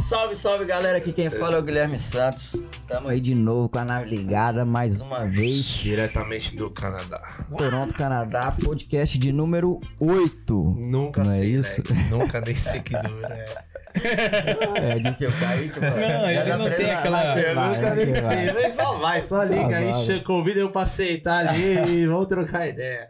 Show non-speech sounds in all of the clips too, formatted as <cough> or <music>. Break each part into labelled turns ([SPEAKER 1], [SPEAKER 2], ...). [SPEAKER 1] Salve, salve galera, aqui quem fala é o Guilherme Santos. Tamo aí de novo com a nave ligada mais uma vez.
[SPEAKER 2] Diretamente do Canadá.
[SPEAKER 1] Toronto, Canadá, podcast de número 8.
[SPEAKER 2] Nunca
[SPEAKER 1] Não é
[SPEAKER 2] sei,
[SPEAKER 1] isso?
[SPEAKER 2] né? Nunca nem sei que número é.
[SPEAKER 1] É
[SPEAKER 2] <laughs>
[SPEAKER 1] de que eu caí, que mano.
[SPEAKER 3] Não, ele
[SPEAKER 1] Já
[SPEAKER 3] não
[SPEAKER 1] aprendeu
[SPEAKER 3] tem
[SPEAKER 1] a-
[SPEAKER 3] aquela-
[SPEAKER 1] vai,
[SPEAKER 4] Eu
[SPEAKER 1] vai,
[SPEAKER 4] nunca
[SPEAKER 1] vai,
[SPEAKER 4] nem
[SPEAKER 1] vai.
[SPEAKER 4] sei, mas só vai, só liga aí,
[SPEAKER 1] vai.
[SPEAKER 4] che- convida eu pra sentar ali e vamos trocar ideia.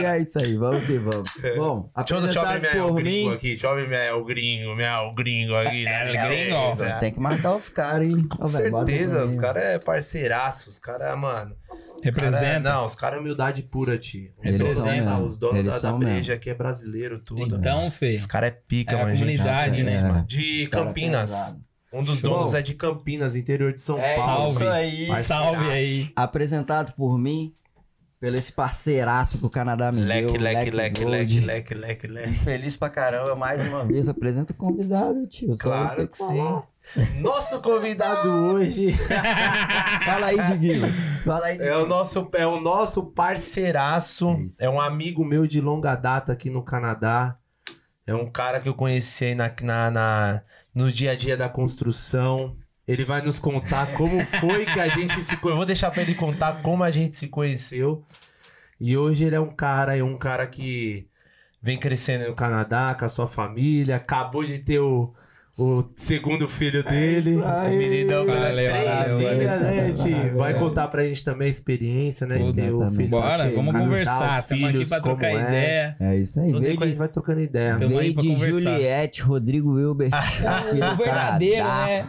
[SPEAKER 1] E é isso aí, vamos que vamos. Bom,
[SPEAKER 2] É. Deixa eu, deixa eu abrir
[SPEAKER 1] apresentado
[SPEAKER 2] minha, é o
[SPEAKER 1] por
[SPEAKER 2] gringo
[SPEAKER 1] mim...
[SPEAKER 2] aqui. Deixa eu abrir minha, é o gringo, minha, o gringo aqui. né?
[SPEAKER 3] É, gringo.
[SPEAKER 2] Beleza.
[SPEAKER 1] Tem que marcar os caras, hein?
[SPEAKER 2] Com certeza, os caras é parceiraço, os caras, mano. os
[SPEAKER 3] Representa.
[SPEAKER 2] Cara, é- não, os caras é humildade pura, tio.
[SPEAKER 1] Eles
[SPEAKER 3] são
[SPEAKER 2] Representa,
[SPEAKER 1] mesmo.
[SPEAKER 2] os donos
[SPEAKER 1] Eles
[SPEAKER 2] da, da
[SPEAKER 1] são mesmo.
[SPEAKER 2] breja aqui é brasileiro, tudo.
[SPEAKER 3] Então, Fê.
[SPEAKER 2] Os caras é pica,
[SPEAKER 3] É a
[SPEAKER 2] mano. gente. é
[SPEAKER 3] comunidade, né?
[SPEAKER 1] É.
[SPEAKER 2] Mano, De Campinas. Um dos
[SPEAKER 1] Show.
[SPEAKER 2] donos é de Campinas, interior de São
[SPEAKER 1] É
[SPEAKER 2] Paulo.
[SPEAKER 1] isso aí.
[SPEAKER 2] Parceiraço.
[SPEAKER 3] Salve aí.
[SPEAKER 1] Apresentado por mim, pelo esse parceiraço que o Canadá me
[SPEAKER 2] Leque,
[SPEAKER 1] deu.
[SPEAKER 2] leque, leque,
[SPEAKER 1] Gold.
[SPEAKER 2] leque, leque, leque, leque.
[SPEAKER 1] Feliz pra caramba, mais uma vez. Apresenta o convidado, tio. Só
[SPEAKER 2] Claro
[SPEAKER 1] tem
[SPEAKER 2] que
[SPEAKER 1] falar.
[SPEAKER 2] sim. Nosso
[SPEAKER 4] Convidado
[SPEAKER 2] convidado
[SPEAKER 4] hoje.
[SPEAKER 1] Fala aí, Diguinho. Fala aí,
[SPEAKER 2] é o nosso, é o nosso parceiraço,
[SPEAKER 1] Isso.
[SPEAKER 2] é um amigo meu de longa data aqui no Canadá. É um cara que eu conheci aí na, na, na- no dia a dia da construção. Ele vai nos contar como foi que a gente se conheceu. Eu vou deixar pra ele contar como a gente se conheceu. E hoje ele é um cara, é um cara que vem crescendo no Canadá com a sua família. Acabou de ter o, o segundo filho dele.
[SPEAKER 4] isso aí.
[SPEAKER 2] o meninão que
[SPEAKER 3] Valeu,
[SPEAKER 2] três
[SPEAKER 3] valeu,
[SPEAKER 2] dias,
[SPEAKER 3] valeu.
[SPEAKER 2] né, tio? Vai contar pra gente também a experiência, né? De
[SPEAKER 1] Tudo.
[SPEAKER 2] ter o filho
[SPEAKER 3] Bora,
[SPEAKER 2] Tchê,
[SPEAKER 3] vamos
[SPEAKER 2] casar,
[SPEAKER 3] conversar.
[SPEAKER 2] os
[SPEAKER 3] Estamos aqui
[SPEAKER 2] filhos,
[SPEAKER 3] pra
[SPEAKER 2] como
[SPEAKER 3] trocar
[SPEAKER 2] é. <laughs>
[SPEAKER 3] ideia.
[SPEAKER 1] É isso aí.
[SPEAKER 2] No
[SPEAKER 1] Veio
[SPEAKER 2] tempo a
[SPEAKER 1] de,
[SPEAKER 2] gente vai trocando <laughs> ideia.
[SPEAKER 3] Tamo aí
[SPEAKER 1] veio
[SPEAKER 3] pra
[SPEAKER 1] de
[SPEAKER 3] conversar.
[SPEAKER 1] Juliette, Rodrigo Wilber.
[SPEAKER 3] <laughs>
[SPEAKER 1] aqui no
[SPEAKER 3] O Um verdadeiro,
[SPEAKER 2] Tá,
[SPEAKER 1] Canadá.
[SPEAKER 3] né?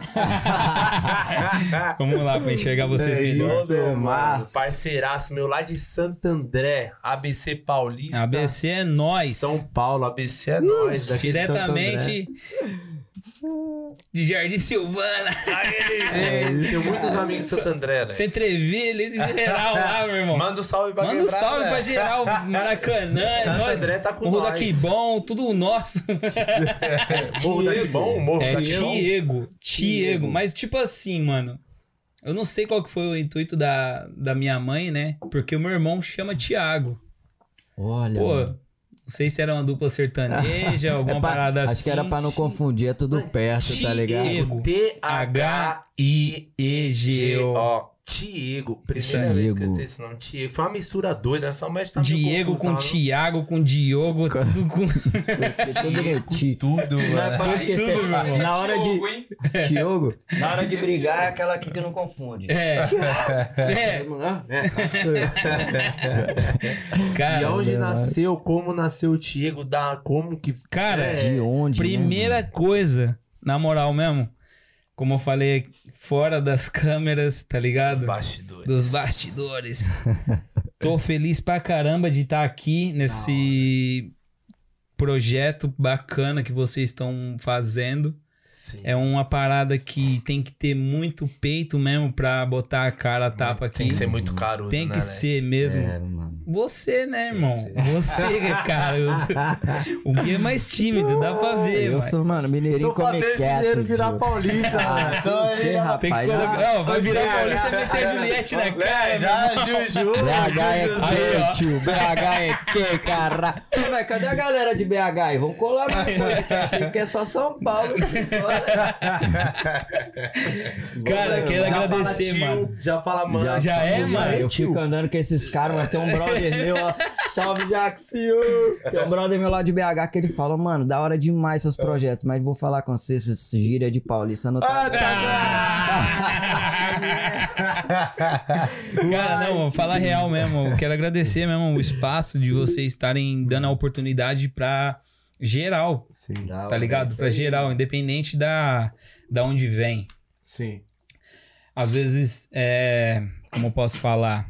[SPEAKER 3] Vamos lá pra enxergar vocês
[SPEAKER 2] É
[SPEAKER 3] melhor.
[SPEAKER 2] isso, mano.
[SPEAKER 1] Massa.
[SPEAKER 2] Parceiraço meu lá de Santo André, ABC Paulista.
[SPEAKER 3] ABC é nós.
[SPEAKER 2] São Paulo, ABC é nós. daqui de Santo André.
[SPEAKER 3] Diretamente de Jardim Silvana.
[SPEAKER 2] É, Tem muitos amigos de Santo André, né?
[SPEAKER 3] Centreville, em geral lá, meu irmão.
[SPEAKER 2] Manda um salve pra
[SPEAKER 3] Manda um
[SPEAKER 2] quebrar,
[SPEAKER 3] salve
[SPEAKER 2] né?
[SPEAKER 3] pra geral, Maracanã, é
[SPEAKER 2] <laughs> Santo
[SPEAKER 3] nós,
[SPEAKER 2] André tá com
[SPEAKER 3] Morro
[SPEAKER 2] nós.
[SPEAKER 3] daqui bom, tudo nosso.
[SPEAKER 2] <laughs> Morro daqui bom, morro
[SPEAKER 3] É
[SPEAKER 2] daqui bom.
[SPEAKER 3] Tiego, Tiego.
[SPEAKER 2] Tiego.
[SPEAKER 3] Mas tipo assim, mano. Eu não sei qual que foi o intuito da, da minha mãe, né? Porque o meu irmão chama Tiago.
[SPEAKER 1] tá. Olha.
[SPEAKER 3] Pô,
[SPEAKER 1] mano.
[SPEAKER 3] não sei se era uma dupla
[SPEAKER 1] <laughs>
[SPEAKER 3] sertaneja,
[SPEAKER 1] É
[SPEAKER 3] alguma
[SPEAKER 1] pra-
[SPEAKER 3] parada
[SPEAKER 1] acho
[SPEAKER 3] assim.
[SPEAKER 1] que era pra não confundir, é tudo perto, tá ligado?
[SPEAKER 3] Tiego. H-I-E-G-O.
[SPEAKER 2] G.O. Diego, primeira
[SPEAKER 1] Isso,
[SPEAKER 2] vez que eu
[SPEAKER 1] Diego.
[SPEAKER 2] escutei esse nome, Diego. Foi uma mistura doida, só mais tá meio
[SPEAKER 3] Diego
[SPEAKER 2] confuso,
[SPEAKER 3] com
[SPEAKER 2] tava no-
[SPEAKER 3] Tiago, com Diogo, tudo com.
[SPEAKER 1] <laughs> Tudo no ti.
[SPEAKER 2] Tudo, né? mano.
[SPEAKER 1] Não esquecer,
[SPEAKER 3] é tudo, meu irmão.
[SPEAKER 1] na hora de. Tiogo? Na hora de brigar é aquela aqui que não confunde.
[SPEAKER 3] É. é.
[SPEAKER 1] ah,
[SPEAKER 2] E
[SPEAKER 3] <laughs> Cara,
[SPEAKER 2] onde
[SPEAKER 1] Caramba,
[SPEAKER 2] nasceu, como nasceu o Diego, da como que.
[SPEAKER 3] cara
[SPEAKER 1] é De onde? né,
[SPEAKER 3] primeira
[SPEAKER 1] mano?
[SPEAKER 3] coisa, na moral mesmo, como eu falei, fora das câmeras, tá
[SPEAKER 2] Os
[SPEAKER 3] ligado?
[SPEAKER 2] bastidores. <laughs>
[SPEAKER 3] Dos bastidores. Tô feliz pra caramba de estar aqui nesse projeto bacana que vocês estão fazendo.
[SPEAKER 2] Sim.
[SPEAKER 3] É uma parada que tem que ter muito peito mesmo pra botar a cara a tapa aqui.
[SPEAKER 2] Tem que ser muito caro,
[SPEAKER 3] Tem que
[SPEAKER 2] né,
[SPEAKER 3] ser mesmo.
[SPEAKER 1] É, mano.
[SPEAKER 3] Você, né, irmão? Você,
[SPEAKER 2] <laughs>
[SPEAKER 3] cara. eu- O Gui é mais tímido, dá pra ver,
[SPEAKER 1] Eu
[SPEAKER 3] mas-
[SPEAKER 1] sou, mano, mineirinho
[SPEAKER 4] Tô
[SPEAKER 1] como
[SPEAKER 4] fazendo
[SPEAKER 1] é
[SPEAKER 4] esse dinheiro virar
[SPEAKER 1] quieto.
[SPEAKER 4] paulista.
[SPEAKER 3] Ah,
[SPEAKER 4] mano. Então,
[SPEAKER 1] Que
[SPEAKER 4] ele-
[SPEAKER 1] rapaz,
[SPEAKER 3] Tem que colocar.
[SPEAKER 2] né?
[SPEAKER 1] já-
[SPEAKER 3] Não, vai virar Paulista e meter
[SPEAKER 2] <laughs>
[SPEAKER 3] a
[SPEAKER 4] <laughs>
[SPEAKER 3] Juliette
[SPEAKER 4] É,
[SPEAKER 3] na cara. meu irmão.
[SPEAKER 4] Juju.
[SPEAKER 1] BH é
[SPEAKER 3] Aí,
[SPEAKER 1] que,
[SPEAKER 3] ó.
[SPEAKER 1] tio. BH é que, caralho. Mas cadê a galera de BH aí? Vamos colar mais podcast aí, porque é só São Paulo.
[SPEAKER 3] Cara, quero
[SPEAKER 2] Já fala
[SPEAKER 3] agradecer,
[SPEAKER 2] tio,
[SPEAKER 3] mano.
[SPEAKER 2] Já fala, mano.
[SPEAKER 3] Já é, mano?
[SPEAKER 1] Eu fico andando com esses caras, mas tem um brother meu, ó. Salve, Jaxio! Tem um brother meu lá de BH que ele fala, mano, da hora demais seus projetos, mas vou falar com vocês, esses gíria de paulista não
[SPEAKER 3] Ah,
[SPEAKER 1] tá. Ah!
[SPEAKER 3] tá.
[SPEAKER 1] <laughs>
[SPEAKER 3] Cara, não, vou falar real mesmo. Eu quero agradecer mesmo o espaço de vocês estarem dando a oportunidade pra geral,
[SPEAKER 4] Sim,
[SPEAKER 1] Da hora,
[SPEAKER 3] tá ligado?
[SPEAKER 1] isso
[SPEAKER 3] Pra
[SPEAKER 1] aí.
[SPEAKER 3] geral, independente da, da onde vem.
[SPEAKER 4] sim.
[SPEAKER 3] Às vezes, é. Como eu posso falar?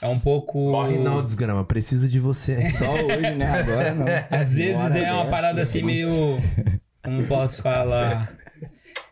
[SPEAKER 3] É um pouco.
[SPEAKER 2] Morre não, desgrama. Preciso de você.
[SPEAKER 1] Só hoje, né? Agora não.
[SPEAKER 3] Às vezes
[SPEAKER 1] Hora
[SPEAKER 3] é uma
[SPEAKER 1] dessa,
[SPEAKER 3] parada
[SPEAKER 2] né?
[SPEAKER 3] assim meio. Como posso falar?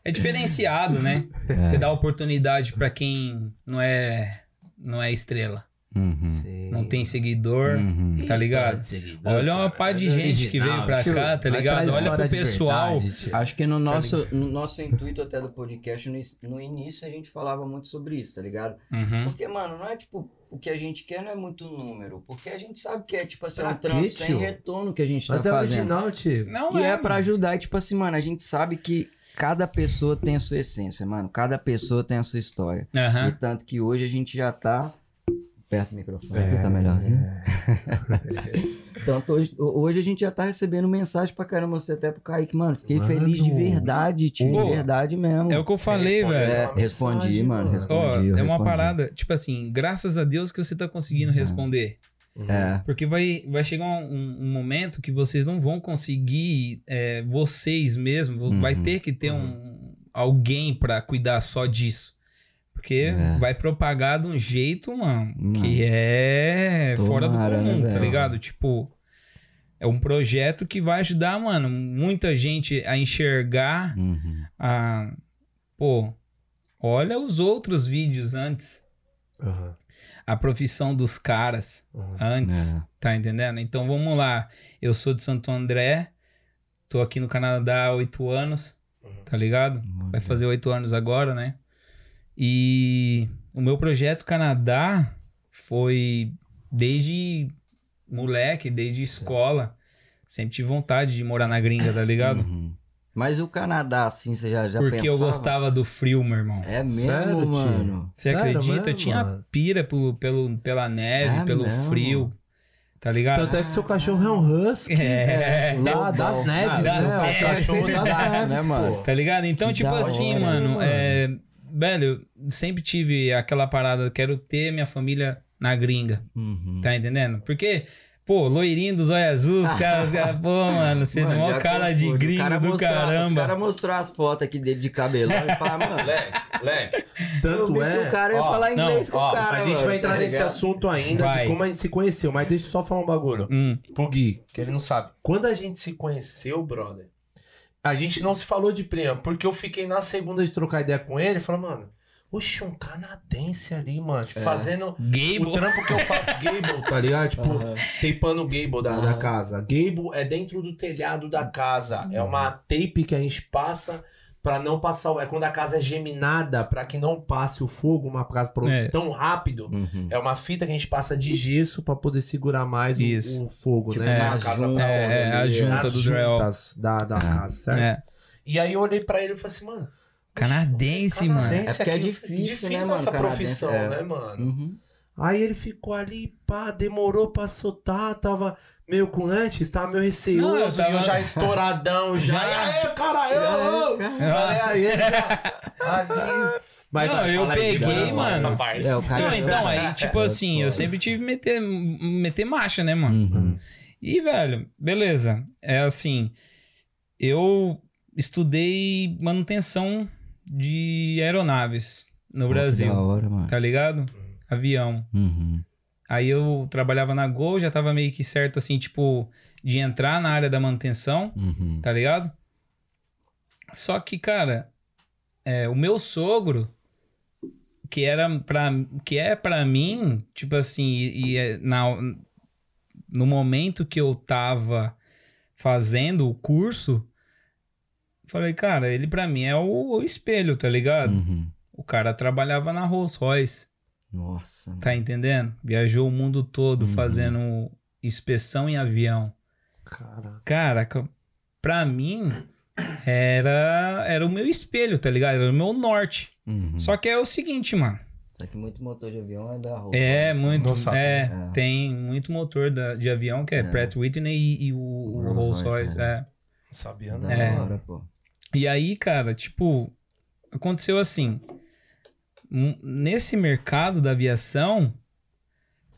[SPEAKER 3] É diferenciado, né? Você dá oportunidade pra quem não é não é estrela,
[SPEAKER 1] Uhum.
[SPEAKER 3] não tem seguidor,
[SPEAKER 1] Uhum.
[SPEAKER 2] Hum.
[SPEAKER 3] tá ligado? Olha uma pá de
[SPEAKER 1] é
[SPEAKER 3] gente que veio pra cá, tá ligado? Olha pro pessoal.
[SPEAKER 1] Acho que no
[SPEAKER 2] Tá
[SPEAKER 1] nosso, no nosso intuito até do podcast, no, is- no início a gente falava muito sobre isso, tá ligado?
[SPEAKER 2] Hum.
[SPEAKER 3] Uhum.
[SPEAKER 1] Porque, mano, não é tipo, o que a gente quer não é muito número, porque a gente sabe que é, tipo assim,
[SPEAKER 2] Pra
[SPEAKER 1] um trampo
[SPEAKER 2] quê,
[SPEAKER 1] sem
[SPEAKER 2] tio?
[SPEAKER 1] retorno que a gente
[SPEAKER 2] Mas
[SPEAKER 1] tá
[SPEAKER 2] é
[SPEAKER 1] fazendo.
[SPEAKER 2] original, tio.
[SPEAKER 3] Não
[SPEAKER 1] E é
[SPEAKER 3] mano.
[SPEAKER 1] pra ajudar, e tipo assim, mano, a gente sabe que, cada pessoa tem a sua essência, mano. Cada pessoa tem a sua história. E
[SPEAKER 3] Aham.
[SPEAKER 1] tanto que hoje a gente já tá. Perto do microfone,
[SPEAKER 2] É.
[SPEAKER 1] aqui tá melhorzinho. Tanto hoje, hoje a gente já tá recebendo mensagem pra caramba, você até pro Kaique, mano. Fiquei
[SPEAKER 2] Mano.
[SPEAKER 1] feliz de verdade, tio,
[SPEAKER 3] Pô,
[SPEAKER 1] de verdade mesmo.
[SPEAKER 3] É o que eu falei,
[SPEAKER 2] Responde,
[SPEAKER 3] velho.
[SPEAKER 1] É,
[SPEAKER 2] uma
[SPEAKER 1] respondi,
[SPEAKER 2] mensagem,
[SPEAKER 1] mano, respondi.
[SPEAKER 3] Ó,
[SPEAKER 1] eu
[SPEAKER 3] é uma
[SPEAKER 1] respondi.
[SPEAKER 3] parada, tipo assim, graças a Deus que você tá conseguindo responder.
[SPEAKER 1] É,
[SPEAKER 3] Porque vai, vai chegar um, um- um momento que vocês não vão conseguir, é, vocês mesmos, vo-
[SPEAKER 1] Uhum.
[SPEAKER 3] vai ter que ter um, alguém pra cuidar só disso. Porque
[SPEAKER 1] É.
[SPEAKER 3] vai propagar de um jeito, mano,
[SPEAKER 1] Mano,
[SPEAKER 3] que é fora do
[SPEAKER 1] tomara,
[SPEAKER 3] comum,
[SPEAKER 1] né,
[SPEAKER 3] tá
[SPEAKER 1] velho?
[SPEAKER 3] ligado? Tipo, é um projeto que vai ajudar, mano, muita gente a enxergar
[SPEAKER 1] uhum.
[SPEAKER 3] a. Pô, olha os outros vídeos antes.
[SPEAKER 2] Aham,
[SPEAKER 3] A profissão dos caras
[SPEAKER 2] aham.
[SPEAKER 3] antes.
[SPEAKER 1] É.
[SPEAKER 3] Tá entendendo? Então vamos lá. Eu sou de Santo André, tô aqui no Canadá há oito anos, tá ligado?
[SPEAKER 1] é. Uhum.
[SPEAKER 3] Vai fazer oito anos agora, né? E o meu projeto Canadá foi desde moleque, desde escola. Sempre tive vontade de morar na gringa, tá ligado?
[SPEAKER 1] Uhum. Mas e o Canadá, assim, você já, já
[SPEAKER 3] Porque eu
[SPEAKER 1] pensava?
[SPEAKER 3] gostava do frio, meu irmão.
[SPEAKER 1] É mesmo,
[SPEAKER 2] Sério, tio?
[SPEAKER 1] mano.
[SPEAKER 3] Você
[SPEAKER 2] Sério
[SPEAKER 3] acredita? Eu
[SPEAKER 2] mesmo,
[SPEAKER 3] tinha
[SPEAKER 2] mano?
[SPEAKER 3] pira pro- pelo, pela neve,
[SPEAKER 1] É
[SPEAKER 3] pelo
[SPEAKER 1] mesmo?
[SPEAKER 3] frio, tá ligado?
[SPEAKER 2] Tanto é que seu cachorro é um husky.
[SPEAKER 3] <laughs> É.
[SPEAKER 2] Lá das neves,
[SPEAKER 3] Das
[SPEAKER 2] né?
[SPEAKER 3] neves.
[SPEAKER 2] O cachorro das
[SPEAKER 1] Exato,
[SPEAKER 2] neves,
[SPEAKER 1] né, mano?
[SPEAKER 2] pô.
[SPEAKER 3] Tá ligado? Então,
[SPEAKER 1] Que
[SPEAKER 3] tipo
[SPEAKER 1] da
[SPEAKER 3] assim,
[SPEAKER 1] hora, né,
[SPEAKER 3] mano,
[SPEAKER 2] mano.
[SPEAKER 3] é, velho, sempre tive aquela parada, quero ter minha família na gringa,
[SPEAKER 1] Uhum.
[SPEAKER 3] tá entendendo? Porque, pô, loirinho dos olhos azuis, os caras, os
[SPEAKER 1] <laughs>
[SPEAKER 3] caras, pô, mano, você
[SPEAKER 1] Mano,
[SPEAKER 3] é mó
[SPEAKER 1] já
[SPEAKER 3] cara de
[SPEAKER 1] confunde. O
[SPEAKER 3] gringo
[SPEAKER 1] cara
[SPEAKER 3] do
[SPEAKER 1] mostrou- Os
[SPEAKER 3] caramba.
[SPEAKER 1] caras mostraram as fotos aqui dele de cabelão e falaram, <laughs> mano,
[SPEAKER 2] Leque, leque.
[SPEAKER 1] eu
[SPEAKER 2] Tanto
[SPEAKER 1] vi se o
[SPEAKER 2] é.
[SPEAKER 1] cara ia
[SPEAKER 2] ó,
[SPEAKER 1] falar
[SPEAKER 3] não,
[SPEAKER 1] inglês com o
[SPEAKER 2] ó,
[SPEAKER 1] cara.
[SPEAKER 2] a gente
[SPEAKER 1] mano,
[SPEAKER 2] vai entrar
[SPEAKER 1] tá
[SPEAKER 2] nesse
[SPEAKER 1] ligado?
[SPEAKER 2] assunto ainda
[SPEAKER 3] Vai.
[SPEAKER 2] de como a gente se conheceu, mas deixa eu só falar um bagulho.
[SPEAKER 3] Hum,
[SPEAKER 2] Pro Gui, que ele não sabe. Quando a gente se conheceu, brother, a gente não se falou de prima, porque eu fiquei na segunda de trocar ideia com ele e falei, mano, oxe, um canadense ali, mano, tipo, fazendo o
[SPEAKER 3] Gable.
[SPEAKER 2] trampo que eu faço Gable, tá ligado? Tipo,
[SPEAKER 1] Aham.
[SPEAKER 2] tapeando o Gable da, da casa. Gable é dentro do telhado da casa. É uma tape que a gente passa pra não passar. o- É quando a casa é geminada, pra que não passe o fogo uma casa pra outra
[SPEAKER 3] É.
[SPEAKER 2] tão rápido.
[SPEAKER 1] Uhum.
[SPEAKER 2] É uma fita que a gente passa de gesso pra poder segurar mais o-
[SPEAKER 3] Isso.
[SPEAKER 2] o, fogo,
[SPEAKER 1] Tipo,
[SPEAKER 2] né?
[SPEAKER 3] é,
[SPEAKER 2] De uma casa
[SPEAKER 1] junta,
[SPEAKER 2] pra
[SPEAKER 3] é,
[SPEAKER 2] outra.
[SPEAKER 3] é, a
[SPEAKER 2] As
[SPEAKER 3] junta do drywall.
[SPEAKER 2] juntas da, da casa, certo?
[SPEAKER 3] É,
[SPEAKER 2] E aí eu olhei pra ele e falei assim, mano.
[SPEAKER 3] Canadense, mano.
[SPEAKER 1] É porque é
[SPEAKER 2] aqui,
[SPEAKER 1] difícil, né,
[SPEAKER 2] essa
[SPEAKER 1] mano, canadense,
[SPEAKER 2] profissão,
[SPEAKER 1] é.
[SPEAKER 2] né, mano?
[SPEAKER 1] Uhum.
[SPEAKER 2] Aí ele ficou ali, pá, demorou pra soltar, tava meio com antes, tava meio receoso,
[SPEAKER 3] Não, eu
[SPEAKER 2] e
[SPEAKER 3] tava-
[SPEAKER 2] eu já
[SPEAKER 3] <laughs>
[SPEAKER 2] estouradão, já.
[SPEAKER 3] Já-
[SPEAKER 2] E aí, cara, eu.
[SPEAKER 3] Ah,
[SPEAKER 2] Aí, ele
[SPEAKER 3] <laughs>
[SPEAKER 2] já- ali. Vai,
[SPEAKER 3] Não,
[SPEAKER 2] vai,
[SPEAKER 3] eu
[SPEAKER 2] fala aí,
[SPEAKER 3] peguei,
[SPEAKER 2] Guilherme,
[SPEAKER 3] mano.
[SPEAKER 2] essa parte.
[SPEAKER 1] É, o cara.
[SPEAKER 3] Não,
[SPEAKER 1] <laughs>
[SPEAKER 3] então, aí, tipo assim, eu sempre tive meter, meter marcha, né, mano?
[SPEAKER 2] Hum.
[SPEAKER 1] Uhum.
[SPEAKER 3] E, velho, beleza. É assim, eu estudei manutenção de aeronaves no
[SPEAKER 1] Pô, que Da
[SPEAKER 3] Brasil,
[SPEAKER 1] hora, mano.
[SPEAKER 3] tá ligado? Avião.
[SPEAKER 1] Uhum.
[SPEAKER 3] Aí eu trabalhava na Gol, já tava meio que certo, assim, tipo, de entrar na área da manutenção,
[SPEAKER 1] Uhum.
[SPEAKER 3] tá ligado? Só que, cara, é, o meu sogro, que era pra, que é pra mim, tipo assim, e, e é na, no momento que eu tava fazendo o curso, falei, cara, ele pra mim é o, o espelho, tá ligado?
[SPEAKER 1] Uhum.
[SPEAKER 3] O cara trabalhava na Rolls Royce,
[SPEAKER 1] Nossa. mano.
[SPEAKER 3] tá entendendo? Viajou o mundo todo
[SPEAKER 1] Uhum.
[SPEAKER 3] fazendo inspeção em avião.
[SPEAKER 2] Cara,
[SPEAKER 3] Cara, co- pra mim era, era o meu espelho, tá ligado? Era o meu norte.
[SPEAKER 1] Uhum.
[SPEAKER 3] Só que é o seguinte, mano.
[SPEAKER 1] Só que muito motor de avião é da roupa.
[SPEAKER 3] É, muito.
[SPEAKER 2] Nossa,
[SPEAKER 3] é,
[SPEAKER 1] é.
[SPEAKER 3] tem muito motor da- de avião que é,
[SPEAKER 1] É.
[SPEAKER 3] Pratt Whitney e, e o, o
[SPEAKER 1] Rolls
[SPEAKER 3] Rolls
[SPEAKER 1] Royce, né?
[SPEAKER 3] Royce. é.
[SPEAKER 2] não sabia,
[SPEAKER 1] Da
[SPEAKER 2] não,
[SPEAKER 3] É.
[SPEAKER 1] hora,
[SPEAKER 2] mano.
[SPEAKER 1] pô.
[SPEAKER 3] E aí, cara, tipo, aconteceu assim. N- Nesse mercado da aviação,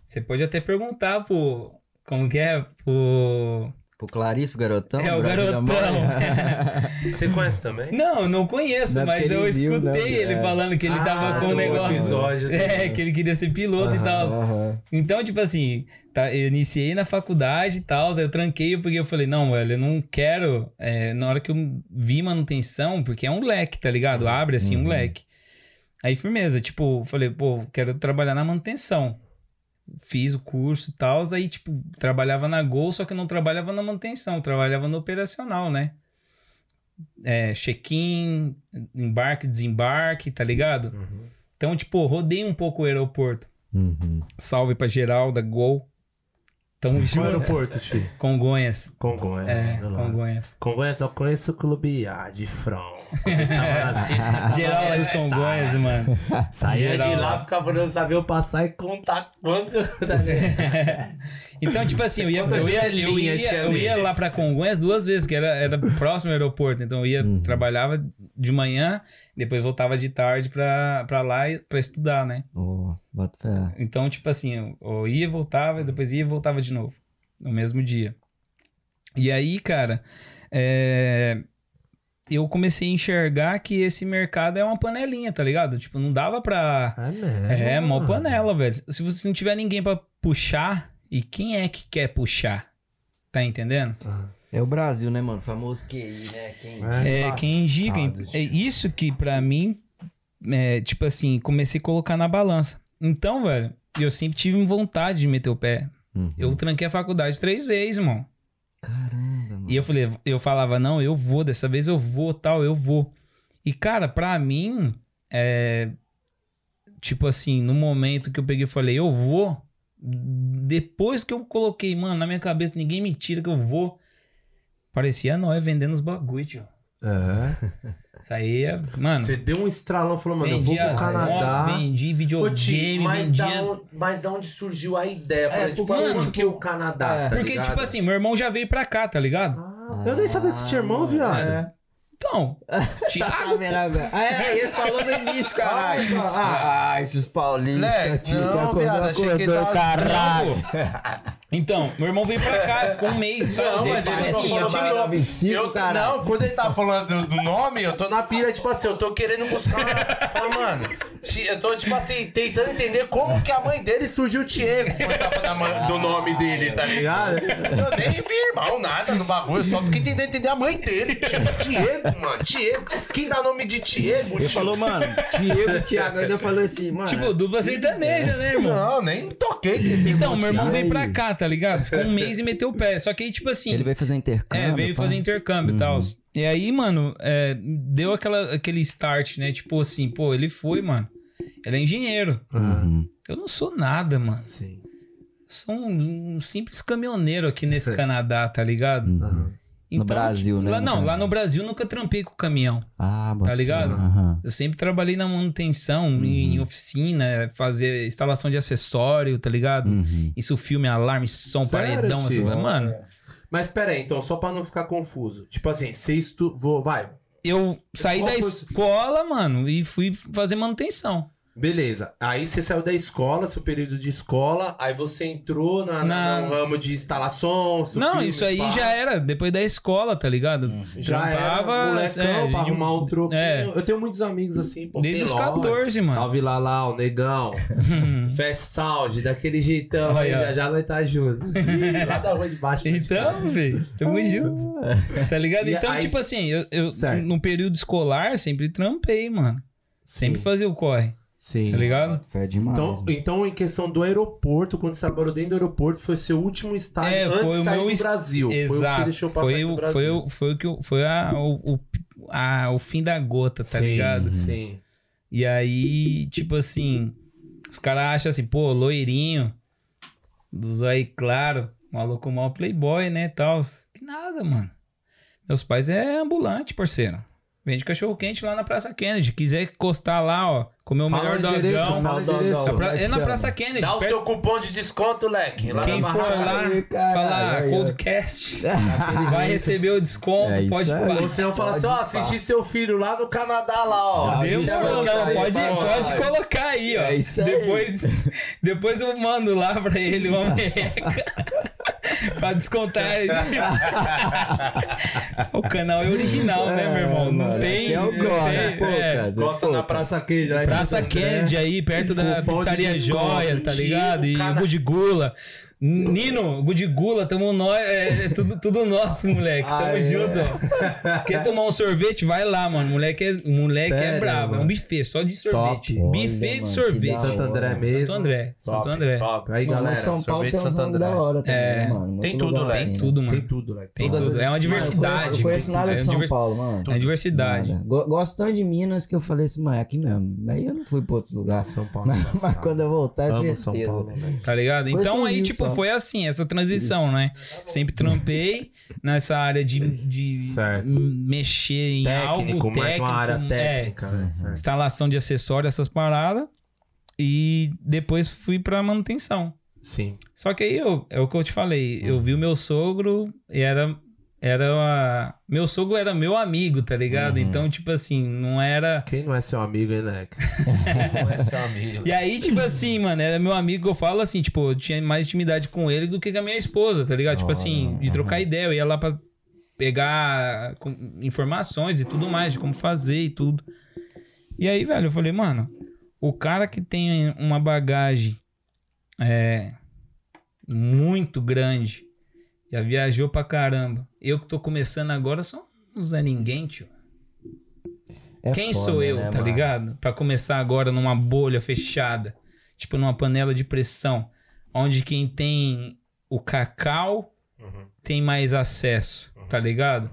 [SPEAKER 3] você pode até perguntar pro. Como que é? Pro.
[SPEAKER 1] Pro Clarice, o garotão.
[SPEAKER 3] é o
[SPEAKER 1] Brasília Mole.
[SPEAKER 3] garotão. <laughs>
[SPEAKER 2] Você conhece também?
[SPEAKER 3] Não, não conheço,
[SPEAKER 1] Não é
[SPEAKER 3] mas
[SPEAKER 1] porque
[SPEAKER 3] eu
[SPEAKER 1] ele viu, né?
[SPEAKER 3] escutei ele
[SPEAKER 1] É.
[SPEAKER 3] falando que ele
[SPEAKER 2] Ah,
[SPEAKER 3] tava com um
[SPEAKER 2] do
[SPEAKER 3] negócio.
[SPEAKER 2] episódio
[SPEAKER 1] <laughs>
[SPEAKER 2] do-
[SPEAKER 3] é, que ele queria ser piloto e tal.
[SPEAKER 1] Aham.
[SPEAKER 3] Então, tipo assim, tá, eu iniciei na faculdade e tal, aí eu tranquei porque eu falei, não, velho, eu não quero. é, na hora que eu vi manutenção, porque é um leque, tá ligado? Abre assim um
[SPEAKER 1] Uhum.
[SPEAKER 3] leque. Aí, firmeza, tipo, falei, pô, quero trabalhar na manutenção. Fiz o curso e tal, aí, tipo, trabalhava na Gol, só que eu não trabalhava na manutenção, eu trabalhava no operacional, né? É, check-in, embarque, desembarque, tá ligado?
[SPEAKER 2] Uhum.
[SPEAKER 3] Então, tipo, rodei um pouco o aeroporto.
[SPEAKER 1] Uhum.
[SPEAKER 3] Salve pra Geralda, Gol. Tamo
[SPEAKER 2] Qual
[SPEAKER 3] junto.
[SPEAKER 2] aeroporto, Ti?
[SPEAKER 3] Congonhas.
[SPEAKER 2] Congonhas.
[SPEAKER 3] É,
[SPEAKER 2] olha lá.
[SPEAKER 3] Congonhas.
[SPEAKER 2] Congonhas, só conheço o Clube A de Frão. Começava na
[SPEAKER 3] <laughs>
[SPEAKER 2] sexta.
[SPEAKER 3] Geral lá de Congonhas, mano.
[SPEAKER 2] Saía de
[SPEAKER 3] Geral
[SPEAKER 2] lá,
[SPEAKER 3] lá. É
[SPEAKER 2] ficava não saber eu passar e contar quantos
[SPEAKER 3] <laughs>
[SPEAKER 2] eu...
[SPEAKER 3] Então, tipo assim, eu ia,
[SPEAKER 2] Quantas
[SPEAKER 3] eu ia, eu
[SPEAKER 2] janelinhas
[SPEAKER 3] ia-
[SPEAKER 2] tinha
[SPEAKER 3] eu ia
[SPEAKER 2] neles?
[SPEAKER 3] lá pra Congonhas duas vezes, porque era, era próximo ao aeroporto. Então eu ia, trabalhava de manhã, depois voltava de tarde pra, pra lá e- pra estudar, né?
[SPEAKER 1] Ô, bota fé.
[SPEAKER 3] Então, tipo assim, eu- eu ia, voltava, depois ia e voltava de novo. No mesmo dia. E aí, cara, é, eu comecei a enxergar que esse mercado é uma panelinha, tá ligado? Tipo, não dava pra.
[SPEAKER 2] <laughs> É mesmo.
[SPEAKER 3] É, mó
[SPEAKER 2] mano.
[SPEAKER 3] panela, velho. Se você não tiver ninguém pra puxar, e quem é que quer puxar? Tá entendendo?
[SPEAKER 2] Ah,
[SPEAKER 1] É o Brasil, né, mano? Famoso QI, né? Quem...
[SPEAKER 3] É, quem indica.
[SPEAKER 2] embaçado,
[SPEAKER 3] É
[SPEAKER 2] tio.
[SPEAKER 3] isso que pra mim, é, tipo assim, comecei a colocar na balança. Então, velho, eu sempre tive vontade de meter o pé.
[SPEAKER 1] Uhum.
[SPEAKER 3] Eu tranquei a faculdade três vezes, irmão.
[SPEAKER 1] Caramba, mano.
[SPEAKER 3] E eu falei, eu falava, não, eu vou, dessa vez eu vou, tal, eu vou. E, cara, pra mim, é. Tipo assim, no momento que eu peguei e falei, eu vou. Depois que eu coloquei, mano, na minha cabeça, ninguém me tira que eu vou. Parecia nós vendendo os bagulho, tio.
[SPEAKER 2] É.
[SPEAKER 3] Saía, mano.
[SPEAKER 2] Você deu um estralão e falou, mano, eu vou
[SPEAKER 3] vendi
[SPEAKER 2] pro
[SPEAKER 3] as
[SPEAKER 2] Canadá.
[SPEAKER 3] motos, vendi
[SPEAKER 2] Ô, Ti,
[SPEAKER 3] videogame,
[SPEAKER 2] mas,
[SPEAKER 3] vendia.
[SPEAKER 2] da onde, mas da onde surgiu a ideia? pra,
[SPEAKER 3] É,
[SPEAKER 2] tipo,
[SPEAKER 3] porque-
[SPEAKER 2] mano, por que o Canadá?
[SPEAKER 1] É.
[SPEAKER 2] tá
[SPEAKER 3] Porque,
[SPEAKER 2] ligado?
[SPEAKER 3] tipo assim, meu irmão já veio pra cá, tá ligado?
[SPEAKER 2] Ah, eu nem sabia que você tinha irmão, viado.
[SPEAKER 1] É.
[SPEAKER 2] <laughs>
[SPEAKER 3] Então,
[SPEAKER 1] Tá
[SPEAKER 3] Thiago,
[SPEAKER 1] sabendo agora. Ah, é, ele falou no início, caralho.
[SPEAKER 2] Ah,
[SPEAKER 1] Ah, esses paulistas,
[SPEAKER 2] Moleque,
[SPEAKER 1] tio,
[SPEAKER 2] não,
[SPEAKER 1] acordou,
[SPEAKER 2] viado, achei que
[SPEAKER 1] acordou,
[SPEAKER 2] tava-
[SPEAKER 1] caralho.
[SPEAKER 3] Não, pô. Então, meu irmão veio pra cá, ficou um mês e tal.
[SPEAKER 2] Não,
[SPEAKER 3] Ele
[SPEAKER 2] mas tipo
[SPEAKER 3] falou
[SPEAKER 2] ele só
[SPEAKER 3] assim,
[SPEAKER 2] falou
[SPEAKER 3] eu tive-
[SPEAKER 2] pra-
[SPEAKER 1] Era 25,
[SPEAKER 2] um Eu,
[SPEAKER 1] caralho.
[SPEAKER 2] não, quando ele tá falando do nome, eu tô na pira, tipo assim, eu tô querendo buscar. uma- Fala, mano, ti- eu tô, tipo assim, tentando entender como que a mãe dele surgiu o Diego quando tava na ma- do nome dele, tá ligado? Eu nem vi irmão nada no bagulho, eu só fiquei tentando entender a mãe dele. Diego, mano, Diego. Quem dá nome de Diego?
[SPEAKER 1] Ele
[SPEAKER 2] tio?
[SPEAKER 1] falou, mano, Diego e Thiago ainda falou assim, mano.
[SPEAKER 3] Tipo, dupla sertaneja, né, irmão?
[SPEAKER 2] Não, nem toquei. Que ele tem
[SPEAKER 3] Então,
[SPEAKER 2] um
[SPEAKER 3] meu irmão
[SPEAKER 2] Diego.
[SPEAKER 3] veio pra cá, tá ligado? Ficou
[SPEAKER 2] <laughs>
[SPEAKER 3] um mês e meteu o pé. Só que aí, tipo assim,
[SPEAKER 1] ele veio fazer intercâmbio.
[SPEAKER 3] É, veio
[SPEAKER 1] pá.
[SPEAKER 3] fazer
[SPEAKER 1] Uhum.
[SPEAKER 3] intercâmbio e tal. E aí, mano, é, deu aquela, aquele start, né? Tipo assim, pô, ele foi, mano. Ele é engenheiro.
[SPEAKER 1] Uhum.
[SPEAKER 3] Eu não sou nada, mano.
[SPEAKER 2] Sim.
[SPEAKER 3] Sou um, um simples caminhoneiro aqui nesse Canadá, tá ligado? Então, tipo,
[SPEAKER 2] Aham.
[SPEAKER 1] No Brasil, né?
[SPEAKER 3] Lá,
[SPEAKER 1] No
[SPEAKER 3] não, lá
[SPEAKER 1] Brasil.
[SPEAKER 3] no Brasil nunca trampei com caminhão. tá
[SPEAKER 1] Ah, bota-
[SPEAKER 3] ligado?
[SPEAKER 1] Aham.
[SPEAKER 3] Eu sempre trabalhei na manutenção, em
[SPEAKER 2] Uhum.
[SPEAKER 3] oficina, fazer instalação de acessório, tá ligado?
[SPEAKER 1] Uhum.
[SPEAKER 3] Isso, filme, alarme, som,
[SPEAKER 2] Hum. Sério,
[SPEAKER 3] paredão,
[SPEAKER 2] tio?
[SPEAKER 3] assim, mano.
[SPEAKER 2] Mas pera aí, então, só pra não ficar confuso. Tipo assim, sexto. Vou, vai,
[SPEAKER 3] Eu saí
[SPEAKER 2] Qual
[SPEAKER 3] da
[SPEAKER 2] foi-
[SPEAKER 3] escola, mano, e fui fazer manutenção.
[SPEAKER 2] Beleza. Aí você saiu da escola, seu período de escola, aí você entrou na, na-
[SPEAKER 3] Na-
[SPEAKER 2] no ramo de instalação, seu
[SPEAKER 3] Não,
[SPEAKER 2] filme,
[SPEAKER 3] isso aí
[SPEAKER 2] pá.
[SPEAKER 3] já era depois da escola, tá ligado?
[SPEAKER 2] já era
[SPEAKER 3] Trampava,
[SPEAKER 2] molecão
[SPEAKER 3] é,
[SPEAKER 2] pra
[SPEAKER 3] de-
[SPEAKER 2] arrumar um troquinho.
[SPEAKER 3] é.
[SPEAKER 2] Eu tenho muitos amigos assim, pô,
[SPEAKER 3] Desde os
[SPEAKER 2] Teló,
[SPEAKER 3] 14, mano.
[SPEAKER 2] Salve lá lá, o
[SPEAKER 3] <laughs>
[SPEAKER 2] negão. Fest Sound, daquele jeitão aí,
[SPEAKER 3] Aí, ó.
[SPEAKER 2] já já nós tá
[SPEAKER 3] <laughs>
[SPEAKER 2] junto. Ih, lá da rua de baixo.
[SPEAKER 3] Então, velho, tamo junto. Tá ligado?
[SPEAKER 2] Ah. E
[SPEAKER 3] Então,
[SPEAKER 2] aí-
[SPEAKER 3] tipo assim, eu, eu
[SPEAKER 2] Certo.
[SPEAKER 3] no período escolar sempre trampei, mano. Sempre
[SPEAKER 2] Sim,
[SPEAKER 3] fazia o corre,
[SPEAKER 2] Sim.
[SPEAKER 3] tá ligado?
[SPEAKER 1] Fé demais.
[SPEAKER 2] Então,
[SPEAKER 1] mano.
[SPEAKER 2] então, em questão do aeroporto, quando você trabalhou dentro do aeroporto, foi seu último estágio
[SPEAKER 3] É,
[SPEAKER 2] antes
[SPEAKER 3] foi
[SPEAKER 2] de
[SPEAKER 3] o
[SPEAKER 2] sair
[SPEAKER 3] meu
[SPEAKER 2] do
[SPEAKER 3] es-
[SPEAKER 2] Brasil. Foi o que você deixou passar
[SPEAKER 3] foi,
[SPEAKER 2] do
[SPEAKER 3] o-
[SPEAKER 2] Brasil.
[SPEAKER 3] foi, o- foi o que eu- foi a, o, o, a- o fim da gota, tá
[SPEAKER 2] Sim,
[SPEAKER 3] ligado?
[SPEAKER 2] Sim.
[SPEAKER 3] E aí, tipo assim, os caras acham assim, pô, loirinho, do zóio claro, maluco mal playboy, né, tal. Que nada, mano. Meus pais é ambulante, parceiro. Vende cachorro quente lá na Praça Kennedy. Quiser encostar lá, ó, comer o melhor dogão.
[SPEAKER 2] fala o endereço.
[SPEAKER 3] Na pra-
[SPEAKER 1] Como é
[SPEAKER 3] É
[SPEAKER 1] que
[SPEAKER 3] na
[SPEAKER 1] chama?
[SPEAKER 3] Praça Kennedy.
[SPEAKER 2] Dá o
[SPEAKER 3] perto-
[SPEAKER 2] seu cupom de desconto, leque. Lá
[SPEAKER 3] Quem
[SPEAKER 2] na
[SPEAKER 3] for
[SPEAKER 2] barraca.
[SPEAKER 3] lá,
[SPEAKER 1] Ai, caralho,
[SPEAKER 3] falar
[SPEAKER 1] ai, <laughs>
[SPEAKER 3] Coldcast, vai receber o desconto,
[SPEAKER 1] É isso
[SPEAKER 3] pode...
[SPEAKER 1] aí.
[SPEAKER 2] Ou senão fala assim, ó, assisti seu filho lá no Canadá, lá, ó.
[SPEAKER 1] Já
[SPEAKER 3] Deus
[SPEAKER 1] Deixa
[SPEAKER 3] falou,
[SPEAKER 1] colocar
[SPEAKER 3] não,
[SPEAKER 1] aí,
[SPEAKER 3] pode,
[SPEAKER 1] vai,
[SPEAKER 3] pode
[SPEAKER 1] vai.
[SPEAKER 3] colocar aí, ó.
[SPEAKER 1] É isso aí.
[SPEAKER 3] Depois, depois eu mando lá pra ele uma merreca. <laughs> pra descontar.
[SPEAKER 1] <laughs>
[SPEAKER 3] o canal é original, né, meu irmão? Não
[SPEAKER 1] mano,
[SPEAKER 3] tem.
[SPEAKER 1] aqui é o
[SPEAKER 3] não
[SPEAKER 1] Gore,
[SPEAKER 3] tem-
[SPEAKER 1] pô,
[SPEAKER 3] é.
[SPEAKER 1] cara.
[SPEAKER 2] Costa na Praça Kennedy. lá em
[SPEAKER 3] Praça
[SPEAKER 2] Santo André.
[SPEAKER 3] Kennedy aí, perto da
[SPEAKER 2] Cupom de
[SPEAKER 3] Pizzaria
[SPEAKER 2] desconto,
[SPEAKER 3] Joia, tá
[SPEAKER 2] tio,
[SPEAKER 3] ligado? E
[SPEAKER 2] cara.
[SPEAKER 3] o Gudigula. Nino, Gudigula, tamo nós. É, é tudo, tudo nosso, moleque. Tamo
[SPEAKER 2] Ah, é.
[SPEAKER 3] junto. ó. Quer tomar um sorvete? Vai lá, mano. Moleque é, moleque é
[SPEAKER 2] Sério,
[SPEAKER 3] brabo. É
[SPEAKER 2] mano?
[SPEAKER 3] um buffet só de sorvete.
[SPEAKER 1] Olha,
[SPEAKER 3] buffet
[SPEAKER 1] mano,
[SPEAKER 3] de
[SPEAKER 1] que
[SPEAKER 3] sorvete.
[SPEAKER 1] da
[SPEAKER 2] Santo
[SPEAKER 1] hora.
[SPEAKER 2] André mesmo.
[SPEAKER 3] Santo André. Santo
[SPEAKER 2] Top,
[SPEAKER 3] Andé.
[SPEAKER 2] top. Aí,
[SPEAKER 1] Mano,
[SPEAKER 2] galera,
[SPEAKER 1] São Paulo
[SPEAKER 2] é sorvete
[SPEAKER 1] tem uns
[SPEAKER 2] Santo
[SPEAKER 1] nomes
[SPEAKER 2] André.
[SPEAKER 1] da hora também,
[SPEAKER 3] É,
[SPEAKER 1] mano.
[SPEAKER 2] tem
[SPEAKER 1] Muito
[SPEAKER 2] tudo,
[SPEAKER 1] lugar
[SPEAKER 2] né?
[SPEAKER 1] assim,
[SPEAKER 3] Tem tudo, mano.
[SPEAKER 2] Tem tudo, leque.
[SPEAKER 3] Tem
[SPEAKER 2] Todas
[SPEAKER 3] tudo.
[SPEAKER 2] as-
[SPEAKER 3] É uma
[SPEAKER 1] Mano, eu
[SPEAKER 3] diversidade.
[SPEAKER 1] Não conheço nada
[SPEAKER 3] é
[SPEAKER 1] de São
[SPEAKER 3] diver-
[SPEAKER 1] Paulo, mano.
[SPEAKER 3] É diversidade.
[SPEAKER 1] Nada. Go- Gosto tanto de Minas que eu falei assim, mano, é aqui mesmo. Aí eu não fui pra outros lugares.
[SPEAKER 2] <laughs> São Paulo.
[SPEAKER 1] Mas, mas quando eu voltar, é
[SPEAKER 2] Amo
[SPEAKER 1] certeza.
[SPEAKER 2] São Paulo, né?
[SPEAKER 3] Tá ligado?
[SPEAKER 1] Conheço
[SPEAKER 3] Então
[SPEAKER 1] um
[SPEAKER 3] aí,
[SPEAKER 1] Rio
[SPEAKER 3] tipo,
[SPEAKER 1] só,
[SPEAKER 3] foi assim, essa transição, né? Sempre trampei nessa área de, de
[SPEAKER 2] Certo.
[SPEAKER 3] m- mexer em
[SPEAKER 2] Técnico,
[SPEAKER 3] algo.
[SPEAKER 2] mais uma área
[SPEAKER 3] é,
[SPEAKER 2] técnica. né? Certo.
[SPEAKER 3] instalação de acessório, essas paradas. E depois fui pra manutenção.
[SPEAKER 2] Sim.
[SPEAKER 3] Só que aí eu, é o que eu te falei. Eu vi o meu sogro e era. Era. a- Meu sogro era meu amigo, tá ligado?
[SPEAKER 1] Uhum.
[SPEAKER 3] Então, tipo assim, não era.
[SPEAKER 2] Quem não é seu amigo, hein, Leque? Quem não é seu amigo?
[SPEAKER 3] E aí, tipo assim, mano, era meu amigo, eu falo assim, tipo, eu tinha mais intimidade com ele do que com a minha esposa, tá ligado? Tipo
[SPEAKER 1] Olha,
[SPEAKER 3] assim, de trocar ideia, eu ia lá pra pegar com- informações e tudo mais, de como fazer e tudo. E aí, velho, eu falei, mano, o cara que tem uma bagagem é, muito grande, já viajou pra caramba, eu que tô começando agora, sou um Zé Ninguém, tio.
[SPEAKER 1] É
[SPEAKER 3] Quem
[SPEAKER 1] foda,
[SPEAKER 3] sou eu,
[SPEAKER 1] né,
[SPEAKER 3] tá
[SPEAKER 1] mano?
[SPEAKER 3] ligado? Pra começar agora numa bolha fechada, tipo numa panela de pressão, onde quem tem o cacau tem mais acesso, tá ligado?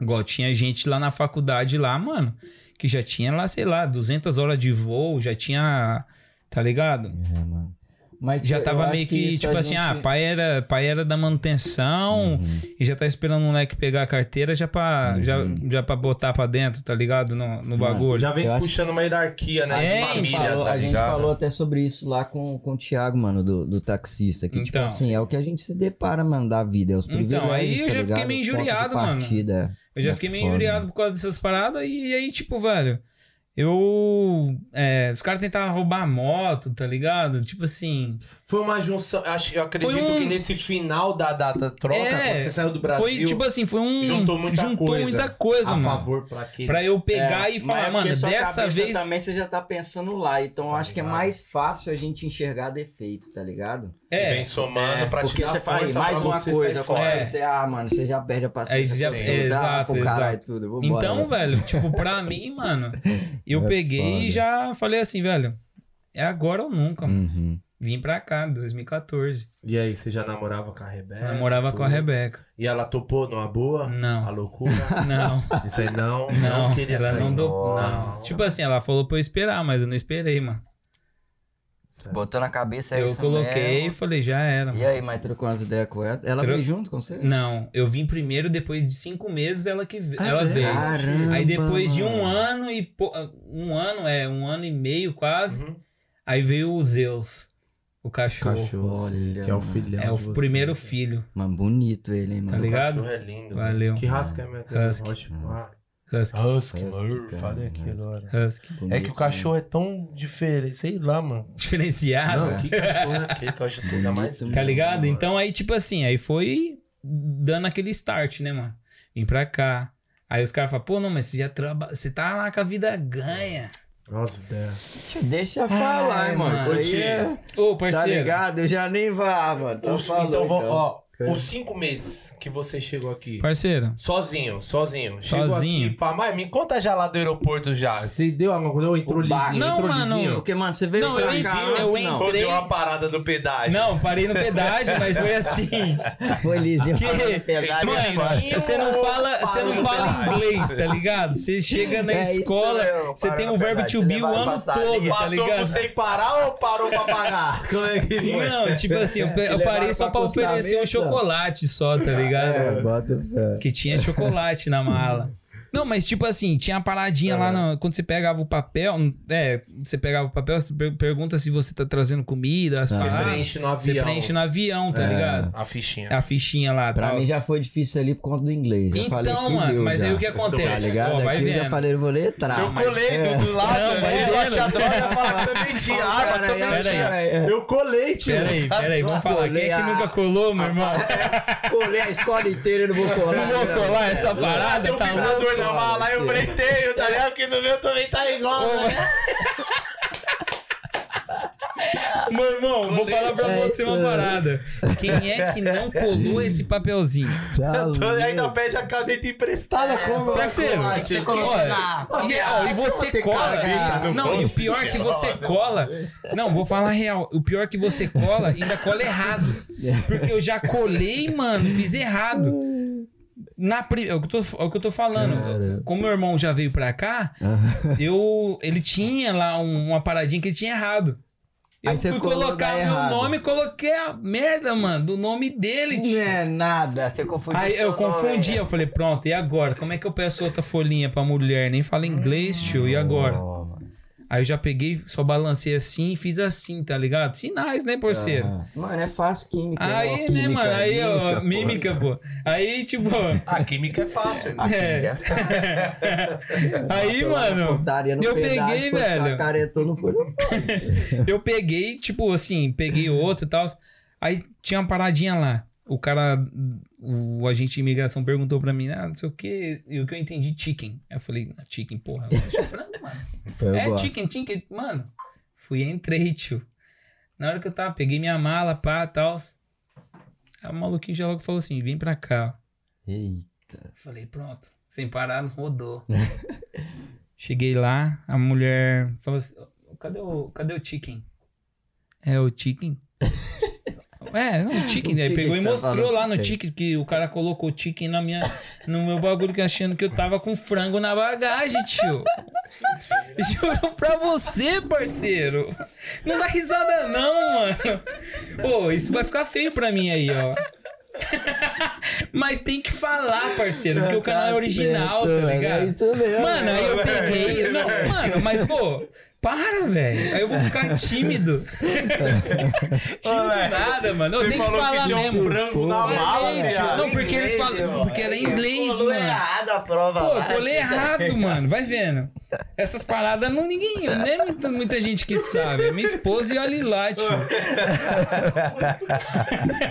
[SPEAKER 3] Igual tinha gente lá na faculdade lá, mano, que já tinha lá, sei lá, 200 horas de voo, já tinha, tá ligado?
[SPEAKER 1] É, mano. Mas
[SPEAKER 3] Já
[SPEAKER 1] eu
[SPEAKER 3] tava
[SPEAKER 1] acho
[SPEAKER 3] meio que,
[SPEAKER 1] isso
[SPEAKER 3] tipo
[SPEAKER 1] a
[SPEAKER 3] assim,
[SPEAKER 1] gente-
[SPEAKER 3] ah, pai era, pai era da manutenção
[SPEAKER 1] Uhum.
[SPEAKER 3] e já tá esperando o moleque pegar a carteira já pra, já,
[SPEAKER 1] Uhum. Ah,
[SPEAKER 3] já pra botar pra dentro, tá ligado? No, no bagulho.
[SPEAKER 2] Já vem
[SPEAKER 1] Eu acho-
[SPEAKER 2] puxando uma hierarquia, né?
[SPEAKER 3] É,
[SPEAKER 2] de família,
[SPEAKER 1] falou-
[SPEAKER 2] tá
[SPEAKER 1] a gente
[SPEAKER 2] ligado?
[SPEAKER 1] falou até sobre isso lá com, com o Thiago, mano, do, do taxista. Que, tipo
[SPEAKER 3] Então.
[SPEAKER 1] assim, é o que a gente se depara, mano, da vida. É os
[SPEAKER 3] Então,
[SPEAKER 1] privilégios,
[SPEAKER 3] aí eu
[SPEAKER 1] tá
[SPEAKER 3] já fiquei
[SPEAKER 1] ligado?
[SPEAKER 3] meio
[SPEAKER 1] O ponto de
[SPEAKER 3] injuriado, mano.
[SPEAKER 1] partida.
[SPEAKER 3] Eu já
[SPEAKER 1] É
[SPEAKER 3] fiquei meio
[SPEAKER 1] foda.
[SPEAKER 3] injuriado por causa dessas paradas. E aí, tipo, velho, eu. é, os caras tentavam roubar a moto, tá ligado? Tipo assim.
[SPEAKER 2] Foi uma junção. Acho, eu acredito
[SPEAKER 3] Foi um-
[SPEAKER 2] que nesse final da, da, da troca,
[SPEAKER 3] É,
[SPEAKER 2] quando você saiu do Brasil,
[SPEAKER 3] foi tipo assim, foi um.
[SPEAKER 2] juntou muita
[SPEAKER 3] juntou
[SPEAKER 2] coisa
[SPEAKER 3] muita coisa,
[SPEAKER 2] a
[SPEAKER 3] mano.
[SPEAKER 2] favor pra quem.
[SPEAKER 3] Pra eu pegar e falar,
[SPEAKER 1] mas é
[SPEAKER 3] mano,
[SPEAKER 1] porque sua
[SPEAKER 3] dessa
[SPEAKER 1] cabeça
[SPEAKER 3] vez.
[SPEAKER 1] Também você já tá pensando lá. Então eu
[SPEAKER 2] Tá
[SPEAKER 1] acho que é
[SPEAKER 2] ligado.
[SPEAKER 1] mais fácil a gente enxergar defeito, tá ligado?
[SPEAKER 3] É.
[SPEAKER 2] Vem somando
[SPEAKER 1] É,
[SPEAKER 2] pra te
[SPEAKER 1] porque
[SPEAKER 2] dar
[SPEAKER 1] você fala aí,
[SPEAKER 2] força
[SPEAKER 1] mais
[SPEAKER 2] pra
[SPEAKER 1] uma
[SPEAKER 2] você
[SPEAKER 1] coisa,
[SPEAKER 2] sair
[SPEAKER 1] fala,
[SPEAKER 2] fora.
[SPEAKER 3] É.
[SPEAKER 1] você, ah, mano, você já perde a paciência.
[SPEAKER 3] Aí já-
[SPEAKER 1] você
[SPEAKER 2] é,
[SPEAKER 1] usa, ah,
[SPEAKER 3] exato,
[SPEAKER 1] pro caralho,
[SPEAKER 3] exato.
[SPEAKER 1] tudo. vambora,
[SPEAKER 3] Então,
[SPEAKER 1] mano.
[SPEAKER 3] velho, tipo, pra mim, mano, eu
[SPEAKER 1] É
[SPEAKER 3] peguei e
[SPEAKER 1] foda.
[SPEAKER 3] já falei assim, velho, é agora ou nunca, mano.
[SPEAKER 1] Uhum.
[SPEAKER 3] Vim pra cá, 2014.
[SPEAKER 2] E aí, você já namorava com a Rebeca?
[SPEAKER 3] Namorava com a
[SPEAKER 2] tudo?
[SPEAKER 3] Rebeca.
[SPEAKER 2] E ela topou numa boa? A <laughs>
[SPEAKER 3] Não, <laughs>
[SPEAKER 2] loucura?
[SPEAKER 3] não.
[SPEAKER 2] Isso aí não, não,
[SPEAKER 3] Não,
[SPEAKER 2] queria
[SPEAKER 3] ela
[SPEAKER 2] sair.
[SPEAKER 3] não deu.
[SPEAKER 2] Nossa.
[SPEAKER 3] Não. Tipo assim, ela falou pra eu esperar, mas eu não esperei, mano.
[SPEAKER 2] Uhum.
[SPEAKER 1] Botou na cabeça é
[SPEAKER 3] eu
[SPEAKER 1] isso
[SPEAKER 3] coloquei e
[SPEAKER 1] mesmo.
[SPEAKER 3] falei, já era, mano.
[SPEAKER 1] E aí, mas trocou umas ideias com ela? Ela
[SPEAKER 3] Tro-
[SPEAKER 1] veio junto com você?
[SPEAKER 3] Não, eu vim primeiro, depois de cinco meses ela que
[SPEAKER 2] Ah,
[SPEAKER 3] ela
[SPEAKER 2] é?
[SPEAKER 3] veio.
[SPEAKER 2] Caramba,
[SPEAKER 3] Aí depois de um ano e po- um ano é um ano e meio quase,
[SPEAKER 2] Uhum.
[SPEAKER 3] aí veio o Zeus, o cachorro.
[SPEAKER 1] Olha,
[SPEAKER 2] que é o
[SPEAKER 1] mano.
[SPEAKER 2] filhão.
[SPEAKER 3] É o
[SPEAKER 2] de vocês.
[SPEAKER 3] primeiro filho.
[SPEAKER 1] Mano, bonito ele, hein,
[SPEAKER 3] Tá
[SPEAKER 1] mano.
[SPEAKER 3] ligado?
[SPEAKER 2] O cachorro é lindo.
[SPEAKER 3] Valeu.
[SPEAKER 2] Que rasca é minha
[SPEAKER 3] Husky. Husky,
[SPEAKER 2] Husky,
[SPEAKER 1] mano, falei aquilo
[SPEAKER 2] agora.
[SPEAKER 3] husky.
[SPEAKER 2] É que o cachorro é tão diferente, sei lá, mano.
[SPEAKER 3] Diferenciado.
[SPEAKER 2] Não, que cachorro é aquele que eu acho a coisa mais.
[SPEAKER 1] Bonito,
[SPEAKER 3] Tá ligado?
[SPEAKER 2] mano.
[SPEAKER 3] Então aí, tipo assim, aí foi dando aquele start, né, mano? Vim pra cá. Aí os caras falam, pô, não, mas você já trabalha. Você tá lá com a vida ganha.
[SPEAKER 2] Nossa, é. ideia.
[SPEAKER 1] Deixa falar,
[SPEAKER 3] Ai,
[SPEAKER 1] mano.
[SPEAKER 3] É, mano.
[SPEAKER 1] Isso aí é...
[SPEAKER 3] Ô,
[SPEAKER 1] Tá
[SPEAKER 3] parceiro.
[SPEAKER 1] ligado? Eu já nem vá, mano. Então,
[SPEAKER 2] Os-
[SPEAKER 1] falou,
[SPEAKER 2] então, vamos- ó,
[SPEAKER 1] É.
[SPEAKER 2] os cinco meses que você chegou aqui.
[SPEAKER 3] Parceiro.
[SPEAKER 2] Sozinho, sozinho. Chegou
[SPEAKER 3] Sozinho.
[SPEAKER 2] aqui. Pá, mas me conta já lá do aeroporto já.
[SPEAKER 4] Você deu alguma coisa? Ou entrou
[SPEAKER 2] O bar-
[SPEAKER 4] lisinho?
[SPEAKER 3] Não,
[SPEAKER 4] entrou
[SPEAKER 3] mano.
[SPEAKER 4] lisinho?
[SPEAKER 1] Porque, mano, você veio
[SPEAKER 3] Não,
[SPEAKER 1] pra
[SPEAKER 3] eu
[SPEAKER 1] cá
[SPEAKER 3] entrei,
[SPEAKER 1] antes,
[SPEAKER 3] eu
[SPEAKER 1] não.
[SPEAKER 3] entrei.
[SPEAKER 2] Deu uma parada do pedágio.
[SPEAKER 3] Não, parei no pedágio, mas
[SPEAKER 1] <laughs>
[SPEAKER 3] foi assim.
[SPEAKER 1] Foi lisinho.
[SPEAKER 3] Que-
[SPEAKER 1] Pesado,
[SPEAKER 2] Mano,
[SPEAKER 1] mano.
[SPEAKER 2] Lisinho
[SPEAKER 3] Você não
[SPEAKER 2] tipo assim, ou
[SPEAKER 3] fala, você
[SPEAKER 2] parou
[SPEAKER 3] não
[SPEAKER 2] no
[SPEAKER 3] fala
[SPEAKER 2] pedágio?
[SPEAKER 3] inglês, tá ligado? Você chega na
[SPEAKER 1] É isso
[SPEAKER 3] escola,
[SPEAKER 1] mesmo,
[SPEAKER 3] você
[SPEAKER 1] parou
[SPEAKER 3] tem
[SPEAKER 1] no
[SPEAKER 3] o verbo
[SPEAKER 1] pedágio,
[SPEAKER 3] to be o
[SPEAKER 1] levaram
[SPEAKER 3] ano
[SPEAKER 1] passagem,
[SPEAKER 3] todo, tá
[SPEAKER 2] Passou por
[SPEAKER 3] ligado?
[SPEAKER 2] sem parar ou parou pra pagar? <laughs> Como é que foi?
[SPEAKER 3] Não, tipo assim, eu, pe- eu
[SPEAKER 1] levaram
[SPEAKER 3] parei
[SPEAKER 1] pra
[SPEAKER 3] só
[SPEAKER 1] É,
[SPEAKER 3] pra oferecer um
[SPEAKER 1] acostamento.
[SPEAKER 3] chocolate só, tá ligado?
[SPEAKER 1] Bota fé.
[SPEAKER 3] Que tinha chocolate na mala. Não, mas tipo assim, tinha a paradinha
[SPEAKER 1] Tá.
[SPEAKER 3] lá no- quando você pegava o papel. É, você pegava o papel, você per- pergunta se você tá trazendo comida,
[SPEAKER 1] Tá.
[SPEAKER 3] as
[SPEAKER 2] Você
[SPEAKER 3] paradas.
[SPEAKER 2] preenche no
[SPEAKER 3] Você
[SPEAKER 2] avião.
[SPEAKER 3] preenche no avião, tá ligado?
[SPEAKER 2] A fichinha.
[SPEAKER 3] A fichinha lá.
[SPEAKER 1] É. Pra
[SPEAKER 3] tal.
[SPEAKER 1] mim já foi difícil ali por conta do inglês. Já
[SPEAKER 3] Então,
[SPEAKER 1] falei,
[SPEAKER 3] mano,
[SPEAKER 1] fudeu
[SPEAKER 3] mas
[SPEAKER 1] já.
[SPEAKER 3] aí o que acontece?
[SPEAKER 1] Tá ligado?
[SPEAKER 3] Ó, vai
[SPEAKER 1] Aqui eu já
[SPEAKER 3] vendo.
[SPEAKER 1] falei, eu vou letrar.
[SPEAKER 2] Eu
[SPEAKER 1] mas-
[SPEAKER 2] colei
[SPEAKER 1] É.
[SPEAKER 2] do, do lado,
[SPEAKER 3] Não, mas
[SPEAKER 2] né? Eu
[SPEAKER 3] olha.
[SPEAKER 2] achei a droga falar também tinha.
[SPEAKER 1] Fala,
[SPEAKER 2] Ah, mas
[SPEAKER 1] cara,
[SPEAKER 2] também
[SPEAKER 1] aí,
[SPEAKER 3] pera aí.
[SPEAKER 2] tinha.
[SPEAKER 1] cara, aí, é.
[SPEAKER 2] Eu colei, tio.
[SPEAKER 3] Peraí, peraí, vamos falar. Quem é que nunca colou, meu irmão?
[SPEAKER 1] É. Colei a escola inteira, eu não vou colar.
[SPEAKER 3] Não vou
[SPEAKER 1] né?
[SPEAKER 3] colar essa <laughs>
[SPEAKER 2] Tem
[SPEAKER 3] parada,
[SPEAKER 2] um
[SPEAKER 3] tá louco?
[SPEAKER 2] vibrador na mala, eu
[SPEAKER 1] cara.
[SPEAKER 2] breiteio, tá ligado? Porque no meu também tá igual, né?
[SPEAKER 3] Meu irmão, vou falar pra
[SPEAKER 1] É
[SPEAKER 3] você uma
[SPEAKER 1] isso,
[SPEAKER 3] parada. Quem é que não colou esse papelzinho?
[SPEAKER 1] Tá
[SPEAKER 2] Eu tô-
[SPEAKER 1] louco.
[SPEAKER 2] Ainda pede a caneta emprestada como
[SPEAKER 3] Parceiro, você cola. E, ó, e você cola.
[SPEAKER 2] no
[SPEAKER 3] Não, e o
[SPEAKER 2] bolso,
[SPEAKER 3] pior é que você cola. Não, vou falar a real. O pior é que você cola, ainda cola errado. Porque eu já colei, mano, fiz errado. Na pri... é, o que eu tô, é o que eu tô falando.
[SPEAKER 1] Cara.
[SPEAKER 3] Como meu irmão já veio pra cá, eu ele tinha lá um- uma paradinha que ele tinha errado. Eu
[SPEAKER 1] Aí você
[SPEAKER 3] fui
[SPEAKER 1] colou,
[SPEAKER 3] colocar
[SPEAKER 1] dá
[SPEAKER 3] meu
[SPEAKER 1] errado.
[SPEAKER 3] nome e coloquei a merda, mano, do nome dele,
[SPEAKER 1] Não
[SPEAKER 3] tio.
[SPEAKER 1] é nada, você confundiu.
[SPEAKER 3] Aí
[SPEAKER 1] seu
[SPEAKER 3] eu
[SPEAKER 1] nome. né?
[SPEAKER 3] confundi, eu falei, pronto, e agora? Como é que eu peço outra folhinha pra mulher? Nem fala inglês, tio, e agora?
[SPEAKER 1] Ó, mano.
[SPEAKER 3] Aí eu já peguei, só balancei assim e fiz assim, tá ligado? Sinais, né, parceiro?
[SPEAKER 1] Ah, Mano, é fácil química. ó,
[SPEAKER 3] Aí, né,
[SPEAKER 1] química,
[SPEAKER 3] mano? Aí, ó,
[SPEAKER 1] pô.
[SPEAKER 3] mímica, pô.
[SPEAKER 1] <laughs>
[SPEAKER 3] Aí, tipo.
[SPEAKER 2] A química é fácil.
[SPEAKER 1] A química é fácil.
[SPEAKER 3] né? aí,
[SPEAKER 1] Foi lá na
[SPEAKER 3] mano.
[SPEAKER 1] portaria, no
[SPEAKER 3] eu
[SPEAKER 1] pedaço,
[SPEAKER 3] peguei,
[SPEAKER 1] foi só
[SPEAKER 3] velho.
[SPEAKER 1] caretou, não foi no-
[SPEAKER 3] Eu peguei, tipo assim, peguei outro e tal. Aí tinha uma paradinha lá. O cara, o agente de imigração perguntou pra mim, ah, não sei o que, e o que eu entendi, chicken. Aí eu falei, "Ah, chicken, porra, eu acho frango, mano.
[SPEAKER 1] Eu
[SPEAKER 3] é,
[SPEAKER 1] gosto.
[SPEAKER 3] chicken, chicken, mano. Fui, entrei, tio. Na hora que eu tava, peguei minha mala, pá, tal. Aí o maluquinho já logo falou assim, vem pra cá, ó.
[SPEAKER 1] Ei,
[SPEAKER 3] Falei, pronto. Sem parar, não
[SPEAKER 1] <laughs>
[SPEAKER 3] rodou. Cheguei lá, a mulher falou assim: "Ô, cadê o, cadê o chicken? É o chicken? <laughs> É, não, o chicken.
[SPEAKER 1] O
[SPEAKER 3] Aí
[SPEAKER 1] chicken
[SPEAKER 3] pegou
[SPEAKER 1] que
[SPEAKER 3] e
[SPEAKER 1] você
[SPEAKER 3] mostrou
[SPEAKER 1] falou
[SPEAKER 3] lá
[SPEAKER 1] que
[SPEAKER 3] no
[SPEAKER 1] tem.
[SPEAKER 3] ticket que o cara colocou o chicken na minha, no meu bagulho, que achando que eu tava com frango na bagagem, tio. <laughs> Juro pra você, parceiro. Não dá risada, não, mano. Pô, isso vai ficar feio pra mim aí, ó. <laughs> Mas tem que falar, parceiro, porque o canal é original,
[SPEAKER 1] Caretou,
[SPEAKER 3] tá
[SPEAKER 1] mano, É
[SPEAKER 3] ligado?
[SPEAKER 1] isso mesmo.
[SPEAKER 3] Mano, aí eu
[SPEAKER 1] <laughs>
[SPEAKER 3] peguei. Não, mano, mas, pô, para, velho. Aí eu vou ficar
[SPEAKER 1] <laughs>
[SPEAKER 3] tímido. <laughs> tímido nada, mano. Eu
[SPEAKER 2] Você
[SPEAKER 3] tenho que
[SPEAKER 2] falou que
[SPEAKER 3] falar
[SPEAKER 2] tinha um
[SPEAKER 3] mesmo.
[SPEAKER 2] frango na
[SPEAKER 3] Falei,
[SPEAKER 2] mala,
[SPEAKER 3] tio.
[SPEAKER 2] viado.
[SPEAKER 3] Não, porque eles falam. Porque era inglês,
[SPEAKER 1] Colou
[SPEAKER 3] mano.
[SPEAKER 1] errado a prova
[SPEAKER 3] Pô,
[SPEAKER 1] lá.
[SPEAKER 3] eu colei errado, mano. Vai vendo. Essas paradas não ninguém. Não é muita, muita gente que sabe. É minha esposa e olha lá, tio.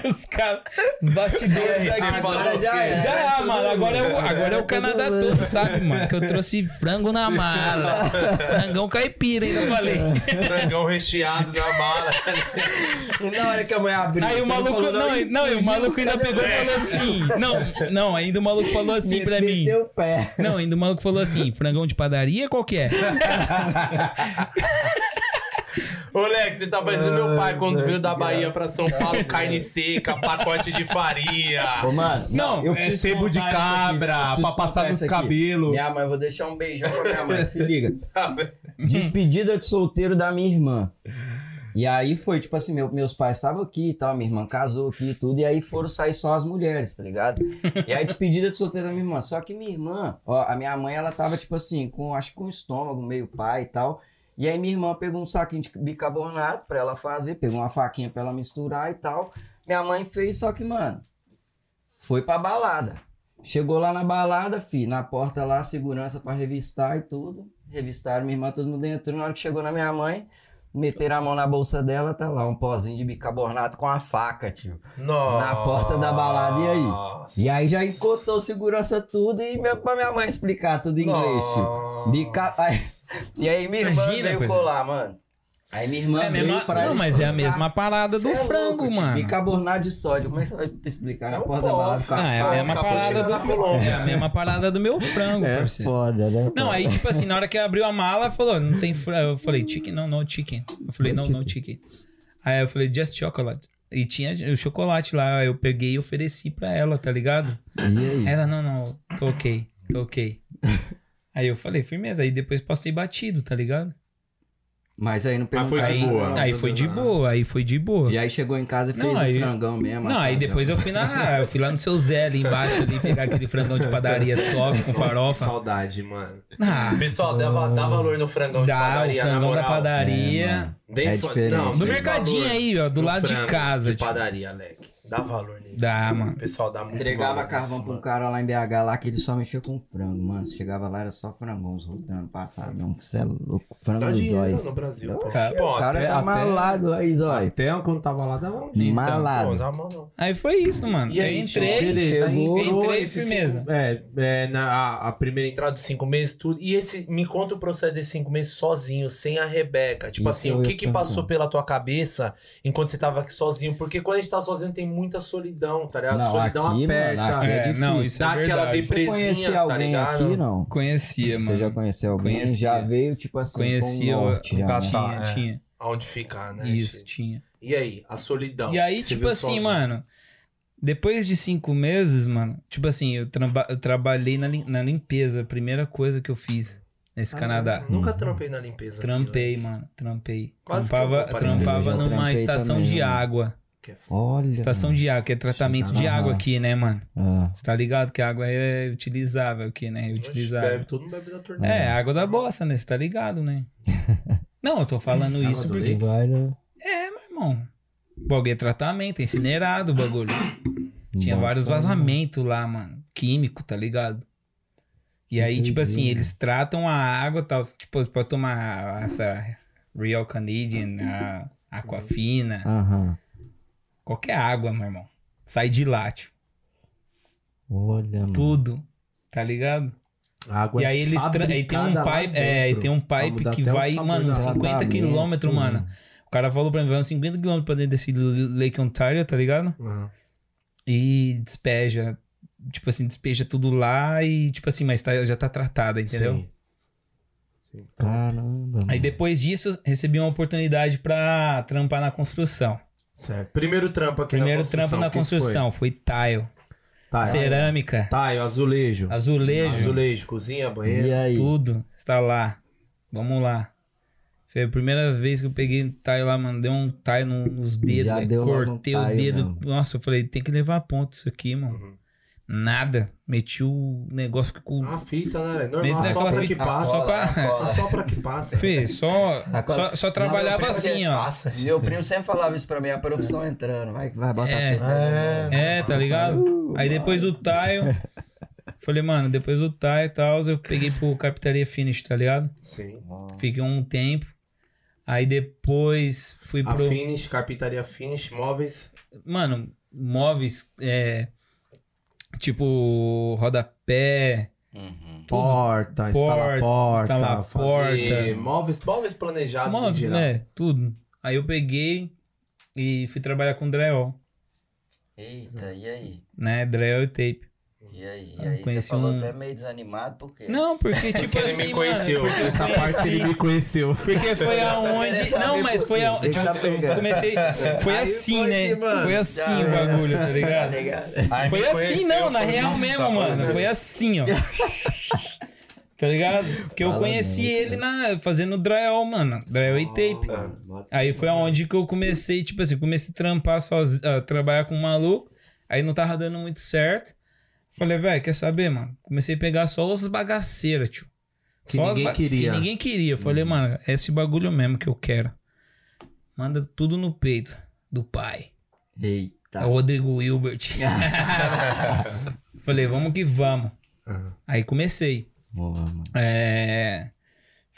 [SPEAKER 3] os caras. Os bastidores
[SPEAKER 2] Aí,
[SPEAKER 3] aqui.
[SPEAKER 2] você falou
[SPEAKER 1] Agora
[SPEAKER 2] que-
[SPEAKER 1] já é.
[SPEAKER 3] Já,
[SPEAKER 1] todo
[SPEAKER 3] mano, agora é, o,
[SPEAKER 1] mundo.
[SPEAKER 3] agora é o
[SPEAKER 1] Todo
[SPEAKER 3] Canadá
[SPEAKER 1] mundo.
[SPEAKER 3] todo, sabe, mano? Que eu trouxe frango na mala. Frangão caipira, ainda falei.
[SPEAKER 2] Frangão recheado na mala. <laughs>
[SPEAKER 1] E na hora que a mulher abriu.
[SPEAKER 3] Aí o maluco. Não, não, e o maluco ainda pegou e
[SPEAKER 1] É.
[SPEAKER 3] falou assim. Não, não, ainda o maluco falou assim pra mim.
[SPEAKER 1] Meteu o pé.
[SPEAKER 3] Não, ainda o maluco falou assim: frangão de padaria qual que é?
[SPEAKER 2] Ô, Lex, você tá parecendo meu pai quando veio da Bahia pra São Paulo,
[SPEAKER 1] É.
[SPEAKER 2] carne seca, pacote de farinha.
[SPEAKER 1] Ô, mano,
[SPEAKER 3] Não,
[SPEAKER 1] eu
[SPEAKER 3] é
[SPEAKER 1] preciso
[SPEAKER 4] sebo de
[SPEAKER 1] contar isso aqui,
[SPEAKER 4] cabra,
[SPEAKER 1] eu preciso
[SPEAKER 4] pra passar
[SPEAKER 1] contar
[SPEAKER 4] nos
[SPEAKER 1] isso aqui.
[SPEAKER 4] cabelos.
[SPEAKER 1] Minha mãe, vou deixar um beijão pra minha
[SPEAKER 3] <laughs> É
[SPEAKER 1] mãe, se liga. Despedida de solteiro da minha irmã. E aí foi, tipo assim, meu- meus pais estavam aqui e tal, minha irmã casou aqui e tudo, e aí foram sair só as mulheres, tá ligado? E aí despedida de solteiro da minha irmã. Só que minha irmã, ó, a minha mãe, ela tava, tipo assim, com, acho que com estômago, meio pai e tal. E aí minha irmã pegou um saquinho de bicarbonato pra ela fazer, pegou uma faquinha pra ela misturar e tal. Minha mãe fez, só que, mano, foi pra balada. Chegou lá na balada, fi, na porta lá, segurança pra revistar e tudo. Revistaram minha irmã, todo mundo entrou. Na hora que chegou na minha mãe, meteram a mão na bolsa dela, tá lá, um pozinho de bicarbonato com a faca, tio.
[SPEAKER 2] Nossa.
[SPEAKER 1] Na porta da balada, e aí? E aí já encostou segurança tudo e minha, pra minha mãe explicar tudo em inglês, tio.
[SPEAKER 2] Nossa.
[SPEAKER 1] Bica... <laughs> Aí- e aí minha irmã
[SPEAKER 3] Imagina,
[SPEAKER 1] veio
[SPEAKER 3] coisa.
[SPEAKER 1] colar, mano. Aí minha irmã
[SPEAKER 3] É a
[SPEAKER 1] veio
[SPEAKER 3] mesma,
[SPEAKER 1] pra
[SPEAKER 3] não, mas é a
[SPEAKER 1] explicar.
[SPEAKER 3] mesma parada do
[SPEAKER 1] Cê é louco,
[SPEAKER 3] frango,
[SPEAKER 1] tio.
[SPEAKER 3] mano.
[SPEAKER 1] Bicarbonato de sódio, como é que você vai explicar na
[SPEAKER 2] Não
[SPEAKER 1] porta da balada com a
[SPEAKER 3] Ah, é a
[SPEAKER 1] faca?
[SPEAKER 3] mesma
[SPEAKER 2] Acabou de
[SPEAKER 3] parada
[SPEAKER 2] chegar na
[SPEAKER 3] do,
[SPEAKER 2] Colômbia.
[SPEAKER 3] é a mesma parada do meu frango, parceiro.
[SPEAKER 1] foda, né?
[SPEAKER 3] Não, aí tipo assim, na hora que abriu a mala, falou, não tem frango. Eu falei, chicken, não, não, chicken. Eu falei, não, não, chicken. Aí eu falei, just chocolate. E tinha o chocolate lá, eu peguei e ofereci pra ela, tá ligado?
[SPEAKER 1] E aí?
[SPEAKER 3] Ela, não, não, tô ok,
[SPEAKER 2] <laughs>
[SPEAKER 3] tô ok. Aí eu falei, firmeza. Aí depois passei batido, tá ligado?
[SPEAKER 1] Mas aí não perguntou.
[SPEAKER 2] foi de
[SPEAKER 1] nada,
[SPEAKER 2] boa.
[SPEAKER 1] não.
[SPEAKER 3] Aí foi de boa, aí foi de boa.
[SPEAKER 1] E aí chegou em casa e fez
[SPEAKER 3] Não,
[SPEAKER 1] um
[SPEAKER 3] aí-
[SPEAKER 1] frangão
[SPEAKER 2] é
[SPEAKER 1] mesmo.
[SPEAKER 3] Não, aí
[SPEAKER 1] assado.
[SPEAKER 2] né?
[SPEAKER 3] depois eu fui na. Eu fui lá no seu Zé ali embaixo ali, pegar aquele frangão de padaria top
[SPEAKER 2] Nossa, que
[SPEAKER 3] com farofa.
[SPEAKER 2] saudade, mano.
[SPEAKER 3] Ah,
[SPEAKER 2] Pessoal, dá, va- dá valor no frangão de
[SPEAKER 3] dá o
[SPEAKER 2] padaria, na
[SPEAKER 3] frangão da
[SPEAKER 2] moral.
[SPEAKER 3] padaria.
[SPEAKER 1] É, mano.
[SPEAKER 2] Dê
[SPEAKER 1] É
[SPEAKER 2] fa-
[SPEAKER 1] diferente,
[SPEAKER 2] Não,
[SPEAKER 1] né?
[SPEAKER 3] do
[SPEAKER 2] dê
[SPEAKER 3] mercadinho
[SPEAKER 2] valor
[SPEAKER 3] aí, ó, do
[SPEAKER 2] no
[SPEAKER 3] lado de
[SPEAKER 2] frango
[SPEAKER 3] casa.
[SPEAKER 2] De
[SPEAKER 3] tipo.
[SPEAKER 2] padaria, Alec. Dá valor nisso.
[SPEAKER 3] Dá, mano.
[SPEAKER 2] Pessoal, dá muito valor.
[SPEAKER 1] Entregava
[SPEAKER 2] nisso,
[SPEAKER 1] carvão pra um
[SPEAKER 2] mano.
[SPEAKER 1] cara lá em BH lá que ele só mexia com frango, mano. Você chegava lá, era só frangão, uns rodando, passado. Não, você é louco. Frango
[SPEAKER 2] Dá
[SPEAKER 1] dos
[SPEAKER 2] dinheiro
[SPEAKER 1] olhos.
[SPEAKER 2] no Brasil, pô.
[SPEAKER 3] Cara,
[SPEAKER 1] O
[SPEAKER 2] Pô,
[SPEAKER 1] cara
[SPEAKER 4] até-
[SPEAKER 1] tá
[SPEAKER 4] até-
[SPEAKER 1] malado aí, zóio.
[SPEAKER 4] Até quando tava lá, dava um
[SPEAKER 2] então,
[SPEAKER 1] malado.
[SPEAKER 2] pô, dá mal não.
[SPEAKER 3] Aí foi isso, mano.
[SPEAKER 2] E aí,
[SPEAKER 3] eu entrei.
[SPEAKER 4] Beleza, aí
[SPEAKER 1] Chegou.
[SPEAKER 4] entrou
[SPEAKER 3] Entrei,
[SPEAKER 4] esse
[SPEAKER 3] firmeza.
[SPEAKER 4] cinco- É,
[SPEAKER 2] É, na, a, a primeira entrada dos cinco meses, tudo. E esse, me conta o processo desses cinco meses sozinho, sem a Rebeca. Tipo
[SPEAKER 1] Isso
[SPEAKER 2] assim,
[SPEAKER 1] eu
[SPEAKER 2] o que
[SPEAKER 1] ia
[SPEAKER 2] que passou
[SPEAKER 1] perguntar.
[SPEAKER 2] pela tua cabeça enquanto você tava aqui sozinho? Porque quando a gente tá sozinho tem muita solidão, tá ligado?
[SPEAKER 1] Não,
[SPEAKER 2] solidão
[SPEAKER 1] aqui,
[SPEAKER 2] aperta.
[SPEAKER 1] mano, aqui é
[SPEAKER 3] É, não,
[SPEAKER 1] difícil.
[SPEAKER 3] isso
[SPEAKER 2] Dá
[SPEAKER 3] é
[SPEAKER 2] aquela
[SPEAKER 3] verdade.
[SPEAKER 2] depressão.
[SPEAKER 1] Você conhecia
[SPEAKER 2] presinha, tá
[SPEAKER 1] alguém
[SPEAKER 2] ligado?
[SPEAKER 1] aqui, não?
[SPEAKER 3] Conhecia,
[SPEAKER 1] Você já
[SPEAKER 3] mano.
[SPEAKER 1] conhecia alguém?
[SPEAKER 3] Conhecia.
[SPEAKER 1] Já veio, tipo
[SPEAKER 2] um
[SPEAKER 1] assim,
[SPEAKER 3] Conhecia
[SPEAKER 1] com
[SPEAKER 3] o-
[SPEAKER 1] norte já, né?
[SPEAKER 2] Tá, tá,
[SPEAKER 3] Tinha,
[SPEAKER 2] é.
[SPEAKER 3] tinha.
[SPEAKER 2] Aonde ficar, né?
[SPEAKER 3] Isso,
[SPEAKER 2] gente?
[SPEAKER 3] tinha.
[SPEAKER 2] E aí, a solidão.
[SPEAKER 3] E aí,
[SPEAKER 2] Você
[SPEAKER 3] tipo
[SPEAKER 2] viu
[SPEAKER 3] assim,
[SPEAKER 2] sozinho.
[SPEAKER 3] mano, depois de cinco meses, mano, tipo assim, eu, traba- eu trabalhei na, lim- na limpeza, a primeira coisa que eu fiz. nesse
[SPEAKER 2] Ah,
[SPEAKER 3] Canadá.
[SPEAKER 2] Nunca trampei na limpeza. aqui,
[SPEAKER 3] Trampei, mano. Trampei.
[SPEAKER 2] Quase que eu
[SPEAKER 3] trampava
[SPEAKER 2] comparei.
[SPEAKER 3] trampava
[SPEAKER 1] Eu
[SPEAKER 3] numa
[SPEAKER 1] trampei
[SPEAKER 3] estação
[SPEAKER 1] também,
[SPEAKER 3] de
[SPEAKER 1] mano.
[SPEAKER 3] água.
[SPEAKER 2] né? Que é foda.
[SPEAKER 1] Olha.
[SPEAKER 3] Estação
[SPEAKER 1] mano.
[SPEAKER 3] de água, que é tratamento
[SPEAKER 1] Chega
[SPEAKER 3] de
[SPEAKER 1] lá.
[SPEAKER 3] água aqui, né, mano?
[SPEAKER 1] Ah.
[SPEAKER 3] Você tá ligado que a água é utilizável aqui, né?
[SPEAKER 2] Oxe, Bebe,
[SPEAKER 3] Reutilizável.
[SPEAKER 2] todo mundo bebe da torneira.
[SPEAKER 3] É, água da bosta, né? Você tá ligado, né? Não, eu tô falando
[SPEAKER 4] Água
[SPEAKER 3] isso
[SPEAKER 4] do
[SPEAKER 3] porque.
[SPEAKER 4] leite.
[SPEAKER 1] Vai, né?
[SPEAKER 3] É, meu irmão. O bagulho é tratamento, é incinerado o bagulho. Tinha
[SPEAKER 1] Bacana.
[SPEAKER 3] vários vazamentos lá, mano. Químico, tá ligado? E aí, tipo assim,
[SPEAKER 1] Entendi.
[SPEAKER 3] eles tratam a água tal. Tipo, pra tomar essa Real Canadian, a Aquafina,
[SPEAKER 1] Aham.
[SPEAKER 3] qualquer água, meu irmão. Sai de lá, tipo,
[SPEAKER 1] Olha,
[SPEAKER 2] Hum.
[SPEAKER 1] mano.
[SPEAKER 3] tudo. Tá ligado?
[SPEAKER 2] A água
[SPEAKER 3] e aí eles tra- aí tem um
[SPEAKER 2] é fabricada lá
[SPEAKER 3] pipe, é, aí
[SPEAKER 2] dentro.
[SPEAKER 3] tem um
[SPEAKER 2] Pra
[SPEAKER 3] pipe
[SPEAKER 2] mudar
[SPEAKER 3] que
[SPEAKER 2] até o
[SPEAKER 3] vai,
[SPEAKER 2] sabor
[SPEAKER 3] mano,
[SPEAKER 2] da água.
[SPEAKER 3] 50
[SPEAKER 1] Tratamento,
[SPEAKER 3] quilômetros,
[SPEAKER 1] tudo.
[SPEAKER 3] mano. O cara falou pra mim, vai uns 50 quilômetros pra dentro desse Lake Ontario, tá ligado?
[SPEAKER 2] Aham.
[SPEAKER 3] e despeja. Tipo assim, despeja tudo lá e, tipo assim, mas tá- já tá tratada, entendeu?
[SPEAKER 2] Sim. Sim. Então,
[SPEAKER 1] Caramba.
[SPEAKER 3] Aí
[SPEAKER 1] mano.
[SPEAKER 3] depois disso, recebi uma oportunidade pra trampar na construção.
[SPEAKER 2] certo. Primeiro trampo aqui
[SPEAKER 3] Primeiro
[SPEAKER 2] na construção.
[SPEAKER 3] trampo na
[SPEAKER 2] o que que foi?
[SPEAKER 3] construção foi, tile,
[SPEAKER 2] Tá,
[SPEAKER 3] cerâmica,
[SPEAKER 2] Tá, e o azulejo.
[SPEAKER 3] azulejo,
[SPEAKER 2] Azulejo, cozinha,
[SPEAKER 1] E
[SPEAKER 2] banheiro.
[SPEAKER 1] aí?
[SPEAKER 3] tudo está lá. Vamos lá. Foi a primeira vez que eu peguei um tile lá, mano. Deu um tile no- nos dedos,
[SPEAKER 1] Já
[SPEAKER 3] velho.
[SPEAKER 1] deu lá no
[SPEAKER 3] cortei o
[SPEAKER 1] tile
[SPEAKER 3] dedo.
[SPEAKER 1] mesmo.
[SPEAKER 3] Nossa, eu falei, tem que levar a ponto isso aqui, mano.
[SPEAKER 2] Uhum.
[SPEAKER 3] Nada. Meti o negócio com
[SPEAKER 2] A fita, né? velho? Normal,
[SPEAKER 3] Mete
[SPEAKER 2] só
[SPEAKER 3] aquela
[SPEAKER 2] pra que
[SPEAKER 3] fita-
[SPEAKER 2] passa.
[SPEAKER 3] é só pra-
[SPEAKER 2] Ah, Só pra que passa.
[SPEAKER 3] Fê, só,
[SPEAKER 1] <laughs> Agora-
[SPEAKER 3] só, só trabalhava
[SPEAKER 1] Nossa,
[SPEAKER 3] assim, ó.
[SPEAKER 1] Meu primo sempre falava isso pra mim, a profissão entrando. né? Vai, vai botar
[SPEAKER 3] É.
[SPEAKER 1] tudo.
[SPEAKER 3] É, tá ligado?
[SPEAKER 1] Uh.
[SPEAKER 3] Aí depois do
[SPEAKER 1] <laughs>
[SPEAKER 3] Taio. Falei, mano, depois do Taio e tal, eu peguei pro Capitalia Finish, tá ligado?
[SPEAKER 2] Sim.
[SPEAKER 1] Ah.
[SPEAKER 3] Fiquei um tempo. Aí depois fui
[SPEAKER 2] A
[SPEAKER 3] pro.
[SPEAKER 2] Finish, carpintaria Finish, móveis.
[SPEAKER 3] Mano, móveis, é. Tipo, rodapé, tudo.
[SPEAKER 2] Porta,
[SPEAKER 3] Porta,
[SPEAKER 2] instala porta,
[SPEAKER 3] instala
[SPEAKER 2] fazer
[SPEAKER 3] porta.
[SPEAKER 2] móveis, móveis planejados em
[SPEAKER 3] móveis,
[SPEAKER 2] geral.
[SPEAKER 3] né? Tudo. Aí eu peguei e fui trabalhar com drywall,
[SPEAKER 1] Eita, e aí?
[SPEAKER 3] né? Drywall e tape.
[SPEAKER 1] E aí?
[SPEAKER 3] Ah, conheci um-
[SPEAKER 1] meio desanimado, por quê?
[SPEAKER 3] Não, porque tipo
[SPEAKER 2] É Porque ele
[SPEAKER 3] assim,
[SPEAKER 2] me conheceu.
[SPEAKER 3] mano, porque eu
[SPEAKER 2] Essa
[SPEAKER 3] conheci-
[SPEAKER 2] parte ele me conheceu.
[SPEAKER 3] Porque foi aonde.
[SPEAKER 1] querendo
[SPEAKER 3] Não,
[SPEAKER 1] saber
[SPEAKER 3] mas
[SPEAKER 1] por
[SPEAKER 3] foi
[SPEAKER 1] quê.
[SPEAKER 3] aonde.
[SPEAKER 4] Ele tá
[SPEAKER 3] Eu
[SPEAKER 4] pegando.
[SPEAKER 3] comecei. Foi
[SPEAKER 2] Aí
[SPEAKER 3] assim,
[SPEAKER 2] foi
[SPEAKER 3] né?
[SPEAKER 2] que, mano,
[SPEAKER 3] Foi assim o bagulho, tá ligado?
[SPEAKER 2] Aí
[SPEAKER 3] Foi
[SPEAKER 2] me
[SPEAKER 3] assim,
[SPEAKER 2] conheceu,
[SPEAKER 3] não, na
[SPEAKER 2] falou,
[SPEAKER 3] real
[SPEAKER 2] "Nossa,
[SPEAKER 3] mesmo, mano.
[SPEAKER 2] né?"
[SPEAKER 3] Foi
[SPEAKER 2] <laughs>
[SPEAKER 3] assim, ó. Tá ligado? Porque eu
[SPEAKER 1] Fala
[SPEAKER 3] conheci
[SPEAKER 1] mesmo,
[SPEAKER 3] ele
[SPEAKER 2] né?
[SPEAKER 3] na, fazendo drywall, mano. Drywall e tape. Aí foi aonde que eu comecei, tipo assim, comecei a trampar sozinho, a trabalhar com um maluco. Aí não tava dando muito certo. Falei, velho, quer saber, mano? Comecei a pegar só os bagaceiras, tio.
[SPEAKER 2] Que
[SPEAKER 3] Só as
[SPEAKER 2] ninguém
[SPEAKER 3] ba-
[SPEAKER 2] queria. Uhum.
[SPEAKER 3] Que ninguém queria. Eu Falei, mano, é esse bagulho mesmo que eu quero. Manda tudo no peito do pai. É
[SPEAKER 1] Eita.
[SPEAKER 2] Tá.
[SPEAKER 3] O Rodrigo
[SPEAKER 2] <laughs>
[SPEAKER 3] Hilbert. <laughs> Falei, vamos que vamos.
[SPEAKER 2] Aham.
[SPEAKER 3] Aí comecei.
[SPEAKER 1] Boa, mano.
[SPEAKER 3] É,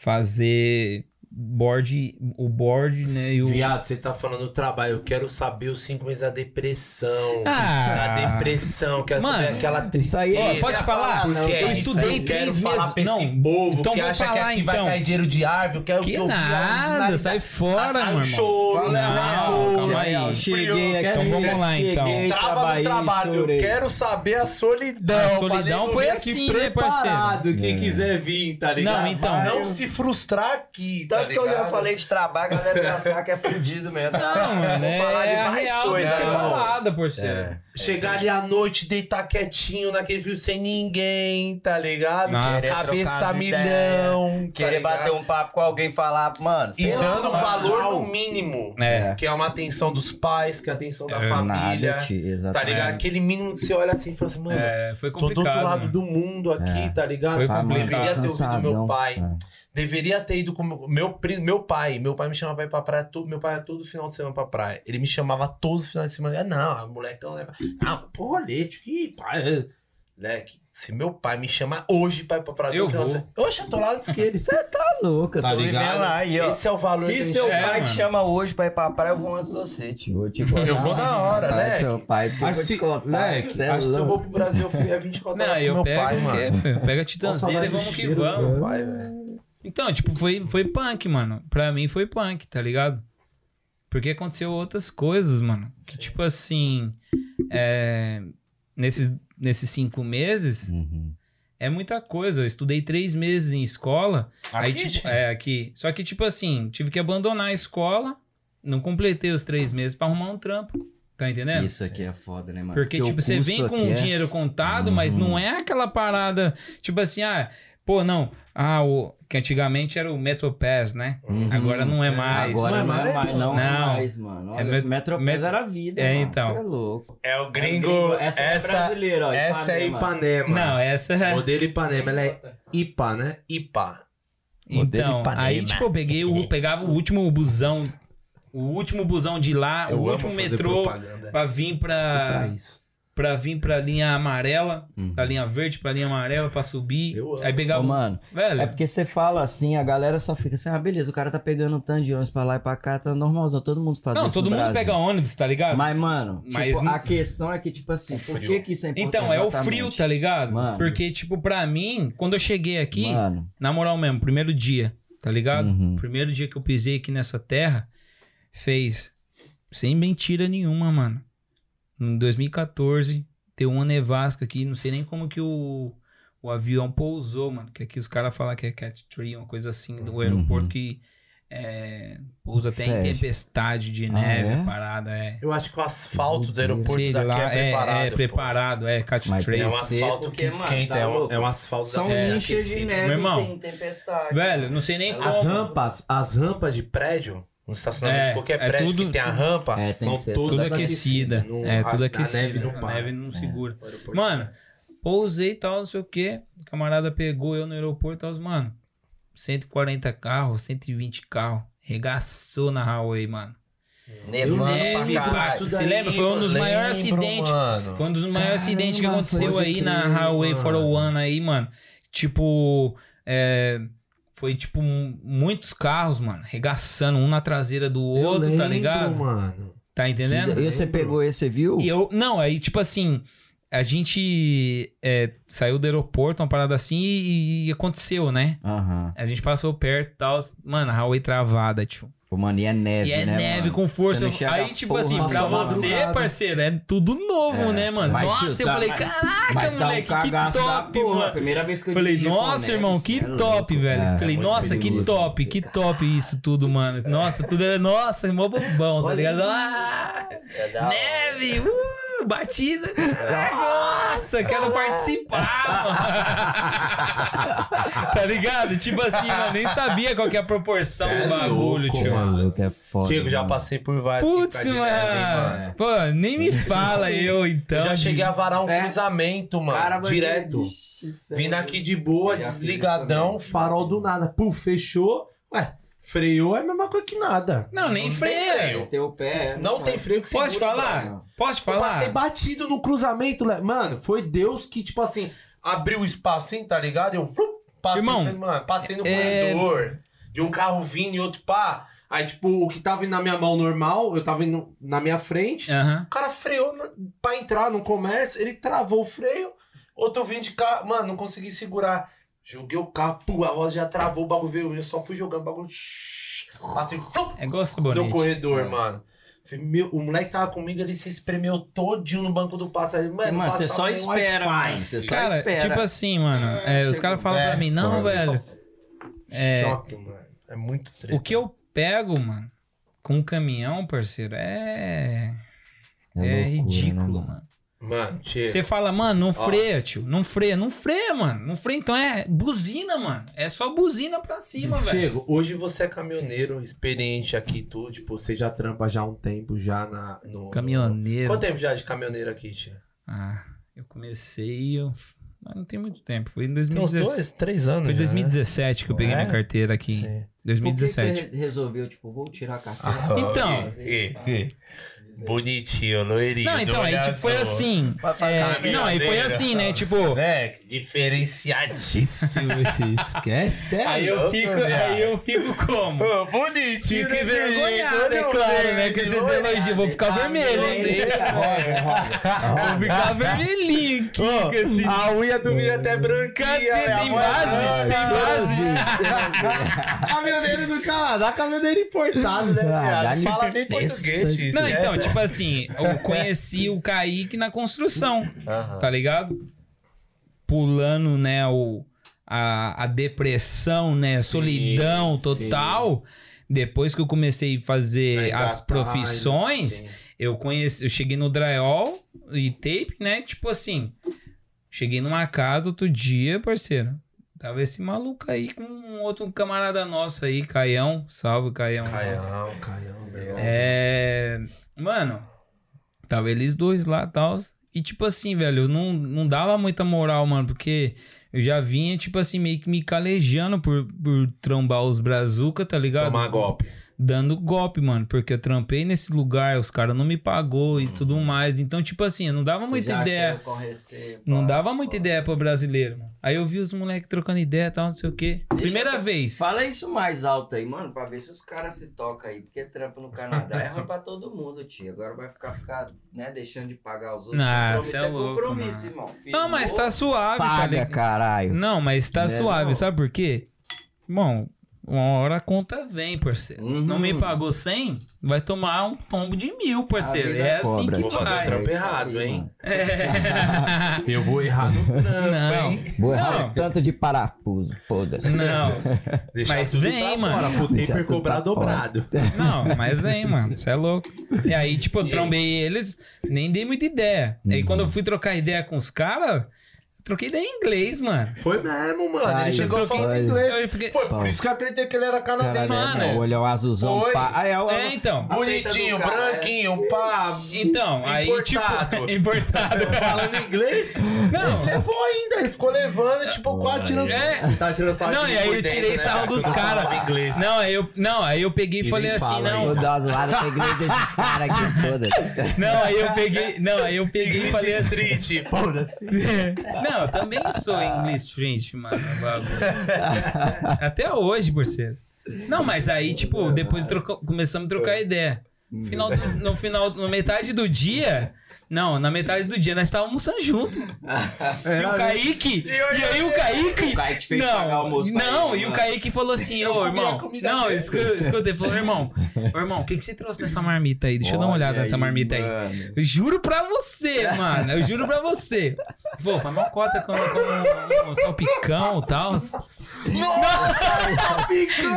[SPEAKER 3] fazer board, o board, né? E o...
[SPEAKER 2] Viado, você tá falando do trabalho. Eu quero saber os sintomas da depressão.
[SPEAKER 3] Ah.
[SPEAKER 2] da depressão, quero saber
[SPEAKER 3] Mano,
[SPEAKER 2] aquela
[SPEAKER 1] Isso
[SPEAKER 2] tristeza.
[SPEAKER 1] aí-
[SPEAKER 3] Ó, pode falar?
[SPEAKER 2] Porque
[SPEAKER 1] Não,
[SPEAKER 2] é
[SPEAKER 3] eu
[SPEAKER 2] isso aí,
[SPEAKER 3] estudei
[SPEAKER 2] eu
[SPEAKER 3] três
[SPEAKER 2] quero
[SPEAKER 3] meses.
[SPEAKER 2] falar pra
[SPEAKER 3] não,
[SPEAKER 2] esse povo
[SPEAKER 3] então
[SPEAKER 2] que
[SPEAKER 3] vou
[SPEAKER 2] acha
[SPEAKER 3] falar,
[SPEAKER 2] que aqui
[SPEAKER 3] então.
[SPEAKER 2] vai cair dinheiro de árvore. Eu quero
[SPEAKER 3] Que
[SPEAKER 2] eu vi a
[SPEAKER 3] nada,
[SPEAKER 2] originalidade.
[SPEAKER 3] sai fora,
[SPEAKER 2] Ai,
[SPEAKER 3] meu irmão.
[SPEAKER 2] choro,
[SPEAKER 3] Não,
[SPEAKER 2] meu
[SPEAKER 3] calma aí.
[SPEAKER 2] Deus,
[SPEAKER 1] Cheguei
[SPEAKER 2] frio,
[SPEAKER 1] aqui,
[SPEAKER 2] quero
[SPEAKER 3] Então vamos lá,
[SPEAKER 1] cheguei.
[SPEAKER 3] então.
[SPEAKER 1] Ei,
[SPEAKER 2] Trava do
[SPEAKER 1] trabalhei,
[SPEAKER 2] trabalho.
[SPEAKER 1] chorei.
[SPEAKER 2] Eu quero saber a solidão.
[SPEAKER 3] A
[SPEAKER 2] pra
[SPEAKER 3] solidão
[SPEAKER 2] nego
[SPEAKER 3] foi
[SPEAKER 2] vir
[SPEAKER 3] assim,
[SPEAKER 2] aqui
[SPEAKER 3] né,
[SPEAKER 2] preparado, Quem quiser vir, tá ligado?
[SPEAKER 3] Não, então.
[SPEAKER 2] Não se frustrar aqui, tá
[SPEAKER 1] Tanto que eu já
[SPEAKER 2] ligado?
[SPEAKER 1] falei de trabalho, a galera já saca que é fudido mesmo.
[SPEAKER 3] Não, mano,
[SPEAKER 2] Vamos falar de
[SPEAKER 3] é a
[SPEAKER 2] mais
[SPEAKER 3] real
[SPEAKER 2] coisa,
[SPEAKER 3] tem que ser
[SPEAKER 2] não.
[SPEAKER 3] falada, parceiro.
[SPEAKER 1] É.
[SPEAKER 2] Chegar ali à noite, deitar quietinho naquele fio sem ninguém, tá ligado?
[SPEAKER 3] Nossa.
[SPEAKER 2] Cabeça
[SPEAKER 1] Trocar
[SPEAKER 2] a
[SPEAKER 1] as
[SPEAKER 2] milhão. tá
[SPEAKER 1] Querer bater um papo com alguém e falar, mano,
[SPEAKER 2] E
[SPEAKER 1] sei lá,
[SPEAKER 2] dando
[SPEAKER 1] mano.
[SPEAKER 2] valor no mínimo.
[SPEAKER 3] É.
[SPEAKER 2] Que é uma atenção dos pais, que é a atenção da
[SPEAKER 3] É.
[SPEAKER 2] família.
[SPEAKER 1] Nada, tio,
[SPEAKER 2] Tá
[SPEAKER 1] exatamente.
[SPEAKER 2] ligado? Aquele mínimo que você olha assim e fala assim, mano,
[SPEAKER 3] É, foi
[SPEAKER 2] tô do
[SPEAKER 3] complicado.
[SPEAKER 2] outro lado
[SPEAKER 1] né?
[SPEAKER 3] mano.
[SPEAKER 2] do mundo aqui,
[SPEAKER 1] É.
[SPEAKER 2] tá ligado?
[SPEAKER 3] Foi
[SPEAKER 1] Tá, mano,
[SPEAKER 2] Deveria
[SPEAKER 1] tá
[SPEAKER 2] ter ouvido meu
[SPEAKER 1] cansadão.
[SPEAKER 2] pai.
[SPEAKER 1] É.
[SPEAKER 2] Deveria ter ido com meu- meu primo, meu pai. Meu pai me chamava pra ir pra praia. to- meu pai ia todo final de semana pra praia. Ele me chamava todos os finais de semana. Ah, não, molecão, né? Ah, pô, rolete, que pai. é, Moleque, se meu pai me chamar hoje pra ir pra praia
[SPEAKER 3] Eu
[SPEAKER 2] todo final de
[SPEAKER 3] vou.
[SPEAKER 2] semana. Oxe, eu tô lá antes que ele. Cê
[SPEAKER 1] Tá louco, eu
[SPEAKER 3] Tá
[SPEAKER 1] tô
[SPEAKER 3] ligado?
[SPEAKER 1] vivendo lá aí, ó.
[SPEAKER 2] Esse é o valor que
[SPEAKER 1] Se
[SPEAKER 2] a gente
[SPEAKER 1] seu
[SPEAKER 3] é,
[SPEAKER 1] pai te
[SPEAKER 3] mano.
[SPEAKER 1] chama hoje pra ir pra praia, eu vou antes de você, tio. Vou te contar.
[SPEAKER 2] Eu vou na hora,
[SPEAKER 1] Vai,
[SPEAKER 2] né?
[SPEAKER 1] Seu pai, porque eu vou te contar. Cê é
[SPEAKER 2] acho que se eu
[SPEAKER 1] louco.
[SPEAKER 2] vou pro Brasil, eu fui é a 24
[SPEAKER 3] Não,
[SPEAKER 2] horas com
[SPEAKER 3] eu
[SPEAKER 2] meu
[SPEAKER 3] pego,
[SPEAKER 2] pai,
[SPEAKER 3] o quê,
[SPEAKER 2] mano.
[SPEAKER 3] filho? pega a
[SPEAKER 2] Ó,
[SPEAKER 3] titanzida
[SPEAKER 2] saudade
[SPEAKER 3] e
[SPEAKER 2] do
[SPEAKER 3] vamos que
[SPEAKER 2] cheiro do
[SPEAKER 3] vamos.
[SPEAKER 2] meu pai, velho.
[SPEAKER 3] Então, tipo, foi, foi punk, mano. Pra mim foi punk, tá ligado? Porque aconteceu outras coisas, mano. Que, tipo assim, é, nesses, nesses cinco meses,
[SPEAKER 1] Uhum.
[SPEAKER 3] é muita coisa. Eu estudei três meses em escola. aí,
[SPEAKER 2] Aqui,
[SPEAKER 3] tipo,
[SPEAKER 2] tio?
[SPEAKER 3] é, aqui. Só que, tipo assim, tive que abandonar a escola. Não completei os três meses pra arrumar um trampo. Tá entendendo?
[SPEAKER 1] Isso aqui é foda, né, mano?
[SPEAKER 3] Porque,
[SPEAKER 1] o
[SPEAKER 3] tipo, você
[SPEAKER 1] custo
[SPEAKER 3] vem com
[SPEAKER 1] aqui
[SPEAKER 3] o
[SPEAKER 1] é-
[SPEAKER 3] dinheiro contado, mas
[SPEAKER 1] Uhum.
[SPEAKER 3] não é aquela parada, tipo assim, ah, Pô, não. Ah, o... que antigamente era o Metal Pass, né?
[SPEAKER 2] Uhum.
[SPEAKER 3] Agora não é mais.
[SPEAKER 1] Agora
[SPEAKER 4] Não
[SPEAKER 1] não
[SPEAKER 4] é
[SPEAKER 1] é
[SPEAKER 4] mais,
[SPEAKER 1] mais, não, é
[SPEAKER 3] Não.
[SPEAKER 1] mais, mano.
[SPEAKER 3] É
[SPEAKER 1] Olha,
[SPEAKER 3] met-
[SPEAKER 1] esse Metropass
[SPEAKER 3] met-
[SPEAKER 1] era vida,
[SPEAKER 3] É,
[SPEAKER 1] mano.
[SPEAKER 3] então.
[SPEAKER 1] Você é louco.
[SPEAKER 2] É o
[SPEAKER 1] É
[SPEAKER 2] gringo.
[SPEAKER 1] gringo, essa, é
[SPEAKER 2] Essa,
[SPEAKER 1] brasileira, ó.
[SPEAKER 2] essa é Ipanema.
[SPEAKER 3] Não, essa é.
[SPEAKER 2] Modelo Ipanema. Ela é IPA, né? IPA.
[SPEAKER 5] Modelo
[SPEAKER 3] Então,
[SPEAKER 5] Ipanema.
[SPEAKER 3] aí, tipo, eu peguei o, pegava o último busão. O último busão de lá,
[SPEAKER 2] Eu
[SPEAKER 3] o
[SPEAKER 2] amo
[SPEAKER 3] último
[SPEAKER 2] fazer
[SPEAKER 3] metrô
[SPEAKER 2] propaganda. tá
[SPEAKER 3] pra vir
[SPEAKER 2] Pra
[SPEAKER 3] pra.
[SPEAKER 2] isso.
[SPEAKER 3] Pra vir pra linha amarela,
[SPEAKER 1] Uhum.
[SPEAKER 3] da linha verde pra linha amarela, pra subir.
[SPEAKER 2] Eu amo.
[SPEAKER 3] Aí
[SPEAKER 1] Ô,
[SPEAKER 3] pegava.
[SPEAKER 1] mano,
[SPEAKER 3] Velho,
[SPEAKER 1] é porque você fala assim, a galera só fica assim, ah, beleza, o cara tá pegando um tanto de ônibus pra lá e pra cá, tá normalzão, todo mundo faz
[SPEAKER 3] não,
[SPEAKER 1] isso no
[SPEAKER 3] todo mundo
[SPEAKER 1] Brasil.
[SPEAKER 3] pega ônibus, tá ligado?
[SPEAKER 1] Mas, mano,
[SPEAKER 3] Mas
[SPEAKER 1] tipo,
[SPEAKER 3] não-
[SPEAKER 1] a questão é que, tipo assim, por
[SPEAKER 2] frio.
[SPEAKER 1] que que isso é importante?
[SPEAKER 3] Então, é o frio, tá ligado?
[SPEAKER 1] Mano.
[SPEAKER 3] Porque, tipo, pra mim, quando eu cheguei aqui,
[SPEAKER 1] Mano,
[SPEAKER 3] na moral mesmo, primeiro dia, tá ligado?
[SPEAKER 1] Uhum.
[SPEAKER 3] Primeiro dia que eu pisei aqui nessa terra, fez. Sem mentira nenhuma, mano. Em 2014, deu uma nevasca aqui, não sei nem como que o, o avião pousou, mano. Que aqui os caras falam que é Cat Tree, uma coisa assim, do aeroporto que é, pousa até em
[SPEAKER 1] Uhum. Fecha.
[SPEAKER 3] tempestade de
[SPEAKER 1] Ah,
[SPEAKER 3] neve,
[SPEAKER 1] é?
[SPEAKER 3] parada, é.
[SPEAKER 2] Eu acho que o asfalto do aeroporto
[SPEAKER 3] Sei
[SPEAKER 2] daqui
[SPEAKER 3] lá,
[SPEAKER 2] é preparado.
[SPEAKER 3] é, é
[SPEAKER 2] pô.
[SPEAKER 3] preparado, é Cat
[SPEAKER 1] Mas
[SPEAKER 3] Tree.
[SPEAKER 2] É um
[SPEAKER 1] Esse-
[SPEAKER 2] asfalto que
[SPEAKER 1] porque, mano,
[SPEAKER 2] esquenta.
[SPEAKER 1] tá
[SPEAKER 2] é, um,
[SPEAKER 1] louco.
[SPEAKER 2] é um asfalto
[SPEAKER 1] são
[SPEAKER 2] é,
[SPEAKER 1] inchas de
[SPEAKER 2] aquecido.
[SPEAKER 1] neve,
[SPEAKER 3] Meu irmão.
[SPEAKER 1] tem tempestade.
[SPEAKER 3] Velho, não sei nem
[SPEAKER 1] As
[SPEAKER 2] As
[SPEAKER 3] como.
[SPEAKER 2] rampas, as rampas de prédio, no estacionamento
[SPEAKER 3] É,
[SPEAKER 2] de qualquer
[SPEAKER 3] é
[SPEAKER 2] prédio
[SPEAKER 3] tudo-
[SPEAKER 2] que tem a rampa,
[SPEAKER 1] É, tem
[SPEAKER 2] são
[SPEAKER 1] que ser
[SPEAKER 2] todas
[SPEAKER 3] Tudo aquecida.
[SPEAKER 2] aquecidas. Não-
[SPEAKER 3] é, tudo
[SPEAKER 2] a-
[SPEAKER 3] aquecida.
[SPEAKER 2] A neve não para.
[SPEAKER 1] É.
[SPEAKER 3] segura.
[SPEAKER 2] O aeroporto-
[SPEAKER 3] Mano, pousei e tal, não sei o que. Camarada pegou eu no aeroporto e tal. Mano, 140 carros, 120 carros. Regaçou na highway, mano.
[SPEAKER 2] Nevando
[SPEAKER 3] neve,
[SPEAKER 2] pra caralho.
[SPEAKER 3] isso daí, mano. Lembro,
[SPEAKER 2] Mano.
[SPEAKER 3] Foi um dos maiores
[SPEAKER 1] Caramba,
[SPEAKER 3] acidentes que aconteceu
[SPEAKER 1] pode
[SPEAKER 3] aí
[SPEAKER 1] crer,
[SPEAKER 3] na Highway
[SPEAKER 2] mano.
[SPEAKER 3] 401 aí, mano. Tipo, é, foi tipo m- muitos carros, mano, regaçando um na traseira do
[SPEAKER 2] Eu
[SPEAKER 3] outro, tá
[SPEAKER 2] lembro,
[SPEAKER 3] ligado?
[SPEAKER 2] Mano.
[SPEAKER 3] Tá entendendo?
[SPEAKER 1] E você pegou esse, você viu?
[SPEAKER 3] E eu, não, aí tipo assim, a gente é, saiu do aeroporto, uma parada assim, e, e aconteceu, né?
[SPEAKER 1] Aham.
[SPEAKER 3] A gente passou perto e tal, mano, a highway travada, tio.
[SPEAKER 1] Pô, Mano, e é neve,
[SPEAKER 3] E é
[SPEAKER 1] né,
[SPEAKER 3] neve
[SPEAKER 1] mano?
[SPEAKER 3] com
[SPEAKER 1] Você
[SPEAKER 3] força.
[SPEAKER 1] não enxerga
[SPEAKER 3] Aí, tipo
[SPEAKER 1] porra
[SPEAKER 3] assim,
[SPEAKER 1] nenhuma.
[SPEAKER 3] pra
[SPEAKER 2] passa
[SPEAKER 3] você,
[SPEAKER 2] madrugada.
[SPEAKER 3] parceiro, é tudo novo, né, mano?
[SPEAKER 1] Vai,
[SPEAKER 3] nossa,
[SPEAKER 1] tio,
[SPEAKER 3] eu
[SPEAKER 1] tá,
[SPEAKER 3] falei,
[SPEAKER 1] vai-
[SPEAKER 3] caraca,
[SPEAKER 1] Vai dar um
[SPEAKER 3] moleque, que
[SPEAKER 1] cagaço da
[SPEAKER 3] top,
[SPEAKER 1] porra.
[SPEAKER 3] mano.
[SPEAKER 1] Primeira vez que eu
[SPEAKER 3] Falei,
[SPEAKER 1] dirigi
[SPEAKER 3] nossa,
[SPEAKER 1] com
[SPEAKER 3] irmão,
[SPEAKER 1] neve,
[SPEAKER 3] que
[SPEAKER 1] cê é
[SPEAKER 3] top,
[SPEAKER 1] louco,
[SPEAKER 3] velho.
[SPEAKER 1] cara.
[SPEAKER 3] Falei,
[SPEAKER 2] muito
[SPEAKER 3] nossa, que
[SPEAKER 2] perigoso,
[SPEAKER 3] top, que
[SPEAKER 1] tá
[SPEAKER 3] top isso tudo, mano.
[SPEAKER 1] <laughs>
[SPEAKER 3] Nossa, tudo era, nossa, mó bobão, tá
[SPEAKER 2] Olha
[SPEAKER 3] ligado?
[SPEAKER 2] isso.
[SPEAKER 3] Ah,
[SPEAKER 2] É da hora.
[SPEAKER 3] neve, uh, batida. Nossa, quero
[SPEAKER 2] <laughs>
[SPEAKER 3] participar, mano. tá ligado? Tipo assim, mano, nem sabia qual que é a proporção
[SPEAKER 2] Cê é
[SPEAKER 3] do bagulho,
[SPEAKER 2] louco,
[SPEAKER 3] tio.
[SPEAKER 2] mano.
[SPEAKER 1] Maluco, é foda.
[SPEAKER 2] Diego, já
[SPEAKER 1] mano.
[SPEAKER 2] passei por vários.
[SPEAKER 3] Putz,
[SPEAKER 2] que tá de
[SPEAKER 3] mano.
[SPEAKER 2] neve, hein, mano.
[SPEAKER 3] Pô, nem me fala eu, então.
[SPEAKER 2] Eu já cheguei a varar um
[SPEAKER 4] É.
[SPEAKER 2] cruzamento, mano. direto.
[SPEAKER 1] é
[SPEAKER 2] Vindo aqui de boa,
[SPEAKER 1] Eu já fiz é isso
[SPEAKER 2] desligadão,
[SPEAKER 1] também.
[SPEAKER 2] farol do nada.
[SPEAKER 4] nada. Puf, fechou. Ué, freou é a mesma coisa que nada.
[SPEAKER 3] Não, nem
[SPEAKER 2] Não tem
[SPEAKER 3] freio.
[SPEAKER 2] freio.
[SPEAKER 1] Teu pé. né,
[SPEAKER 2] Não
[SPEAKER 1] mano?
[SPEAKER 2] tem freio que segura.
[SPEAKER 3] Posso te
[SPEAKER 2] mano.
[SPEAKER 3] falar? Posso te
[SPEAKER 4] Eu passei
[SPEAKER 3] falar?
[SPEAKER 4] batido no cruzamento,
[SPEAKER 2] né?
[SPEAKER 4] Le- mano. Foi Deus que, tipo assim,
[SPEAKER 2] Abriu o espacinho, tá ligado? Eu flup, passei,
[SPEAKER 3] Irmão,
[SPEAKER 2] falei, mano, passei no
[SPEAKER 3] é-
[SPEAKER 2] corredor. De um carro vindo e outro pá.
[SPEAKER 4] aí, tipo, o que tava indo na minha mão normal, eu tava indo na minha frente.
[SPEAKER 3] Aham.
[SPEAKER 2] O cara freou na- pra entrar no comércio, ele travou o freio. Outro vindo de cá, mano, não consegui segurar. Joguei o carro, pô, a roda já travou, o bagulho veio. Eu só fui jogando o bagulho. shhh, Passei, flup,
[SPEAKER 3] É igual sabonete.
[SPEAKER 2] no corredor,
[SPEAKER 1] É.
[SPEAKER 2] mano. Falei, meu, o moleque tava comigo, ele se espremeu todinho no banco do passageiro. Mano,
[SPEAKER 1] Mano, você
[SPEAKER 2] passava
[SPEAKER 1] só
[SPEAKER 2] nem
[SPEAKER 1] espera,
[SPEAKER 2] Wi-Fi.
[SPEAKER 1] mano. Você só
[SPEAKER 3] Cara,
[SPEAKER 1] espera.
[SPEAKER 3] tipo assim, mano,
[SPEAKER 2] Ah,
[SPEAKER 3] é, os caras falam pra mim, não,
[SPEAKER 2] Mano,
[SPEAKER 3] velho,
[SPEAKER 2] só-
[SPEAKER 3] é-
[SPEAKER 2] Choque, mano. É muito treta.
[SPEAKER 3] o que eu pego, mano, com o caminhão, parceiro, é. É,
[SPEAKER 1] loucura, né,
[SPEAKER 3] ridículo,
[SPEAKER 1] mano?
[SPEAKER 3] mano.
[SPEAKER 2] Mano, tio.
[SPEAKER 3] Você fala, mano, não freia, tio. Não freia, não freia, mano. Não freia, então é buzina, mano. É só buzina pra cima, velho.
[SPEAKER 2] Diego, hoje você é caminhoneiro, experiente aqui e tudo. Tipo, você já trampa já há um tempo já na, no.
[SPEAKER 3] Caminhoneiro.
[SPEAKER 2] Quanto tempo já de caminhoneiro aqui, tio?
[SPEAKER 3] Ah, eu comecei. Eu... mas Não tem muito tempo. Foi em
[SPEAKER 2] Tem uns
[SPEAKER 3] 2017.
[SPEAKER 2] dois, três anos.
[SPEAKER 3] Foi em
[SPEAKER 2] já, né?
[SPEAKER 3] 2017 que eu peguei
[SPEAKER 2] É?
[SPEAKER 3] minha carteira aqui.
[SPEAKER 2] Sim.
[SPEAKER 1] Por Tipo, que que você
[SPEAKER 3] 2017.
[SPEAKER 1] re- resolveu, tipo, vou tirar a carteira?
[SPEAKER 3] Então.
[SPEAKER 2] Bonitinho, loirinho.
[SPEAKER 3] Não, então, aí tipo, foi assim. é, não, aí foi
[SPEAKER 2] caminhoneiro,
[SPEAKER 3] assim, né?
[SPEAKER 2] sabe?
[SPEAKER 3] Tipo.
[SPEAKER 2] Né? Diferenciadíssimo.
[SPEAKER 1] é
[SPEAKER 4] esquece.
[SPEAKER 3] Aí eu fico, aí eu fico como?
[SPEAKER 2] Bonitinho,
[SPEAKER 3] Fico envergonhado, é claro, né? Com esses elogios. Eu Vou ficar vermelho, hein?
[SPEAKER 1] né?
[SPEAKER 3] Vou ficar vermelhinho aqui com esse.
[SPEAKER 2] A unha do menino até branquinha.
[SPEAKER 3] Cadê? Tem base? Tem
[SPEAKER 1] né?"
[SPEAKER 3] base? né?"
[SPEAKER 4] Caminhoneiro do Canadá, caminhoneiro
[SPEAKER 3] <laughs>
[SPEAKER 4] importado, né,
[SPEAKER 1] Caralho,
[SPEAKER 4] viado? Fala nem
[SPEAKER 1] isso.
[SPEAKER 4] português, X.
[SPEAKER 2] né?
[SPEAKER 3] Ah, Não, então, tipo assim, eu conheci o Kaique na construção, tá ligado? Pulando, né, o, a, a depressão, né, solidão total. Depois que eu comecei a né, fazer as profissões, eu conheci, eu cheguei no drywall e tape, né? Tipo assim, cheguei numa casa outro dia, parceiro. Tava esse maluco aí com um outro camarada nosso aí, Caião. Salve, Caião. Nossa.
[SPEAKER 2] Caião, Caião, beleza.
[SPEAKER 3] É. Mano, tava eles dois lá e tal. E tipo assim, velho, eu não, não dava muita moral, mano, porque eu já vinha, tipo assim, meio que me calejando por, por trombar os brazuca, tá ligado?
[SPEAKER 2] Tomar golpe.
[SPEAKER 3] dando golpe, mano, porque eu trampei nesse lugar, os caras não me pagou e
[SPEAKER 1] Uhum.
[SPEAKER 3] tudo mais. Então, tipo assim, eu não dava muita ideia. Não dava muita ideia pro brasileiro, mano. Aí eu vi os moleques trocando ideia e tal, não sei o quê. Primeira
[SPEAKER 1] eu-
[SPEAKER 3] vez.
[SPEAKER 1] Fala isso mais alto aí, mano, pra ver se os caras se tocam aí. Porque trampo no Canadá é ruim pra todo mundo, tio. Agora vai ficar, ficar né, deixando de pagar os outros.
[SPEAKER 3] Não,
[SPEAKER 1] Compromisso
[SPEAKER 3] cê é louco,
[SPEAKER 1] compromisso,
[SPEAKER 3] mano.
[SPEAKER 1] irmão.
[SPEAKER 3] Não, mas tá suave, tá
[SPEAKER 1] Paga,
[SPEAKER 3] ligado?
[SPEAKER 1] caralho.
[SPEAKER 3] Não, mas tá
[SPEAKER 1] Né,
[SPEAKER 3] suave,
[SPEAKER 1] não?
[SPEAKER 3] sabe por quê? Bom, uma hora a conta vem, parceiro.
[SPEAKER 1] Uhum.
[SPEAKER 3] Não me pagou 100, vai tomar um tombo de mil, parceiro.
[SPEAKER 1] A vida
[SPEAKER 3] É assim
[SPEAKER 1] cobra.
[SPEAKER 3] que
[SPEAKER 2] Vou fazer um
[SPEAKER 3] vai.
[SPEAKER 2] trampo
[SPEAKER 1] É isso
[SPEAKER 2] errado,
[SPEAKER 1] aí,
[SPEAKER 2] hein?
[SPEAKER 1] mano.
[SPEAKER 3] É.
[SPEAKER 2] Eu vou errar no trampo,
[SPEAKER 3] Não.
[SPEAKER 2] hein?
[SPEAKER 1] Vou errar
[SPEAKER 3] Não.
[SPEAKER 1] um tanto de parafuso, foda-se.
[SPEAKER 3] <laughs> Não.
[SPEAKER 2] Deixar
[SPEAKER 3] Mas
[SPEAKER 2] tudo
[SPEAKER 3] vem,
[SPEAKER 2] pra
[SPEAKER 3] mano.
[SPEAKER 2] Fora, pro
[SPEAKER 1] Deixar
[SPEAKER 2] temper
[SPEAKER 1] tudo
[SPEAKER 2] cobrar
[SPEAKER 1] pra
[SPEAKER 2] é dobrado.
[SPEAKER 3] Não, mas aí, mano, você é louco. E aí, tipo, eu trombei eles, nem dei muita ideia. Aí quando
[SPEAKER 2] Uhum.
[SPEAKER 3] eu fui trocar ideia com os caras, eu troquei ideia em inglês, mano.
[SPEAKER 2] Foi mesmo, mano.
[SPEAKER 1] Ai,
[SPEAKER 2] ele chegou
[SPEAKER 1] troquei-
[SPEAKER 2] falando inglês.
[SPEAKER 3] Eu fiquei-
[SPEAKER 2] Foi por isso que eu acreditei que ele era
[SPEAKER 1] Caralho,
[SPEAKER 2] canadense.
[SPEAKER 3] Mano.
[SPEAKER 1] é, olhão azulzão.
[SPEAKER 2] Oi.
[SPEAKER 1] Pá. Ah, é, o-
[SPEAKER 3] É, então.
[SPEAKER 2] Bonitinho, branquinho, pá.
[SPEAKER 3] Então, aí,
[SPEAKER 2] Importado.
[SPEAKER 3] tipo,
[SPEAKER 2] <laughs>
[SPEAKER 3] importado. <laughs>
[SPEAKER 2] Falando inglês,
[SPEAKER 3] Não.
[SPEAKER 2] levou ainda. Ele ficou levando, tipo, quase tirando
[SPEAKER 3] É.
[SPEAKER 2] Tá tirando sarro de
[SPEAKER 3] Não,
[SPEAKER 2] mim
[SPEAKER 3] e aí
[SPEAKER 2] por
[SPEAKER 3] eu
[SPEAKER 2] dentro,
[SPEAKER 3] tirei
[SPEAKER 2] né?
[SPEAKER 3] sarro dos
[SPEAKER 2] Não
[SPEAKER 3] caras.
[SPEAKER 2] falava inglês.
[SPEAKER 3] Não, aí eu, não, aí eu peguei e
[SPEAKER 2] E
[SPEAKER 3] falei
[SPEAKER 2] nem
[SPEAKER 3] assim,
[SPEAKER 2] fala
[SPEAKER 3] não.
[SPEAKER 1] né? Vou dar uma zoada, peguei
[SPEAKER 3] <laughs>
[SPEAKER 1] desses caras aqui, foda-se.
[SPEAKER 3] Não, aí eu peguei, não, aí eu peguei e
[SPEAKER 2] English
[SPEAKER 3] falei assim.
[SPEAKER 2] Street, foda-se.
[SPEAKER 3] <laughs> Não, eu também sou inglês gente, mano. o bagulho. Até hoje, parceiro. Não, mas aí, tipo, depois trocou- começamos a
[SPEAKER 1] É.
[SPEAKER 3] trocar ideia. Final do- no final, na metade do dia. Não, na metade do dia nós estávamos almoçando junto.
[SPEAKER 2] É,
[SPEAKER 3] e o Kaique. E, aí o Kaique.
[SPEAKER 1] O Kaique te fez
[SPEAKER 3] não,
[SPEAKER 1] pagar o almoço pra
[SPEAKER 3] Não,
[SPEAKER 1] ele, né?
[SPEAKER 3] e o
[SPEAKER 1] mano.
[SPEAKER 3] Kaique falou assim: Ô,
[SPEAKER 2] comi a
[SPEAKER 3] irmão.
[SPEAKER 2] comida
[SPEAKER 3] Não,
[SPEAKER 2] dele.
[SPEAKER 3] escuta, escuta, ele falou: irmão, ô, irmão, o que, que você trouxe nessa marmita aí? Deixa eu dar uma
[SPEAKER 1] Olha
[SPEAKER 3] olhada nessa
[SPEAKER 1] aí,
[SPEAKER 3] marmita aí.
[SPEAKER 1] mano.
[SPEAKER 3] Eu juro pra você, mano. Eu juro pra você. Vou, faz uma cota com, com um salpicão e tal.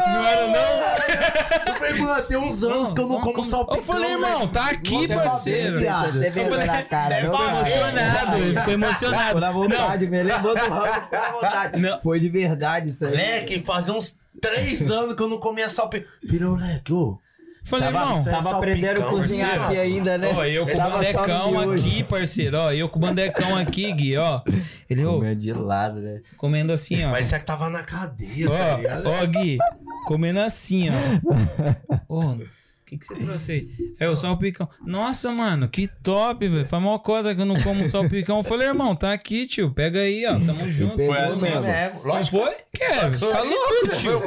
[SPEAKER 2] Não era, não? Eu falei, mano, tem uns anos que eu não
[SPEAKER 3] Vamos
[SPEAKER 2] como
[SPEAKER 3] comer.
[SPEAKER 2] salpicão.
[SPEAKER 3] Eu falei,
[SPEAKER 2] né?
[SPEAKER 3] irmão, tá aqui,
[SPEAKER 2] até
[SPEAKER 3] parceiro.
[SPEAKER 2] fazer,
[SPEAKER 1] Ah, Você
[SPEAKER 3] Eu
[SPEAKER 1] vergonha na
[SPEAKER 3] falei,
[SPEAKER 1] cara.
[SPEAKER 3] ele
[SPEAKER 1] meu
[SPEAKER 3] ficou
[SPEAKER 1] caralho.
[SPEAKER 3] emocionado, ele ficou
[SPEAKER 1] Ficou
[SPEAKER 3] emocionado.
[SPEAKER 1] na vontade, me lembrou do Raul, ficou na vontade.
[SPEAKER 3] Não.
[SPEAKER 1] Foi de verdade isso aí.
[SPEAKER 2] Leque, fazia uns três anos que eu não comia salpicão. Virou, leque, ô.
[SPEAKER 3] Eu Falei, irmão.
[SPEAKER 2] Isso é
[SPEAKER 1] Tava
[SPEAKER 2] salpicão,
[SPEAKER 1] aprendendo a cozinhar
[SPEAKER 2] parceiro.
[SPEAKER 1] aqui ainda, né?
[SPEAKER 3] Ó, eu com o
[SPEAKER 1] Tava só no
[SPEAKER 3] bandecão
[SPEAKER 1] de hoje.
[SPEAKER 3] aqui, parceiro. Ó, eu com o bandecão aqui, Gui, ó. Ele, ó,
[SPEAKER 1] Comendo de lado, né?
[SPEAKER 3] comendo assim, ó.
[SPEAKER 2] Mas você é que tava na cadeia, tá ligado?
[SPEAKER 3] Ó, ó, Gui, comendo assim, ó. Ô, o que, que você trouxe aí? É o salpicão. Nossa, mano, que top, velho. Faz mó cota que eu não como salpicão. Eu falei, irmão, tá aqui, tio. Pega aí, ó. Tamo junto.
[SPEAKER 1] pegou
[SPEAKER 3] Pô,
[SPEAKER 1] mesmo.
[SPEAKER 3] mano.
[SPEAKER 2] É,
[SPEAKER 3] Não
[SPEAKER 2] lógico.
[SPEAKER 3] foi? Que é? Tá louco, tio.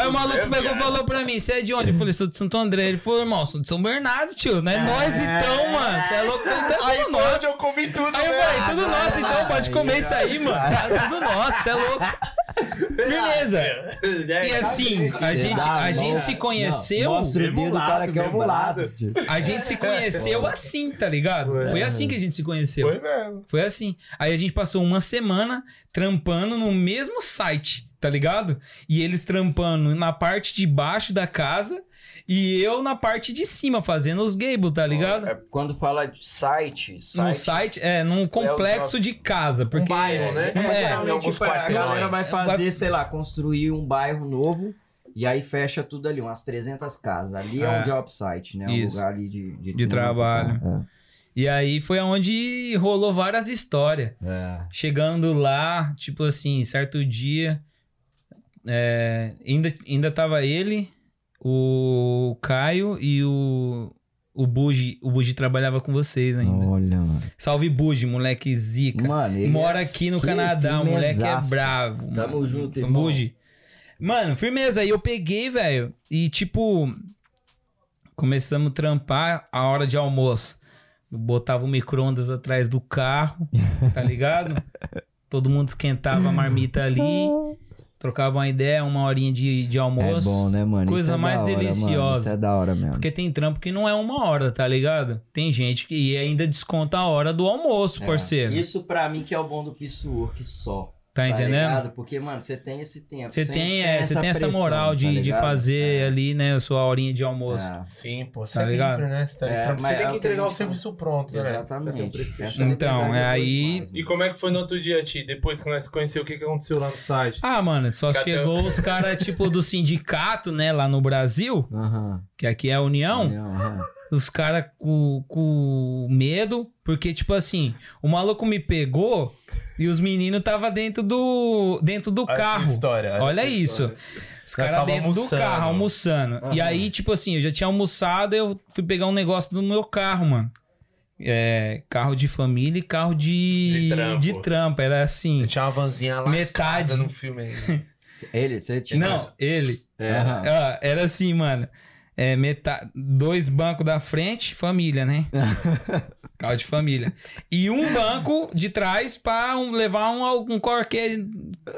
[SPEAKER 3] Aí o maluco pegou e falou pra mim, você é de onde? Eu falei, sou de Santo André. Ele falou, irmão, sou de São Bernardo, tio. Não é nós então, mano. Você é louco, você tá tudo nosso.
[SPEAKER 2] eu comi tudo, né?
[SPEAKER 3] Aí eu falei, tudo nosso então, pode comer isso aí, mano. Tá Tudo nosso, você é louco. Firmeza.
[SPEAKER 2] É,
[SPEAKER 3] E assim, a gente, a gente se conheceu.
[SPEAKER 1] é. Não, Mostra É. o dedo, o cara que é o
[SPEAKER 2] emulado.
[SPEAKER 1] mulato. tio.
[SPEAKER 3] A
[SPEAKER 1] <laughs>
[SPEAKER 3] gente se conheceu assim, tá ligado? Foi assim que a gente se
[SPEAKER 2] Foi
[SPEAKER 3] conheceu.
[SPEAKER 2] mesmo.
[SPEAKER 3] Foi assim. Aí a gente passou uma semana trampando no mesmo site, tá ligado? E eles trampando na parte de baixo da casa e eu na parte de cima, fazendo os gables, tá ligado?
[SPEAKER 1] É, Quando fala de site,
[SPEAKER 5] um
[SPEAKER 3] No
[SPEAKER 1] site.
[SPEAKER 3] site, é, num complexo de casa, porque.
[SPEAKER 2] bairro, né?
[SPEAKER 3] É,
[SPEAKER 1] Geralmente,
[SPEAKER 2] alguns
[SPEAKER 1] tipo, a galera
[SPEAKER 2] quarteirões.
[SPEAKER 1] vai fazer, sei lá, construir um bairro novo e aí fecha tudo ali, umas 300 casas. Ali é,
[SPEAKER 3] É.
[SPEAKER 1] um job site, né? Um
[SPEAKER 3] Isso.
[SPEAKER 1] lugar ali de... De,
[SPEAKER 3] De trabalho.
[SPEAKER 1] É.
[SPEAKER 3] E aí foi onde rolou várias histórias.
[SPEAKER 1] É.
[SPEAKER 3] Chegando lá, tipo assim, certo dia, é, ainda, ainda tava ele, o Caio e o, o Buji. O Buji trabalhava com vocês ainda.
[SPEAKER 1] Olha, mano.
[SPEAKER 3] Salve Buji, moleque zica.
[SPEAKER 1] Mano, ele
[SPEAKER 3] Mora
[SPEAKER 1] é-
[SPEAKER 3] aqui no
[SPEAKER 1] que
[SPEAKER 3] Canadá, o moleque é
[SPEAKER 1] firmezaço.
[SPEAKER 3] bravo.
[SPEAKER 1] Tamo
[SPEAKER 3] mano.
[SPEAKER 1] junto,
[SPEAKER 3] O
[SPEAKER 1] irmão.
[SPEAKER 3] Buji. Mano, firmeza. Aí eu peguei, velho, e tipo, começamos a trampar a hora de almoço. Eu botava o micro-ondas atrás do carro,
[SPEAKER 1] <laughs>
[SPEAKER 3] tá ligado? Todo mundo esquentava a marmita ali, trocava uma ideia, uma horinha de, de
[SPEAKER 1] É
[SPEAKER 3] almoço.
[SPEAKER 1] bom, né, mano?
[SPEAKER 3] coisa
[SPEAKER 1] Isso é
[SPEAKER 3] mais
[SPEAKER 1] da hora, mano.
[SPEAKER 3] deliciosa.
[SPEAKER 1] Isso é da hora mesmo.
[SPEAKER 3] Porque tem trampo que não é uma hora, tá ligado? Tem gente
[SPEAKER 1] É.
[SPEAKER 3] que e ainda desconta a hora do almoço, parceiro.
[SPEAKER 1] Isso pra mim que é o bom do Piece Work só.
[SPEAKER 3] Tá, entendendo?
[SPEAKER 1] ligado? Porque, mano, você tem esse tempo.
[SPEAKER 3] Você
[SPEAKER 1] sem-
[SPEAKER 3] tem,
[SPEAKER 1] sem
[SPEAKER 3] é, você tem essa
[SPEAKER 1] pressão,
[SPEAKER 3] moral
[SPEAKER 1] tá
[SPEAKER 3] de, de
[SPEAKER 1] ligado?
[SPEAKER 3] fazer
[SPEAKER 1] É,
[SPEAKER 3] ali, né, a sua horinha de almoço.
[SPEAKER 1] é.
[SPEAKER 2] Sim, pô. Você
[SPEAKER 3] Tá
[SPEAKER 2] é
[SPEAKER 3] ligado?
[SPEAKER 2] livre, né? Você, tá-
[SPEAKER 1] É,
[SPEAKER 2] você
[SPEAKER 1] mas
[SPEAKER 2] tem
[SPEAKER 1] é o
[SPEAKER 2] que
[SPEAKER 1] que a
[SPEAKER 2] entregar o
[SPEAKER 1] gente-
[SPEAKER 2] serviço pronto, né?
[SPEAKER 1] Exatamente.
[SPEAKER 2] Tem um preço
[SPEAKER 1] Essa
[SPEAKER 2] fechado.
[SPEAKER 3] Então,
[SPEAKER 1] liberdade
[SPEAKER 3] é
[SPEAKER 1] foi
[SPEAKER 3] aí-
[SPEAKER 1] demais, mano.
[SPEAKER 2] E como é que foi no outro dia, Ti? Depois que nós se conheceu, o que, que aconteceu lá no site?
[SPEAKER 3] Ah, mano, só
[SPEAKER 2] Cadê
[SPEAKER 3] chegou os
[SPEAKER 1] <laughs>
[SPEAKER 3] caras, tipo, do sindicato, né, lá no Brasil,
[SPEAKER 1] Aham.
[SPEAKER 3] que aqui é a União.
[SPEAKER 1] aham.
[SPEAKER 3] Os caras com, com medo, porque, tipo assim, o maluco me pegou e os meninos tava dentro do dentro do
[SPEAKER 2] Olha que
[SPEAKER 3] carro.
[SPEAKER 2] História,
[SPEAKER 3] Olha
[SPEAKER 2] que
[SPEAKER 3] isso.
[SPEAKER 2] história.
[SPEAKER 3] Os
[SPEAKER 2] Nós
[SPEAKER 3] caras
[SPEAKER 2] tava
[SPEAKER 3] dentro do
[SPEAKER 2] almoçando.
[SPEAKER 3] carro, almoçando. E
[SPEAKER 1] Aham.
[SPEAKER 3] aí, tipo assim, eu já tinha almoçado, eu fui pegar um negócio do meu carro, mano. É, carro de família e carro de,
[SPEAKER 2] De trampo.
[SPEAKER 3] de trampo. Era assim.
[SPEAKER 2] Tinha uma vanzinha lá.
[SPEAKER 3] Metade.
[SPEAKER 2] No filme
[SPEAKER 3] <laughs>
[SPEAKER 2] aí.
[SPEAKER 1] Ele, você tinha. É.
[SPEAKER 3] Não, ele.
[SPEAKER 1] Aham.
[SPEAKER 3] Ah, era assim, mano. É, metade, dois bancos da frente,
[SPEAKER 2] <laughs>
[SPEAKER 3] família, né? carro de família. E um banco de trás pra um- levar um, um qualquer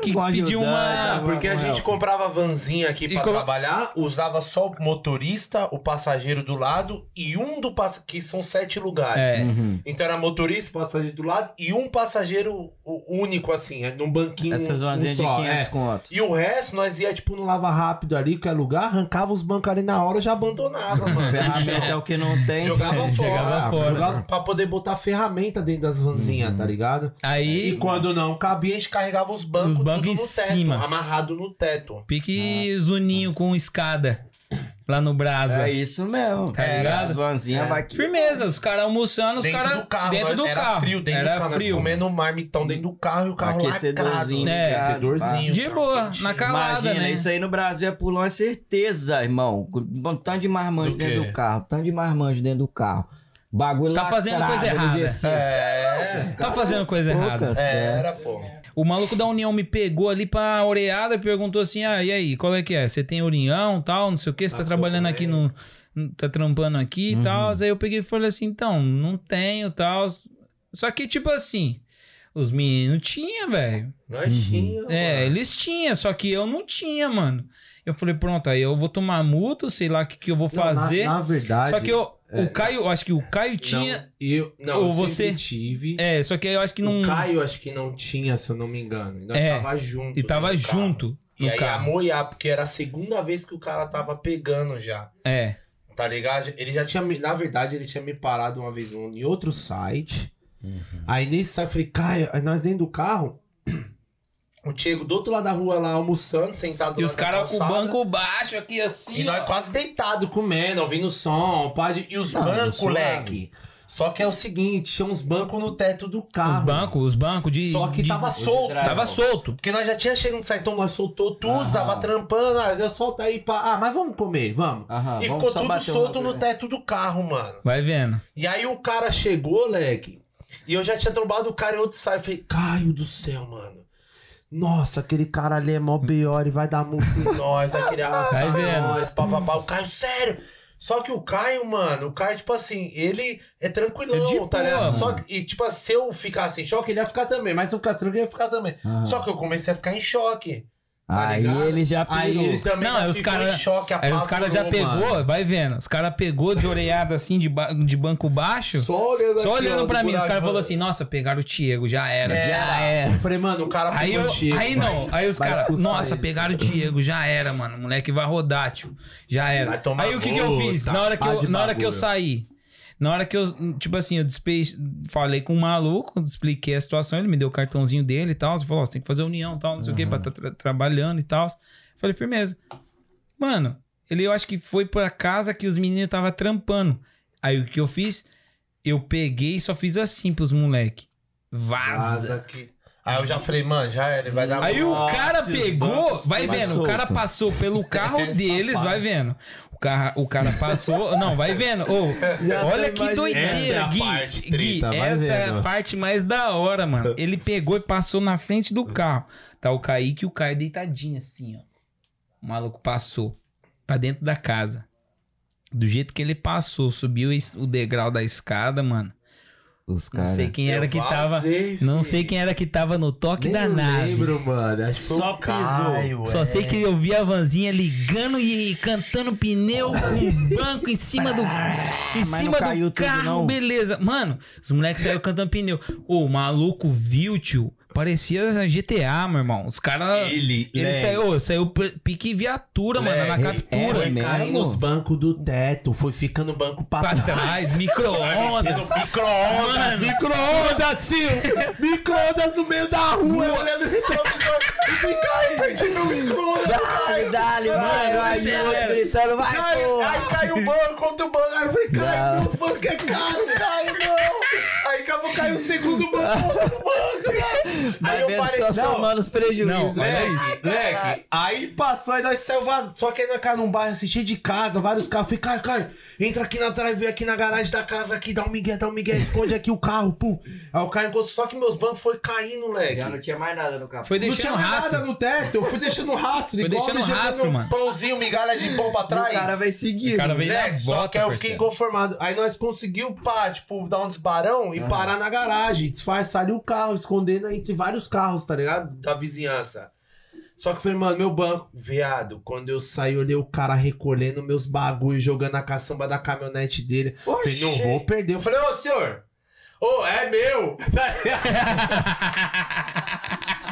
[SPEAKER 3] que
[SPEAKER 1] Uma
[SPEAKER 3] pediu
[SPEAKER 1] ajudante,
[SPEAKER 3] uma.
[SPEAKER 2] Ah, porque a
[SPEAKER 1] Vamos,
[SPEAKER 2] gente
[SPEAKER 1] Elton.
[SPEAKER 2] comprava a vanzinha aqui
[SPEAKER 3] E
[SPEAKER 2] pra
[SPEAKER 3] colo-
[SPEAKER 2] trabalhar, usava só o motorista, o passageiro do lado e um do passageiro, que são sete lugares.
[SPEAKER 3] É.
[SPEAKER 1] Uhum.
[SPEAKER 2] Então era motorista, passageiro do lado e um passageiro o- único, assim, num banquinho.
[SPEAKER 1] Essas
[SPEAKER 2] um
[SPEAKER 1] vazinhas de
[SPEAKER 2] só,
[SPEAKER 1] 500
[SPEAKER 2] é.
[SPEAKER 1] conto.
[SPEAKER 2] E o resto nós ia, tipo, no
[SPEAKER 4] Lava rápido ali, que é lugar, arrancava os bancos ali na hora, já abandonava.
[SPEAKER 2] abandonava, mano.
[SPEAKER 1] Ferramenta é o que não
[SPEAKER 3] <laughs>
[SPEAKER 1] tem.
[SPEAKER 2] Jogava
[SPEAKER 1] sabe?
[SPEAKER 2] fora.
[SPEAKER 3] Jogava fora.
[SPEAKER 2] Jogava
[SPEAKER 4] Pra poder botar ferramenta dentro das vanzinhas, tá ligado?
[SPEAKER 3] Aí.
[SPEAKER 4] E quando não
[SPEAKER 2] cabia, a gente carregava os bancos,
[SPEAKER 3] Os bancos
[SPEAKER 2] tudo
[SPEAKER 3] em
[SPEAKER 2] no teto,
[SPEAKER 3] cima.
[SPEAKER 2] amarrado no teto. Ah.
[SPEAKER 3] Pique Zuninho com escada lá no Brasa.
[SPEAKER 1] É isso mesmo.
[SPEAKER 3] Tá
[SPEAKER 1] Era
[SPEAKER 3] ligado?
[SPEAKER 1] As vanzinhas
[SPEAKER 2] É.
[SPEAKER 1] vai aqui.
[SPEAKER 3] Firmeza, os caras almoçando, os
[SPEAKER 2] dentro
[SPEAKER 3] caras
[SPEAKER 2] do carro,
[SPEAKER 3] dentro
[SPEAKER 2] nós-
[SPEAKER 3] do
[SPEAKER 2] era
[SPEAKER 3] carro.
[SPEAKER 2] frio dentro
[SPEAKER 3] era
[SPEAKER 2] do carro, nós
[SPEAKER 3] frio.
[SPEAKER 2] comendo um marmitão dentro do carro e o carro
[SPEAKER 1] Aquecedorzinho.
[SPEAKER 2] lacrado. né?
[SPEAKER 3] É.
[SPEAKER 2] Aquecedorzinho. tá
[SPEAKER 3] De boa, na calada,
[SPEAKER 1] Imagina,
[SPEAKER 3] né?
[SPEAKER 1] isso aí no Brasil é pulão, é certeza, irmão. Com Um tanto de marmanjo
[SPEAKER 2] Do
[SPEAKER 1] dentro
[SPEAKER 2] quê?
[SPEAKER 1] do carro, tanto de marmanjo dentro do carro. Bagulho
[SPEAKER 3] Tá
[SPEAKER 1] lacrado,
[SPEAKER 3] fazendo coisa errada.
[SPEAKER 1] LG6.
[SPEAKER 2] É,
[SPEAKER 3] Tá fazendo coisa errada.
[SPEAKER 1] Poucas,
[SPEAKER 2] é,
[SPEAKER 1] né?
[SPEAKER 2] era, pô.
[SPEAKER 3] O maluco da União me pegou ali pra oreada e perguntou assim: ah, e aí, qual é que é? Você tem união tal, não sei o que, você tá
[SPEAKER 2] As
[SPEAKER 3] trabalhando aqui no. no- Tá trampando aqui e tal. Aí eu peguei e falei assim: então, não tenho tal. Só que, tipo assim, os meninos tinham, velho.
[SPEAKER 2] Nós tínhamos,
[SPEAKER 3] É,
[SPEAKER 2] mano.
[SPEAKER 3] eles tinham, só que eu não tinha, mano. Eu falei, pronto, aí eu vou tomar multa, sei lá o que, que eu vou
[SPEAKER 4] Não, na-
[SPEAKER 3] fazer.
[SPEAKER 4] Na, verdade.
[SPEAKER 3] só que eu,
[SPEAKER 2] é,
[SPEAKER 3] o Caio, acho que o Caio tinha.
[SPEAKER 4] Não, eu, não,
[SPEAKER 3] Ou
[SPEAKER 4] eu sempre
[SPEAKER 3] você-
[SPEAKER 4] tive.
[SPEAKER 3] É, só que eu acho que não.
[SPEAKER 4] O Caio, acho que não tinha, se eu não me engano. E nós
[SPEAKER 3] É.
[SPEAKER 4] tava junto. né,
[SPEAKER 3] e tava
[SPEAKER 2] no carro.
[SPEAKER 3] junto
[SPEAKER 2] E
[SPEAKER 3] no
[SPEAKER 2] aí a
[SPEAKER 3] carro.
[SPEAKER 2] moiar, porque era a segunda vez que o cara tava pegando já.
[SPEAKER 3] É.
[SPEAKER 2] Tá ligado? Ele já
[SPEAKER 4] Ele tinha me- na verdade, ele tinha me parado uma vez em outro site.
[SPEAKER 3] Uhum.
[SPEAKER 4] Aí nesse site eu falei, Caio, aí nós dentro do carro, <clears throat>
[SPEAKER 2] O Diego do outro lado da rua lá almoçando, sentado
[SPEAKER 3] E
[SPEAKER 2] lá
[SPEAKER 3] os
[SPEAKER 2] na
[SPEAKER 3] caras com o
[SPEAKER 2] calçada,
[SPEAKER 3] banco baixo aqui
[SPEAKER 2] E
[SPEAKER 3] assim. ó.
[SPEAKER 2] nós quase
[SPEAKER 4] deitado, comendo, ouvindo som, pá, de- e os
[SPEAKER 1] Não,
[SPEAKER 4] bancos,
[SPEAKER 1] suave.
[SPEAKER 4] leque. Só que é o seguinte, tinha uns bancos no teto do carro.
[SPEAKER 3] Os bancos, os bancos de.
[SPEAKER 4] Só que
[SPEAKER 3] de-
[SPEAKER 4] tava solto.
[SPEAKER 1] trás.
[SPEAKER 3] Tava solto.
[SPEAKER 2] Porque nós já tinha
[SPEAKER 4] um
[SPEAKER 2] chegado no sertão, nós soltou tudo,
[SPEAKER 1] Aham.
[SPEAKER 2] tava trampando, ah, eu solta aí pra.
[SPEAKER 4] Ah, mas vamos comer, vamos.
[SPEAKER 1] Aham,
[SPEAKER 2] e
[SPEAKER 1] vamos
[SPEAKER 2] ficou
[SPEAKER 1] só
[SPEAKER 2] tudo
[SPEAKER 1] bater um
[SPEAKER 2] solto
[SPEAKER 1] bagulho.
[SPEAKER 2] no teto do carro, mano.
[SPEAKER 3] Vai vendo.
[SPEAKER 2] E aí o cara chegou, leque, e eu já tinha trombado o cara em outro site. Eu falei, Caio do céu, mano.
[SPEAKER 4] Nossa, aquele cara ali é mó pior e vai dar multa em nós.
[SPEAKER 2] Nós, vai querer
[SPEAKER 3] Sai
[SPEAKER 2] arrastar
[SPEAKER 3] vendo.
[SPEAKER 2] nós, papapá. O Caio, sério. Só que o Caio, mano, o Caio, tipo assim, ele é tranquilão,
[SPEAKER 3] É de
[SPEAKER 2] tá ligado?
[SPEAKER 3] boa,
[SPEAKER 2] Só que- e, tipo, se eu ficasse em choque, ele ia ficar também. Mas se eu ficasse tranquilo, ele ia ficar também.
[SPEAKER 1] Aham.
[SPEAKER 2] Só que eu comecei a ficar em choque. tá
[SPEAKER 1] Aí
[SPEAKER 2] ligado?
[SPEAKER 1] ele já
[SPEAKER 2] Aí
[SPEAKER 1] pirou.
[SPEAKER 2] ele também
[SPEAKER 3] Não,
[SPEAKER 2] já
[SPEAKER 3] aí os
[SPEAKER 2] ficou
[SPEAKER 3] cara-
[SPEAKER 2] em choque,
[SPEAKER 3] Aí os caras já
[SPEAKER 2] apavorou, mano.
[SPEAKER 3] pegou, vai vendo. Os caras pegou de oreada assim, de, ba- de banco baixo. Só,
[SPEAKER 2] Só olhando, aqui, ó,
[SPEAKER 3] olhando
[SPEAKER 2] do
[SPEAKER 3] pra mim, os
[SPEAKER 2] buraco,
[SPEAKER 3] caras
[SPEAKER 2] mano. É.
[SPEAKER 3] falaram assim: nossa, pegaram o Diego, já era.
[SPEAKER 2] Já
[SPEAKER 4] Eu falei, mano, o cara
[SPEAKER 3] Aí,
[SPEAKER 4] pegou
[SPEAKER 3] eu,
[SPEAKER 4] o Diego,
[SPEAKER 3] aí
[SPEAKER 4] vai-
[SPEAKER 3] não, aí os
[SPEAKER 4] vai
[SPEAKER 3] caras,
[SPEAKER 4] expulsar
[SPEAKER 3] nossa,
[SPEAKER 4] ele.
[SPEAKER 3] pegaram o Diego, já era, mano. O moleque vai rodar, tio. Já
[SPEAKER 2] Vai
[SPEAKER 3] era.
[SPEAKER 2] tomar
[SPEAKER 3] Aí o que, que eu
[SPEAKER 2] gol,
[SPEAKER 3] fiz?
[SPEAKER 2] tá?
[SPEAKER 3] Na hora que
[SPEAKER 4] Pá de
[SPEAKER 3] eu, na hora que
[SPEAKER 4] bagulho.
[SPEAKER 3] eu saí, na hora que eu, tipo assim, eu despei, falei com o maluco, expliquei a situação, ele me deu o cartãozinho dele e tal. Você falou, ó, você tem que fazer união e tal, não sei o que, pra tá tra- trabalhando e tal. Falei, firmeza. Mano, ele eu acho que foi pra casa que os meninos tava trampando. Aí o que eu fiz? Eu peguei e só fiz assim pros moleque. Vaza.
[SPEAKER 2] Vaza aqui. Aí eu já falei, mano, já era, ele vai dar
[SPEAKER 3] Aí
[SPEAKER 2] gol.
[SPEAKER 3] o cara
[SPEAKER 1] os
[SPEAKER 3] pegou,
[SPEAKER 1] bancos
[SPEAKER 3] vai
[SPEAKER 1] mais
[SPEAKER 3] vendo, o
[SPEAKER 1] solto.
[SPEAKER 3] cara passou pelo carro deles, vai vendo. O cara, o cara passou, <laughs> não, vai vendo. Ô,
[SPEAKER 1] Já tô
[SPEAKER 3] olha que
[SPEAKER 1] imaginando.
[SPEAKER 2] Essa é
[SPEAKER 3] doideira,
[SPEAKER 2] a
[SPEAKER 3] Gui.
[SPEAKER 2] parte
[SPEAKER 3] Gui,
[SPEAKER 2] treta,
[SPEAKER 4] vai
[SPEAKER 3] essa é a
[SPEAKER 4] vendo.
[SPEAKER 3] parte mais da hora, mano. Ele pegou e passou na frente do carro. Tá o Kaique e o Caio deitadinho assim, ó. O maluco passou pra dentro da casa. Do jeito que ele passou, subiu es- o degrau da escada, mano.
[SPEAKER 1] Os
[SPEAKER 3] Não
[SPEAKER 1] caras.
[SPEAKER 3] sei quem era
[SPEAKER 2] Eu assim.
[SPEAKER 3] que tava,
[SPEAKER 2] vazei,
[SPEAKER 3] não
[SPEAKER 2] filho.
[SPEAKER 3] sei quem era que tava no toque
[SPEAKER 4] Nem
[SPEAKER 3] da
[SPEAKER 4] eu
[SPEAKER 3] nave.
[SPEAKER 4] lembro, mano. Acho que foi
[SPEAKER 1] Só
[SPEAKER 4] o Caio,
[SPEAKER 2] Caio,
[SPEAKER 3] Só
[SPEAKER 2] é.
[SPEAKER 3] sei que eu vi a vanzinha ligando e cantando pneu com o banco em cima do em
[SPEAKER 1] Mas não
[SPEAKER 3] cima
[SPEAKER 1] caiu
[SPEAKER 3] do
[SPEAKER 1] tudo,
[SPEAKER 3] carro,
[SPEAKER 1] não.
[SPEAKER 3] beleza. Mano, os moleques saíram cantando pneu. Ô, O maluco viu, tio. Parecia GTA, meu irmão. Os caras.
[SPEAKER 2] Ele,
[SPEAKER 3] Ele
[SPEAKER 4] é,
[SPEAKER 2] Leg.
[SPEAKER 3] saiu, saiu p- pique viatura, mano, na
[SPEAKER 2] Leg.
[SPEAKER 3] captura.
[SPEAKER 1] É,
[SPEAKER 4] Foi
[SPEAKER 1] mesmo?
[SPEAKER 4] caindo nos bancos do teto, foi ficando banco
[SPEAKER 3] pra
[SPEAKER 4] pra, <laughs> trás. é
[SPEAKER 3] trás, micro-ondas.
[SPEAKER 1] é
[SPEAKER 2] Micro-ondas,
[SPEAKER 4] Micro-ondas, tio! Micro-ondas no meio da rua!
[SPEAKER 2] olhando o retrovisor e fica aí, perdi meu micro-ondas.
[SPEAKER 1] Dale, dale, mano. Aí eu
[SPEAKER 3] acelera.
[SPEAKER 1] gritando, vai,
[SPEAKER 2] Cai,
[SPEAKER 1] porra.
[SPEAKER 2] aí cai o banco, outro banco. Aí eu falei, cai,
[SPEAKER 1] Não.
[SPEAKER 2] meus bancos é caro, cai, não. Aí acabou caiu o segundo banco, outro banco. né? Aí
[SPEAKER 1] Vai
[SPEAKER 2] eu
[SPEAKER 1] vendo
[SPEAKER 2] parei,
[SPEAKER 1] só
[SPEAKER 2] não,
[SPEAKER 1] somando os prejuízos. né?"
[SPEAKER 3] Não, mas é isso.
[SPEAKER 2] Caralho.
[SPEAKER 4] Leque,
[SPEAKER 2] Aí passou, aí nós saímos vazados. Só que aí nós caímos num bairro assim, cheio de casa, vários carros. Falei, cai, cai, entra aqui na drive, aqui na garagem da casa, aqui, dá um migué, dá um migué, esconde aqui o carro, pum. Aí o cara encostou, só que meus bancos foi caindo, leque.
[SPEAKER 1] Já não tinha mais nada no carro.
[SPEAKER 3] Foi
[SPEAKER 2] Não tinha
[SPEAKER 3] deixando
[SPEAKER 2] mais
[SPEAKER 3] rastro.
[SPEAKER 2] nada no teto, eu fui deixando rastro.
[SPEAKER 3] Foi
[SPEAKER 2] igual
[SPEAKER 3] deixando
[SPEAKER 2] deixando
[SPEAKER 3] rastro, mano.
[SPEAKER 2] Pãozinho, migalha de pão pra trás.
[SPEAKER 1] O cara vai seguir.
[SPEAKER 3] O cara veio na
[SPEAKER 2] Né? Só
[SPEAKER 3] bota,
[SPEAKER 2] que aí eu fiquei
[SPEAKER 3] parceiro.
[SPEAKER 2] inconformado. Aí nós conseguiu, pá, tipo, dar um desbarão e parar na garagem, disfarçar ali o carro, escondendo entre vários carros, tá ligado? Da vizinhança. Só que eu falei, mano, meu banco, viado, quando eu saí, eu olhei o cara recolhendo meus bagulhos, jogando a caçamba da caminhonete dele. Eu Falei, não vou perder. Eu falei, ô senhor, ô, é meu. <laughs>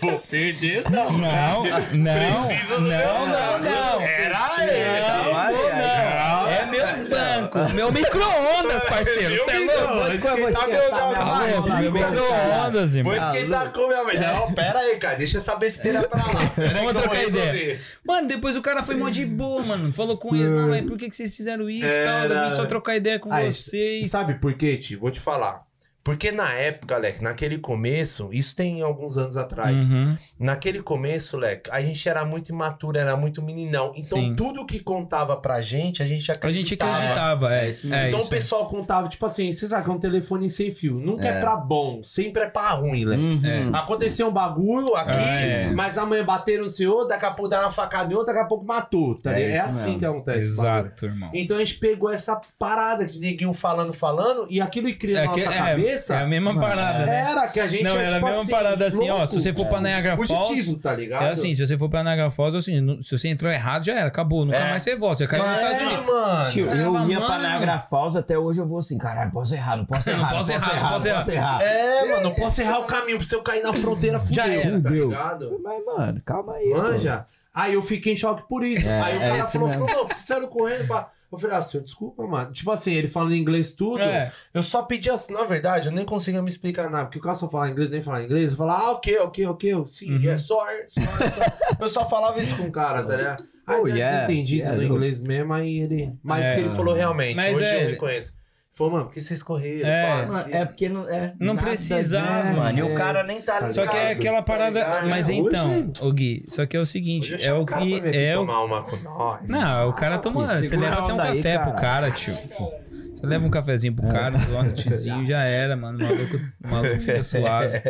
[SPEAKER 2] vou perder, não.
[SPEAKER 3] Não, não.
[SPEAKER 2] Precisa do
[SPEAKER 3] não,
[SPEAKER 2] seu
[SPEAKER 3] não,
[SPEAKER 2] nome.
[SPEAKER 3] não.
[SPEAKER 2] Era ele.
[SPEAKER 3] Não,
[SPEAKER 1] Ai,
[SPEAKER 3] vou
[SPEAKER 1] ai,
[SPEAKER 3] não. É meus bancos. Meu micro-ondas, parceiro. Você é louco?
[SPEAKER 1] Quando
[SPEAKER 2] Esquentar
[SPEAKER 1] eu vou esquentar
[SPEAKER 2] meu Deus,
[SPEAKER 1] minha
[SPEAKER 3] Tá
[SPEAKER 2] vai,
[SPEAKER 3] louco?
[SPEAKER 1] mão,
[SPEAKER 3] Meu
[SPEAKER 1] vai, vai.
[SPEAKER 3] micro-ondas, irmão.
[SPEAKER 2] Vou esquentar com minha mãe. Não, pera aí, cara. Deixa essa besteira pra lá. <laughs> Pera aí que
[SPEAKER 3] Vamos
[SPEAKER 2] eu vou
[SPEAKER 3] trocar
[SPEAKER 2] resolver.
[SPEAKER 3] ideia. Mano, depois o cara foi mó de boa, mano. Falou com eles, não, velho, por que, que vocês fizeram isso e tal? Eu
[SPEAKER 2] Era-
[SPEAKER 3] vim só trocar ideia com
[SPEAKER 2] Ah, isso- E
[SPEAKER 3] vocês.
[SPEAKER 2] sabe por quê, Ti? Vou te falar. Porque na época, Leque, naquele começo, isso tem alguns anos atrás.
[SPEAKER 3] Uhum.
[SPEAKER 2] Naquele começo, Leque, a gente era muito imaturo, era muito meninão. Então,
[SPEAKER 3] Sim.
[SPEAKER 2] tudo que contava pra gente, a gente
[SPEAKER 3] A
[SPEAKER 2] acreditava.
[SPEAKER 3] gente acreditava, é.
[SPEAKER 1] É isso mesmo.
[SPEAKER 3] é
[SPEAKER 2] então
[SPEAKER 3] isso,
[SPEAKER 2] o pessoal contava, tipo assim, você sabe que é um telefone sem fio. Nunca é,
[SPEAKER 1] É.
[SPEAKER 2] pra bom, sempre é pra ruim, Leque.
[SPEAKER 1] Uhum.
[SPEAKER 2] Aconteceu um bagulho aqui,
[SPEAKER 3] É.
[SPEAKER 2] mas amanhã bateram no senhor, daqui a pouco deram uma facada em outro, daqui a pouco matou. Tá
[SPEAKER 1] É
[SPEAKER 2] ligado? é
[SPEAKER 1] isso
[SPEAKER 2] assim
[SPEAKER 1] mesmo.
[SPEAKER 2] que acontece. esse bagulho.
[SPEAKER 3] Exato, irmão.
[SPEAKER 2] Então a gente pegou essa parada de neguinho falando, falando, e aquilo que cria na
[SPEAKER 3] que-
[SPEAKER 2] nossa
[SPEAKER 3] é a
[SPEAKER 2] cabeça
[SPEAKER 3] mesma
[SPEAKER 1] Mano,
[SPEAKER 3] parada, né?
[SPEAKER 2] era que a gente
[SPEAKER 3] Não,
[SPEAKER 2] é,
[SPEAKER 3] era
[SPEAKER 2] tipo
[SPEAKER 3] a mesma
[SPEAKER 2] assim,
[SPEAKER 3] parada assim, ó.
[SPEAKER 2] louco,
[SPEAKER 3] Se você for pra Niagara Falls.
[SPEAKER 2] Fugitivo, tá ligado?
[SPEAKER 3] É assim, se você for pra Niagara Falls, assim, no- se você entrou errado, já era, acabou. Nunca
[SPEAKER 1] É.
[SPEAKER 3] mais você volta. Você caiu nos Estados
[SPEAKER 2] É,
[SPEAKER 3] Unidos.
[SPEAKER 2] mano.
[SPEAKER 1] Tio, eu
[SPEAKER 3] Caramba,
[SPEAKER 1] ia pra
[SPEAKER 3] mano.
[SPEAKER 1] Niagara Falls, até hoje eu vou assim, caralho, posso errar, não posso
[SPEAKER 3] Não
[SPEAKER 1] errar, não posso errar, não posso errar.
[SPEAKER 2] É, mano, não posso errar o caminho, porque se eu cair na fronteira, fudeu,
[SPEAKER 3] Já é. era.
[SPEAKER 2] tá
[SPEAKER 1] Fudeu.
[SPEAKER 2] ligado?
[SPEAKER 1] Mas, mano, calma aí. mano.
[SPEAKER 2] Manja. Aí eu fiquei em choque por isso.
[SPEAKER 1] É,
[SPEAKER 2] aí o
[SPEAKER 1] é
[SPEAKER 2] cara
[SPEAKER 1] isso
[SPEAKER 2] falou,
[SPEAKER 1] mesmo.
[SPEAKER 2] falou, não, vocês saíram correndo pra... Eu falei, ah, senhor, desculpa, mano. Tipo assim, ele falando inglês tudo.
[SPEAKER 3] É.
[SPEAKER 2] Eu só pedi assim, na verdade, eu nem conseguia me explicar nada, porque o cara só falava inglês, nem falava inglês, eu falava, ah, ok, ok, ok, sim,
[SPEAKER 3] Uhum.
[SPEAKER 2] yeah, sorry, sorry, sorry. Eu só falava isso com o cara, tá
[SPEAKER 3] <laughs>
[SPEAKER 2] ligado? Aí
[SPEAKER 1] Oh,
[SPEAKER 2] eu
[SPEAKER 1] yeah,
[SPEAKER 2] desentendido
[SPEAKER 1] yeah,
[SPEAKER 2] no
[SPEAKER 1] dude.
[SPEAKER 2] inglês mesmo, aí ele. Mas o
[SPEAKER 3] É.
[SPEAKER 2] que ele falou realmente,
[SPEAKER 3] Mas
[SPEAKER 2] hoje
[SPEAKER 3] é-
[SPEAKER 2] eu reconheço. Ele Falou, mano, por que vocês correram?
[SPEAKER 3] É.
[SPEAKER 2] pá,
[SPEAKER 1] Mano,
[SPEAKER 2] assim?
[SPEAKER 1] É porque não. É,
[SPEAKER 3] Não
[SPEAKER 1] nada
[SPEAKER 3] precisava,
[SPEAKER 1] disso, mano. E
[SPEAKER 2] é.
[SPEAKER 1] o cara nem tá ligado.
[SPEAKER 3] Só que é aquela parada.
[SPEAKER 2] ligado?
[SPEAKER 3] Mas
[SPEAKER 2] É,
[SPEAKER 3] então, ô Gui, só que é o seguinte:
[SPEAKER 2] Hoje eu
[SPEAKER 3] é
[SPEAKER 2] chamo
[SPEAKER 3] o
[SPEAKER 2] cara pra
[SPEAKER 3] que.
[SPEAKER 2] vir aqui
[SPEAKER 3] É o...
[SPEAKER 2] tomar um uma com nós.
[SPEAKER 3] Não, o cara toma.
[SPEAKER 1] Segura
[SPEAKER 3] Você leva
[SPEAKER 1] a
[SPEAKER 3] até um
[SPEAKER 1] onda aí,
[SPEAKER 3] café pro
[SPEAKER 1] cara.
[SPEAKER 3] cara, tio. Você leva um cafezinho pro cara, dá um tizinho, já era, mano. O maluco, o
[SPEAKER 2] <laughs>
[SPEAKER 3] maluco fica suave.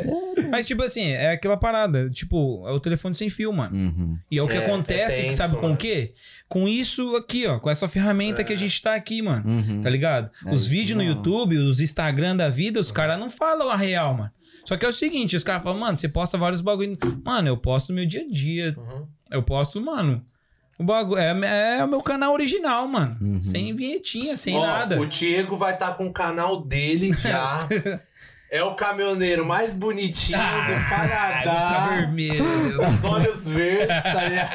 [SPEAKER 3] Mas, tipo assim, é aquela parada. Tipo, é o telefone sem fio, mano.
[SPEAKER 1] Uhum.
[SPEAKER 3] E é o que
[SPEAKER 2] É,
[SPEAKER 3] acontece,
[SPEAKER 2] é tenso,
[SPEAKER 3] sabe com
[SPEAKER 2] mano. É.
[SPEAKER 3] o quê? Com isso aqui, ó. Com essa ferramenta que a gente tá aqui, mano.
[SPEAKER 1] Uhum.
[SPEAKER 3] Tá ligado?
[SPEAKER 1] É
[SPEAKER 3] os
[SPEAKER 1] isso
[SPEAKER 3] vídeos no
[SPEAKER 1] mesmo.
[SPEAKER 3] YouTube, os Instagram da vida, os caras não falam a real, mano. Só que é o seguinte, os caras falam, mano, você posta vários bagulho. Mano, eu posto meu dia a dia.
[SPEAKER 2] Uhum.
[SPEAKER 3] Eu posto, mano. O bagulho. É, é o meu canal original, mano.
[SPEAKER 1] Uhum.
[SPEAKER 3] Sem vinhetinha, sem
[SPEAKER 2] Ó,
[SPEAKER 3] nada.
[SPEAKER 2] O Diego vai estar com o canal dele
[SPEAKER 1] <laughs>
[SPEAKER 2] já. é o caminhoneiro mais bonitinho
[SPEAKER 1] Ah,
[SPEAKER 2] do
[SPEAKER 3] Ai,
[SPEAKER 2] Canadá.
[SPEAKER 3] tá vermelho.
[SPEAKER 1] <laughs>
[SPEAKER 2] Os olhos verdes, tá ligado?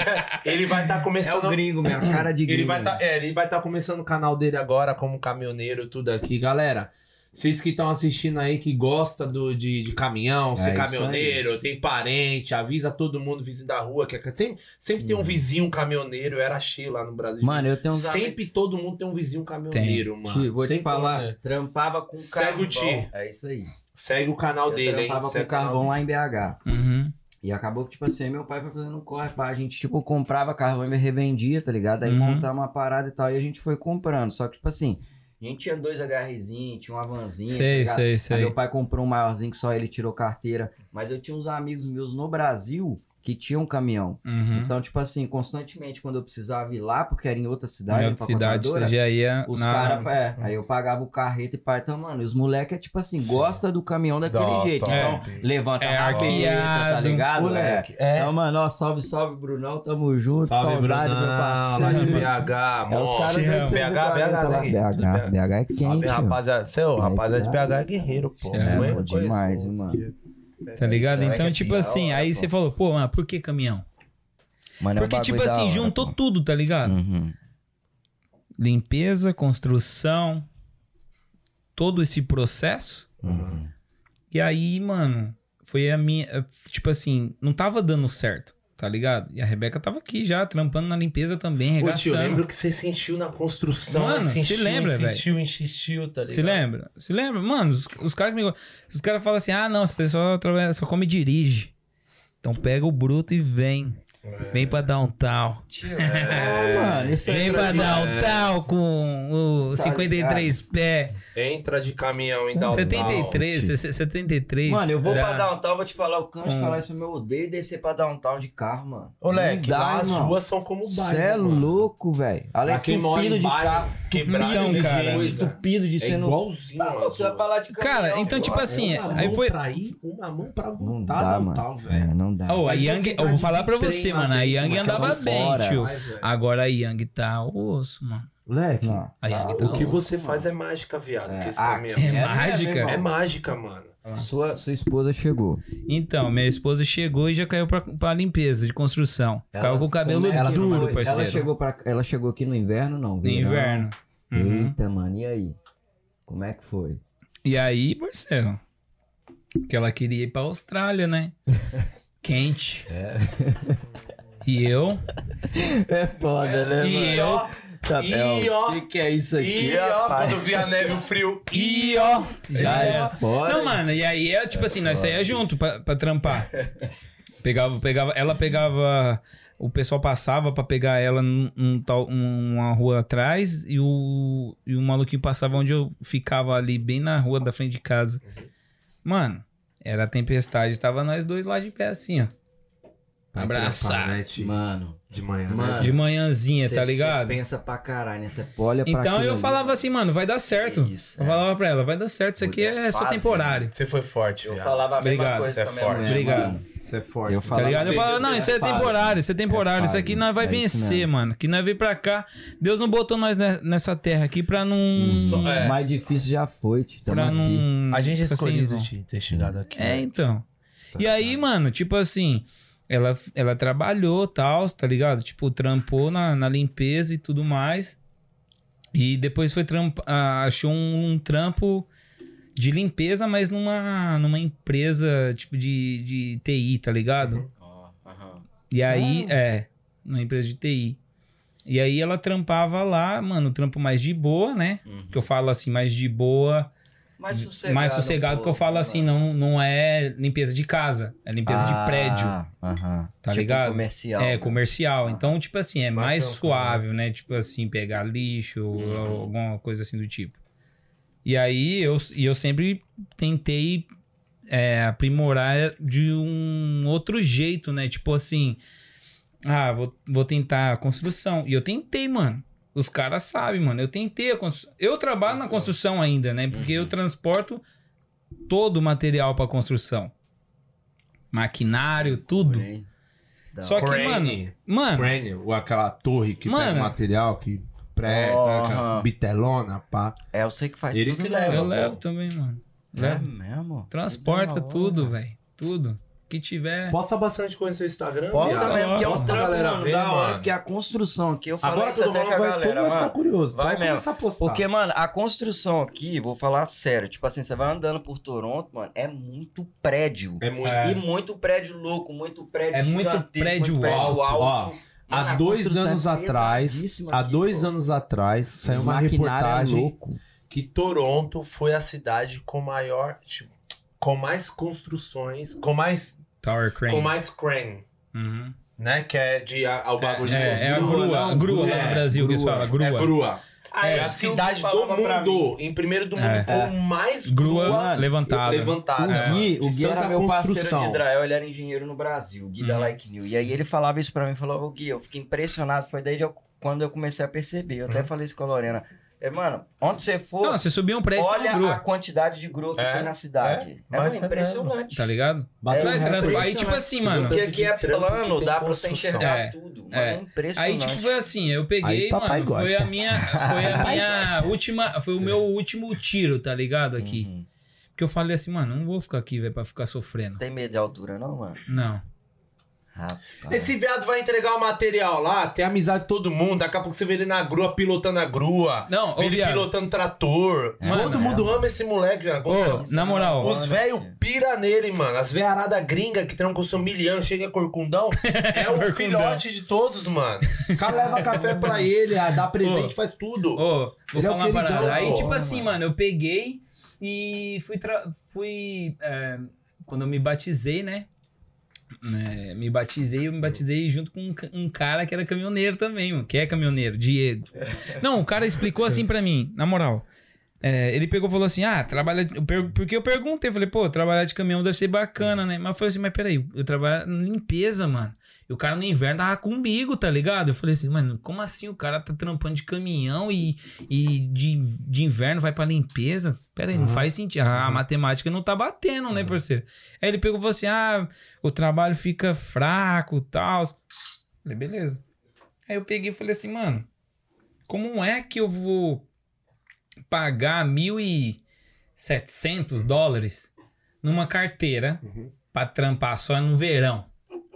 [SPEAKER 2] Ele vai estar
[SPEAKER 1] É o
[SPEAKER 2] começando.
[SPEAKER 1] gringo, minha cara de gringo.
[SPEAKER 2] ele vai estar, é, ele vai estar começando o canal dele agora como caminhoneiro tudo aqui, galera. Vocês que estão assistindo aí que gosta do, de, de caminhão, ser
[SPEAKER 1] É isso
[SPEAKER 2] caminhoneiro, tem parente, avisa todo mundo, vizinho da rua, que é- sempre, sempre tem um vizinho caminhoneiro, eu era cheio lá no Brasil.
[SPEAKER 1] Uhum. Mano, eu tenho uns amigos.
[SPEAKER 2] sempre todo mundo tem um vizinho caminhoneiro, mano.
[SPEAKER 1] Ti, vou te
[SPEAKER 2] Sempre
[SPEAKER 1] falar,
[SPEAKER 2] um, né?
[SPEAKER 1] trampava com
[SPEAKER 2] Segue
[SPEAKER 1] carvão.
[SPEAKER 2] o Ti.
[SPEAKER 1] É isso aí.
[SPEAKER 2] Segue o canal
[SPEAKER 1] eu
[SPEAKER 2] dele, hein?
[SPEAKER 1] trampava
[SPEAKER 2] Segue
[SPEAKER 1] com carvão lá em BH.
[SPEAKER 3] Uhum.
[SPEAKER 1] E acabou que, tipo assim, aí meu pai foi fazendo um corre, pá. A gente, tipo, comprava carvão e revendia, tá ligado? Aí
[SPEAKER 3] Uhum.
[SPEAKER 1] montava uma parada e tal. E a gente foi comprando. Só que, tipo assim, a gente tinha dois HRzinhos, tinha uma vanzinha, tá
[SPEAKER 3] Sei,
[SPEAKER 1] ligado?
[SPEAKER 3] sei,
[SPEAKER 1] Aí
[SPEAKER 3] sei.
[SPEAKER 1] meu pai comprou um maiorzinho que só ele tirou carteira. Mas eu tinha uns amigos meus no Brasil que tinham um caminhão.
[SPEAKER 3] Uhum.
[SPEAKER 1] Então, tipo assim, constantemente quando eu precisava ir lá, porque era em outra cidade,
[SPEAKER 3] Em
[SPEAKER 1] em
[SPEAKER 3] outra cidade, você já ia.
[SPEAKER 1] os
[SPEAKER 3] na-
[SPEAKER 1] caras, é, aí eu pagava o carreta e pai, então, mano, e os moleque é tipo assim, gosta do caminhão daquele
[SPEAKER 2] Dó,
[SPEAKER 1] jeito.
[SPEAKER 2] top.
[SPEAKER 1] Então, levanta
[SPEAKER 3] É
[SPEAKER 1] a rabeta, tá
[SPEAKER 3] arqueado.
[SPEAKER 1] ligado?
[SPEAKER 2] Moleque,
[SPEAKER 1] É.
[SPEAKER 2] é.
[SPEAKER 1] Então, mano, ó, salve, salve, Brunão, tamo junto,
[SPEAKER 2] Salve,
[SPEAKER 1] saudade,
[SPEAKER 2] Brunão,
[SPEAKER 1] meu
[SPEAKER 2] lá de
[SPEAKER 1] parceiro.
[SPEAKER 2] BH,
[SPEAKER 1] É os caras
[SPEAKER 2] monstro.
[SPEAKER 1] de
[SPEAKER 3] Tião.
[SPEAKER 1] 840
[SPEAKER 2] BH,
[SPEAKER 1] lá,
[SPEAKER 2] né?
[SPEAKER 1] BH, BH é quente,
[SPEAKER 2] Salve,
[SPEAKER 1] mano.
[SPEAKER 2] rapaziada. Seu,
[SPEAKER 1] É
[SPEAKER 2] rapaziada de
[SPEAKER 1] exato.
[SPEAKER 2] BH é guerreiro, pô.
[SPEAKER 3] É,
[SPEAKER 2] Eu
[SPEAKER 1] bom
[SPEAKER 2] conheço
[SPEAKER 1] demais,
[SPEAKER 2] o
[SPEAKER 1] mano.
[SPEAKER 2] Diego.
[SPEAKER 3] Tá ligado?
[SPEAKER 2] é
[SPEAKER 1] é
[SPEAKER 3] Então, tipo assim, aí você falou, pô, mas por que caminhão?
[SPEAKER 1] Mano, é um
[SPEAKER 3] Porque,
[SPEAKER 1] bagulho
[SPEAKER 3] tipo
[SPEAKER 1] da
[SPEAKER 3] assim,
[SPEAKER 1] hora,
[SPEAKER 3] juntou
[SPEAKER 1] pô.
[SPEAKER 3] tudo, tá ligado?
[SPEAKER 1] Uhum.
[SPEAKER 3] Limpeza, construção, todo esse processo.
[SPEAKER 1] Uhum.
[SPEAKER 3] E aí, mano, foi a minha. eh, Tipo assim, não tava dando certo, tá ligado? E a Rebeca tava aqui já, trampando na limpeza também,
[SPEAKER 2] Ô tio,
[SPEAKER 3] regaçando.
[SPEAKER 2] lembro que você sentiu na construção.
[SPEAKER 3] Mano, se
[SPEAKER 2] insistiu,
[SPEAKER 3] lembra, velho?
[SPEAKER 2] Insistiu, insistiu, tá ligado?
[SPEAKER 3] Se lembra? Se lembra? Mano, os, os caras comigo. Os caras falam assim: ah, não, você só, trabalha, só come e dirige. Então pega o bruto e vem. Vem pra dar um tal.
[SPEAKER 1] Tio, é, mano, É. isso aí
[SPEAKER 3] Vem
[SPEAKER 1] pra
[SPEAKER 3] pra
[SPEAKER 1] mim-
[SPEAKER 3] dar um tal com o
[SPEAKER 1] Tá
[SPEAKER 3] 53 pé.
[SPEAKER 2] Entra de caminhão então, e dá o
[SPEAKER 3] 73,
[SPEAKER 2] pau.
[SPEAKER 3] 73.
[SPEAKER 1] um Mano, eu vou
[SPEAKER 3] dá.
[SPEAKER 1] pra downtown, vou te falar, o Cândido falar isso pra mim, eu odeio descer pra downtown de carro, mano.
[SPEAKER 2] Ô, Leque,
[SPEAKER 1] Não dá,
[SPEAKER 2] lá as
[SPEAKER 1] irmão.
[SPEAKER 2] ruas são como bairro.
[SPEAKER 1] Cê é
[SPEAKER 2] mano.
[SPEAKER 1] louco, velho. Além
[SPEAKER 2] Pra quem mora
[SPEAKER 1] tupido
[SPEAKER 2] em
[SPEAKER 1] de carro,
[SPEAKER 2] bairro, quebrado
[SPEAKER 3] tupido
[SPEAKER 2] de
[SPEAKER 3] de cara.
[SPEAKER 1] de
[SPEAKER 2] coisa.
[SPEAKER 1] tupido de
[SPEAKER 2] É
[SPEAKER 1] sendo...
[SPEAKER 2] igualzinho.
[SPEAKER 1] Tá,
[SPEAKER 2] as
[SPEAKER 1] você vai
[SPEAKER 2] ruas.
[SPEAKER 1] falar de
[SPEAKER 3] Cara,
[SPEAKER 1] caminhão,
[SPEAKER 3] então,
[SPEAKER 1] pô.
[SPEAKER 3] tipo assim,
[SPEAKER 2] é uma
[SPEAKER 3] aí
[SPEAKER 2] mão
[SPEAKER 3] foi-
[SPEAKER 2] pra ir, uma mão pra
[SPEAKER 1] Não
[SPEAKER 2] voltar,
[SPEAKER 1] dá,
[SPEAKER 2] dá um
[SPEAKER 1] mano.
[SPEAKER 2] tal,
[SPEAKER 1] É,
[SPEAKER 2] velho.
[SPEAKER 1] não dá.
[SPEAKER 3] Ô, a
[SPEAKER 2] Mas
[SPEAKER 3] Yang,
[SPEAKER 2] você
[SPEAKER 3] eu
[SPEAKER 2] tá
[SPEAKER 3] vou falar
[SPEAKER 2] de
[SPEAKER 3] pra
[SPEAKER 2] trem
[SPEAKER 3] você,
[SPEAKER 2] lá
[SPEAKER 3] mano. A
[SPEAKER 2] dentro,
[SPEAKER 3] Yang
[SPEAKER 2] mas
[SPEAKER 3] andava
[SPEAKER 1] são
[SPEAKER 3] bem,
[SPEAKER 1] horas.
[SPEAKER 3] tio.
[SPEAKER 2] Mas, velho.
[SPEAKER 3] Agora a Yang tá osso, mano.
[SPEAKER 2] Leque,
[SPEAKER 1] Não.
[SPEAKER 3] A Yang tá
[SPEAKER 2] o que
[SPEAKER 3] osso.
[SPEAKER 2] você faz é mágica, viado, com esse
[SPEAKER 1] ah,
[SPEAKER 2] caminhão.
[SPEAKER 3] É,
[SPEAKER 1] É mesmo,
[SPEAKER 3] mágica.
[SPEAKER 1] irmão.
[SPEAKER 2] É mágica, mano.
[SPEAKER 1] Sua, sua esposa chegou.
[SPEAKER 3] Então, minha esposa chegou e já caiu pra, pra limpeza de construção.
[SPEAKER 1] Ela-
[SPEAKER 3] Caiu com o
[SPEAKER 2] tá
[SPEAKER 3] cabelo
[SPEAKER 1] Como é que ela
[SPEAKER 3] duro,
[SPEAKER 1] foi?
[SPEAKER 3] parceiro.
[SPEAKER 1] Ela chegou, pra, ela chegou aqui no inverno, não?
[SPEAKER 3] no
[SPEAKER 1] verão?
[SPEAKER 3] inverno. Uhum.
[SPEAKER 1] Eita, mano, e aí? Como é que foi?
[SPEAKER 3] E aí, parceiro, que ela queria ir pra
[SPEAKER 1] <laughs>
[SPEAKER 3] Austrália, né? Quente. E eu,
[SPEAKER 1] É foda, né,
[SPEAKER 3] e eu,
[SPEAKER 1] Tá,
[SPEAKER 2] E,
[SPEAKER 1] é, o
[SPEAKER 2] ó.
[SPEAKER 1] que, que é isso aqui?
[SPEAKER 2] E ó,
[SPEAKER 1] rapaz?
[SPEAKER 2] quando vi a neve, o frio. E
[SPEAKER 3] ó,
[SPEAKER 1] Já é foda.
[SPEAKER 3] Não, mano, e aí é tipo assim, nós saía junto pra, pra
[SPEAKER 1] <laughs>
[SPEAKER 3] trampar. Pegava, pegava, ela pegava. O pessoal passava pra pegar ela num, num tal, num- uma rua atrás e o, e o maluquinho passava onde eu ficava ali, bem na rua da frente de casa.
[SPEAKER 1] Uhum.
[SPEAKER 3] Mano, era tempestade, tava nós dois lá de pé assim, ó. Abraçar.
[SPEAKER 1] Mano,
[SPEAKER 2] De manhã,
[SPEAKER 1] Mano,
[SPEAKER 2] né?
[SPEAKER 3] De manhãzinha,
[SPEAKER 1] cê-
[SPEAKER 3] tá
[SPEAKER 1] cê
[SPEAKER 3] ligado?
[SPEAKER 1] pensa pra caralho, você olha pra
[SPEAKER 3] Então
[SPEAKER 1] aquilo
[SPEAKER 3] eu
[SPEAKER 1] ali.
[SPEAKER 3] falava assim, mano, vai dar certo.
[SPEAKER 1] Que isso,
[SPEAKER 3] eu
[SPEAKER 1] é. né?
[SPEAKER 3] falava pra ela, vai dar certo, isso aqui
[SPEAKER 1] Muda
[SPEAKER 3] é só
[SPEAKER 1] fase,
[SPEAKER 3] temporário.
[SPEAKER 2] Você foi forte,
[SPEAKER 1] Eu
[SPEAKER 2] viado.
[SPEAKER 1] falava a mesma
[SPEAKER 3] Obrigado,
[SPEAKER 1] coisa
[SPEAKER 2] cê é
[SPEAKER 1] com a minha
[SPEAKER 2] forte.
[SPEAKER 1] mulher,
[SPEAKER 3] Obrigado.
[SPEAKER 1] mano.
[SPEAKER 4] Isso é forte.
[SPEAKER 1] Eu
[SPEAKER 4] Eu
[SPEAKER 1] falava
[SPEAKER 3] Tá ligado? Eu
[SPEAKER 2] Sim,
[SPEAKER 3] falava,
[SPEAKER 2] sim,
[SPEAKER 3] não,
[SPEAKER 2] é
[SPEAKER 3] isso é
[SPEAKER 1] fase.
[SPEAKER 3] temporário, isso é temporário, isso
[SPEAKER 1] fase.
[SPEAKER 3] aqui nós vai
[SPEAKER 1] É isso
[SPEAKER 3] vencer,
[SPEAKER 1] mesmo.
[SPEAKER 3] mano. Que nós veio pra cá, Deus não botou nós ne- nessa terra aqui pra não.
[SPEAKER 2] Só- é,
[SPEAKER 1] O Hum. mais difícil já foi, tio. Tamo
[SPEAKER 3] Hum. pra
[SPEAKER 1] aqui. Tá,
[SPEAKER 3] não.
[SPEAKER 2] A gente é
[SPEAKER 3] tipo assim,
[SPEAKER 2] escolhido
[SPEAKER 3] não.
[SPEAKER 2] de ter chegado aqui.
[SPEAKER 3] É,
[SPEAKER 2] né?
[SPEAKER 3] então. e aí, mano, tipo assim, ela, ela trabalhou tal, tá ligado? Tipo, trampou na, na limpeza e tudo mais. E depois foi trampa, ah, achou um, um trampo de limpeza, mas numa, numa empresa tipo de, de TI, tá ligado? E aí, é, numa empresa de TI. E aí ela trampava lá, mano, trampo mais de boa, né?
[SPEAKER 1] uhum.
[SPEAKER 3] Que eu falo assim, mais de boa,
[SPEAKER 1] Mais sossegado.
[SPEAKER 3] mais sossegado que eu falo assim, não, não é limpeza de casa, é limpeza
[SPEAKER 1] Ah,
[SPEAKER 3] de prédio,
[SPEAKER 1] Aham.
[SPEAKER 3] tá
[SPEAKER 1] Tipo
[SPEAKER 3] ligado?
[SPEAKER 1] comercial.
[SPEAKER 3] é,
[SPEAKER 1] né?
[SPEAKER 3] comercial. Então, tipo assim, é
[SPEAKER 2] Mas
[SPEAKER 3] mais
[SPEAKER 2] é um
[SPEAKER 3] suave, né? Tipo assim, pegar lixo ou alguma coisa assim do tipo. E aí eu, e eu sempre tentei é, aprimorar de um outro jeito, né? Tipo assim, ah, vou, vou tentar a construção. E eu tentei, mano. Os caras sabem, mano. Eu tentei a construção. Eu trabalho na construção ainda, né? Porque eu transporto todo o material pra construção. Maquinário, tudo.
[SPEAKER 1] Porém, da
[SPEAKER 3] Só que,
[SPEAKER 2] Crane.
[SPEAKER 3] mano, mano,
[SPEAKER 4] Crane, ou aquela torre que
[SPEAKER 3] Mano.
[SPEAKER 4] pega o material que preta,
[SPEAKER 1] Aham.
[SPEAKER 4] aquelas bitelona, pá.
[SPEAKER 1] É, eu sei que faz
[SPEAKER 2] Ele
[SPEAKER 1] tudo.
[SPEAKER 2] que
[SPEAKER 1] né?
[SPEAKER 2] leva.
[SPEAKER 3] eu levo também, mano.
[SPEAKER 4] Né?
[SPEAKER 1] É
[SPEAKER 3] Levo.
[SPEAKER 1] mesmo?
[SPEAKER 3] Transporta
[SPEAKER 1] Que da hora.
[SPEAKER 3] tudo, velho. Tudo. Que tiver.
[SPEAKER 2] Posta bastante coisa no seu Instagram,
[SPEAKER 1] Posta
[SPEAKER 2] viado.
[SPEAKER 3] mesmo,
[SPEAKER 1] mesmo, que é um
[SPEAKER 2] Posta
[SPEAKER 1] trampo,
[SPEAKER 2] a galera
[SPEAKER 1] mano,
[SPEAKER 2] ver,
[SPEAKER 1] da hora,
[SPEAKER 2] mano.
[SPEAKER 1] porque a construção aqui, eu falo
[SPEAKER 4] Agora
[SPEAKER 1] isso
[SPEAKER 4] todo
[SPEAKER 1] até
[SPEAKER 4] mundo
[SPEAKER 1] com a
[SPEAKER 4] vai, todo
[SPEAKER 1] galera,
[SPEAKER 4] mundo vai
[SPEAKER 1] mano.
[SPEAKER 4] ficar curioso.
[SPEAKER 1] Vai
[SPEAKER 4] Vai
[SPEAKER 1] mesmo.
[SPEAKER 4] começar a postar.
[SPEAKER 1] Porque, mano, a construção aqui, vou falar sério, tipo assim, você vai andando por Toronto, mano, é muito prédio.
[SPEAKER 2] É muito.
[SPEAKER 3] É.
[SPEAKER 1] E muito prédio louco, muito prédio
[SPEAKER 3] É muito
[SPEAKER 1] gigantesco,
[SPEAKER 3] prédio alto.
[SPEAKER 4] Ó,
[SPEAKER 1] Mano,
[SPEAKER 4] há
[SPEAKER 1] a
[SPEAKER 4] dois
[SPEAKER 1] construção é
[SPEAKER 4] anos atrás,
[SPEAKER 1] pesadíssima
[SPEAKER 4] há
[SPEAKER 1] aqui,
[SPEAKER 4] dois
[SPEAKER 1] pô.
[SPEAKER 4] anos atrás, saiu
[SPEAKER 1] Os
[SPEAKER 4] uma
[SPEAKER 1] maquinário é
[SPEAKER 4] reportagem
[SPEAKER 1] louco.
[SPEAKER 2] Que Toronto foi a cidade com maior. Tipo, com mais construções. Com mais.
[SPEAKER 3] Tower Crane.
[SPEAKER 2] Com mais crane.
[SPEAKER 3] Uhum.
[SPEAKER 2] Né? Que é de. A, o bagulho de
[SPEAKER 3] É, é a
[SPEAKER 2] construção.
[SPEAKER 3] grua.
[SPEAKER 1] não,
[SPEAKER 3] a grua lá
[SPEAKER 2] grua.
[SPEAKER 3] no Brasil que eles
[SPEAKER 1] Grua.
[SPEAKER 2] É
[SPEAKER 3] falam. Grua.
[SPEAKER 2] grua.
[SPEAKER 1] Ah,
[SPEAKER 2] É a
[SPEAKER 1] isso que o
[SPEAKER 2] cidade do
[SPEAKER 1] falava pra mim.
[SPEAKER 2] mundo. Em primeiro do mundo,
[SPEAKER 3] É.
[SPEAKER 2] com mais
[SPEAKER 3] Grua,
[SPEAKER 2] grua
[SPEAKER 3] levantada.
[SPEAKER 2] levantada.
[SPEAKER 1] O Gui, o
[SPEAKER 4] de
[SPEAKER 1] Gui era
[SPEAKER 4] É. tanta
[SPEAKER 1] meu parceiro de
[SPEAKER 4] construção.
[SPEAKER 1] Israel, ele era engenheiro no Brasil, o Gui da Like New. E aí ele falava isso pra mim, falou, ô Gui, eu fiquei impressionado, foi daí que eu- quando eu comecei a perceber. Eu até falei isso com a Lorena. É, mano, onde você for,
[SPEAKER 3] Não, você subir um prédio, tem
[SPEAKER 1] olha
[SPEAKER 3] uma
[SPEAKER 1] a
[SPEAKER 3] grua.
[SPEAKER 1] quantidade de grua que
[SPEAKER 2] É,
[SPEAKER 1] tem na cidade.
[SPEAKER 2] é,
[SPEAKER 1] É,
[SPEAKER 2] mas
[SPEAKER 1] mano,
[SPEAKER 2] é
[SPEAKER 1] impressionante.
[SPEAKER 3] Tá ligado?
[SPEAKER 4] Bateu
[SPEAKER 1] É,
[SPEAKER 3] Vai
[SPEAKER 4] um
[SPEAKER 1] trans-
[SPEAKER 4] recorde.
[SPEAKER 3] transpa- Aí, tipo assim, mano.
[SPEAKER 1] Porque aqui é
[SPEAKER 2] Tanto de trampo
[SPEAKER 1] plano,
[SPEAKER 2] que
[SPEAKER 1] dá pra
[SPEAKER 2] tem
[SPEAKER 1] você
[SPEAKER 2] construção.
[SPEAKER 1] enxergar
[SPEAKER 3] É,
[SPEAKER 1] tudo. Mano,
[SPEAKER 3] é.
[SPEAKER 1] é impressionante.
[SPEAKER 3] Aí, tipo, foi assim, eu peguei,
[SPEAKER 4] Aí papai
[SPEAKER 3] mano, foi
[SPEAKER 4] gosta.
[SPEAKER 3] a minha, foi a
[SPEAKER 4] <laughs> Papai Uhum.
[SPEAKER 3] minha última, foi o meu último tiro, tá ligado, aqui. Porque eu falei assim, mano, não vou ficar aqui, velho, pra ficar sofrendo.
[SPEAKER 1] Tem medo de altura, não, mano?
[SPEAKER 3] Não.
[SPEAKER 1] Rapaz.
[SPEAKER 4] Esse viado vai entregar o material lá, tem amizade de todo mundo. Daqui a pouco você vê ele na grua pilotando a grua.
[SPEAKER 3] Não, ô
[SPEAKER 4] vê ele
[SPEAKER 3] viado. é.
[SPEAKER 4] pilotando trator.
[SPEAKER 1] Mano,
[SPEAKER 4] todo mundo ama esse moleque, viado.
[SPEAKER 3] Ô, né? na moral,
[SPEAKER 4] Os velhos pira nele, mano. As velharadas gringa que trancam seu milhão,
[SPEAKER 3] <laughs>
[SPEAKER 4] chega corcundão. É o
[SPEAKER 3] Corcundão.
[SPEAKER 4] filhote de todos, mano. Os caras levam café pra ele, ah, dá presente, faz tudo.
[SPEAKER 3] Ô, vou
[SPEAKER 4] Ele é o
[SPEAKER 3] falar uma
[SPEAKER 4] queridão
[SPEAKER 3] parada.
[SPEAKER 4] da
[SPEAKER 3] Aí,
[SPEAKER 4] hora,
[SPEAKER 3] tipo assim, mano, eu peguei e fui. tra- fui é, quando eu me batizei, né? Né, me batizei, eu me batizei junto com um, ca- um cara que era caminhoneiro também, mano, que é caminhoneiro, Diego. Não, o cara explicou assim pra mim, na moral. É, ele pegou e falou assim: Ah, trabalha. eu per- Porque eu perguntei, falei, pô, trabalhar de caminhão deve ser bacana, né? Mas eu falei assim: Mas peraí, eu trabalho na limpeza, mano. E o cara no inverno tava comigo, tá ligado? Eu falei assim, mano, como assim o cara tá trampando de caminhão e, e de, de inverno vai pra limpeza? Pera aí, não faz sentido. Ah, a matemática não tá batendo, né, parceiro? Aí ele pegou e falou assim: ah, o trabalho fica fraco e tal. Falei, beleza. Aí eu peguei e falei assim, mano, como é que eu vou pagar 1.700 dólares numa carteira pra trampar só no verão?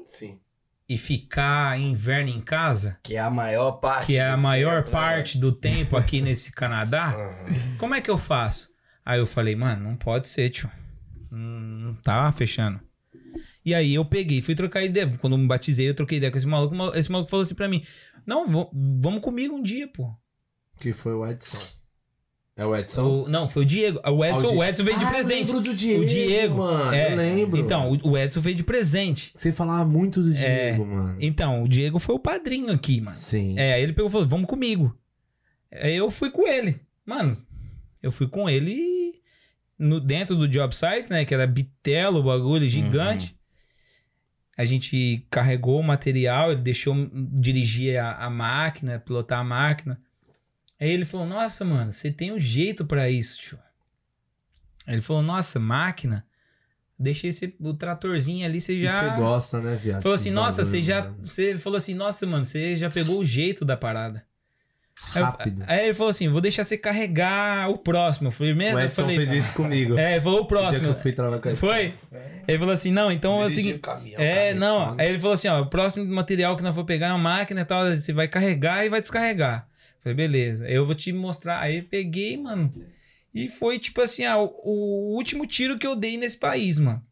[SPEAKER 4] Sim.
[SPEAKER 3] e ficar inverno em casa,
[SPEAKER 1] Que é a maior parte.
[SPEAKER 3] que é a
[SPEAKER 1] do
[SPEAKER 3] maior
[SPEAKER 1] tempo, né?
[SPEAKER 3] parte do tempo aqui nesse Canadá, como é que eu faço? Aí eu falei, mano, não pode ser, tio. Hum, Não tá fechando. E aí eu peguei, fui trocar ideia. Quando eu me batizei, eu troquei ideia com esse maluco. ma- Esse maluco falou assim pra mim: Não, vo- vamos comigo um dia, pô.
[SPEAKER 4] Que foi o Edson. É o Edson?
[SPEAKER 3] O- não, foi o Diego. O Edson,
[SPEAKER 4] Di-
[SPEAKER 3] o Edson veio de
[SPEAKER 4] Ah,
[SPEAKER 3] presente.
[SPEAKER 4] Eu lembro do Diego,
[SPEAKER 3] o Diego.
[SPEAKER 4] mano.
[SPEAKER 3] é.
[SPEAKER 4] Eu lembro.
[SPEAKER 3] Então, o- o Edson veio de presente.
[SPEAKER 4] Você falava muito do Diego,
[SPEAKER 3] É.
[SPEAKER 4] mano.
[SPEAKER 3] Então, o Diego foi o padrinho aqui, mano.
[SPEAKER 4] Sim.
[SPEAKER 3] É, aí ele pegou e falou, vamos comigo. Aí eu fui com ele. Mano, eu fui com ele no, dentro do job site, né? Que era bitelo, o bagulho gigante.
[SPEAKER 4] Uhum.
[SPEAKER 3] A gente carregou o material, ele deixou eu dirigir a, a máquina, pilotar a máquina. Aí ele falou, nossa, mano, você tem um jeito pra isso, tio. Aí ele falou, nossa, máquina, deixei esse, o tratorzinho ali, você
[SPEAKER 4] E
[SPEAKER 3] já...
[SPEAKER 4] Você gosta, né, viado?
[SPEAKER 3] Falou
[SPEAKER 4] Esses
[SPEAKER 3] assim, nossa,
[SPEAKER 4] bagulho,
[SPEAKER 3] você
[SPEAKER 4] né?"
[SPEAKER 3] já.
[SPEAKER 4] mano.
[SPEAKER 3] Você falou assim, nossa, mano, você já pegou o jeito da parada. Aí eu-
[SPEAKER 4] Rápido.
[SPEAKER 3] Aí, ele falou assim: vou deixar você carregar o próximo. Eu falei, mesmo?
[SPEAKER 2] O
[SPEAKER 3] Eu
[SPEAKER 2] Edson
[SPEAKER 3] falei.
[SPEAKER 2] fez isso comigo.
[SPEAKER 3] É, ele falou o
[SPEAKER 4] O dia que
[SPEAKER 3] próximo.
[SPEAKER 4] eu fui trabalhar com ele.
[SPEAKER 3] Foi? Ele falou assim: não, então é o seguinte.
[SPEAKER 4] caminhão,
[SPEAKER 3] É,
[SPEAKER 4] carregando.
[SPEAKER 3] não. Aí ele falou assim: ó, o próximo material que nós for pegar é uma máquina e tal, você vai carregar e vai descarregar. Eu Falei, beleza, eu vou te mostrar. Aí eu peguei, mano. E foi tipo assim, ah, o, o último tiro que eu dei nesse país, mano.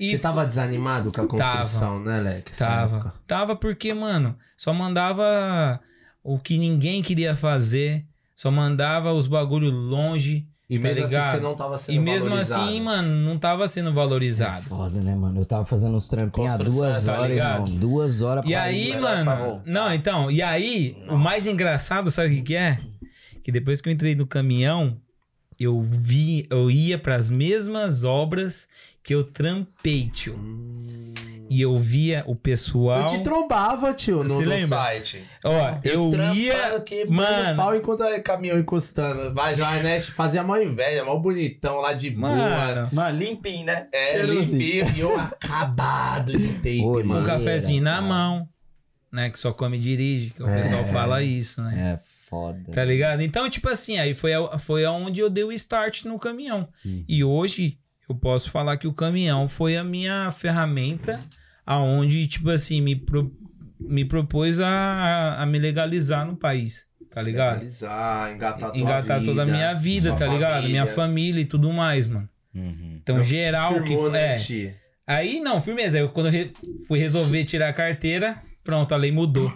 [SPEAKER 3] E
[SPEAKER 4] Você tava desanimado com a construção, né, Leque? Essa
[SPEAKER 3] Tava.
[SPEAKER 4] época.
[SPEAKER 3] Tava porque, mano, só mandava o que ninguém queria fazer, só mandava os bagulho longe.
[SPEAKER 4] E
[SPEAKER 3] Tá
[SPEAKER 4] mesmo assim
[SPEAKER 3] ligado?
[SPEAKER 4] você não tava sendo
[SPEAKER 3] e mesmo
[SPEAKER 4] valorizado. É
[SPEAKER 3] assim, mano, não tava sendo valorizado.
[SPEAKER 1] Foda, né, mano? Eu tava fazendo uns trampinhos há
[SPEAKER 4] Construção,
[SPEAKER 1] duas
[SPEAKER 3] tá
[SPEAKER 1] horas,
[SPEAKER 3] ligado?
[SPEAKER 1] irmão. Duas horas
[SPEAKER 3] E
[SPEAKER 1] pra
[SPEAKER 3] aí,
[SPEAKER 1] ir, pra
[SPEAKER 3] mano.
[SPEAKER 1] voltar.
[SPEAKER 3] Não, então, e aí, o mais engraçado, sabe o que, que é? Que depois que eu entrei no caminhão, eu vi, eu ia pras mesmas obras que eu trampei, tio.
[SPEAKER 4] Hum.
[SPEAKER 3] E eu via o pessoal.
[SPEAKER 4] Eu te trombava, tio, no,
[SPEAKER 3] Você
[SPEAKER 4] no
[SPEAKER 3] lembra?
[SPEAKER 4] site.
[SPEAKER 3] Ó, eu
[SPEAKER 4] trampava
[SPEAKER 3] ia.
[SPEAKER 4] aqui,
[SPEAKER 3] Mano.
[SPEAKER 4] mano. pau enquanto era caminhão encostando. Vai, vai, né? Fazia mó inveja, mó bonitão lá de boa.
[SPEAKER 3] Mano, assim.
[SPEAKER 1] Mano, limpinho, né?
[SPEAKER 4] É,
[SPEAKER 1] Cheirosinho.
[SPEAKER 4] limpinho e eu
[SPEAKER 3] <laughs>
[SPEAKER 4] acabado de tape,
[SPEAKER 1] Oi,
[SPEAKER 3] um
[SPEAKER 1] Maneira,
[SPEAKER 4] mano.
[SPEAKER 3] cafezinho na
[SPEAKER 1] cara.
[SPEAKER 3] mão, né? Que só come e dirige, que o pessoal fala isso, né?
[SPEAKER 1] É foda.
[SPEAKER 3] Tá ligado? Então, tipo assim, aí foi, a- foi aonde eu dei o start no caminhão. E hoje eu posso falar que o caminhão foi a minha ferramenta aonde, tipo assim, me, pro- me propôs a, a me legalizar no país, tá ligado?
[SPEAKER 4] Legalizar, engatar, tua
[SPEAKER 3] Engatar
[SPEAKER 4] vida, É
[SPEAKER 3] toda a minha vida,
[SPEAKER 4] sua
[SPEAKER 3] tá ligado? Minha família e tudo mais, mano.
[SPEAKER 1] Uhum.
[SPEAKER 3] Então,
[SPEAKER 4] Então,
[SPEAKER 3] geral que
[SPEAKER 4] firmou, né,
[SPEAKER 3] é.
[SPEAKER 4] tio?
[SPEAKER 3] Aí não, firmeza. Eu, quando eu re- fui resolver tirar a carteira, pronto, a lei mudou.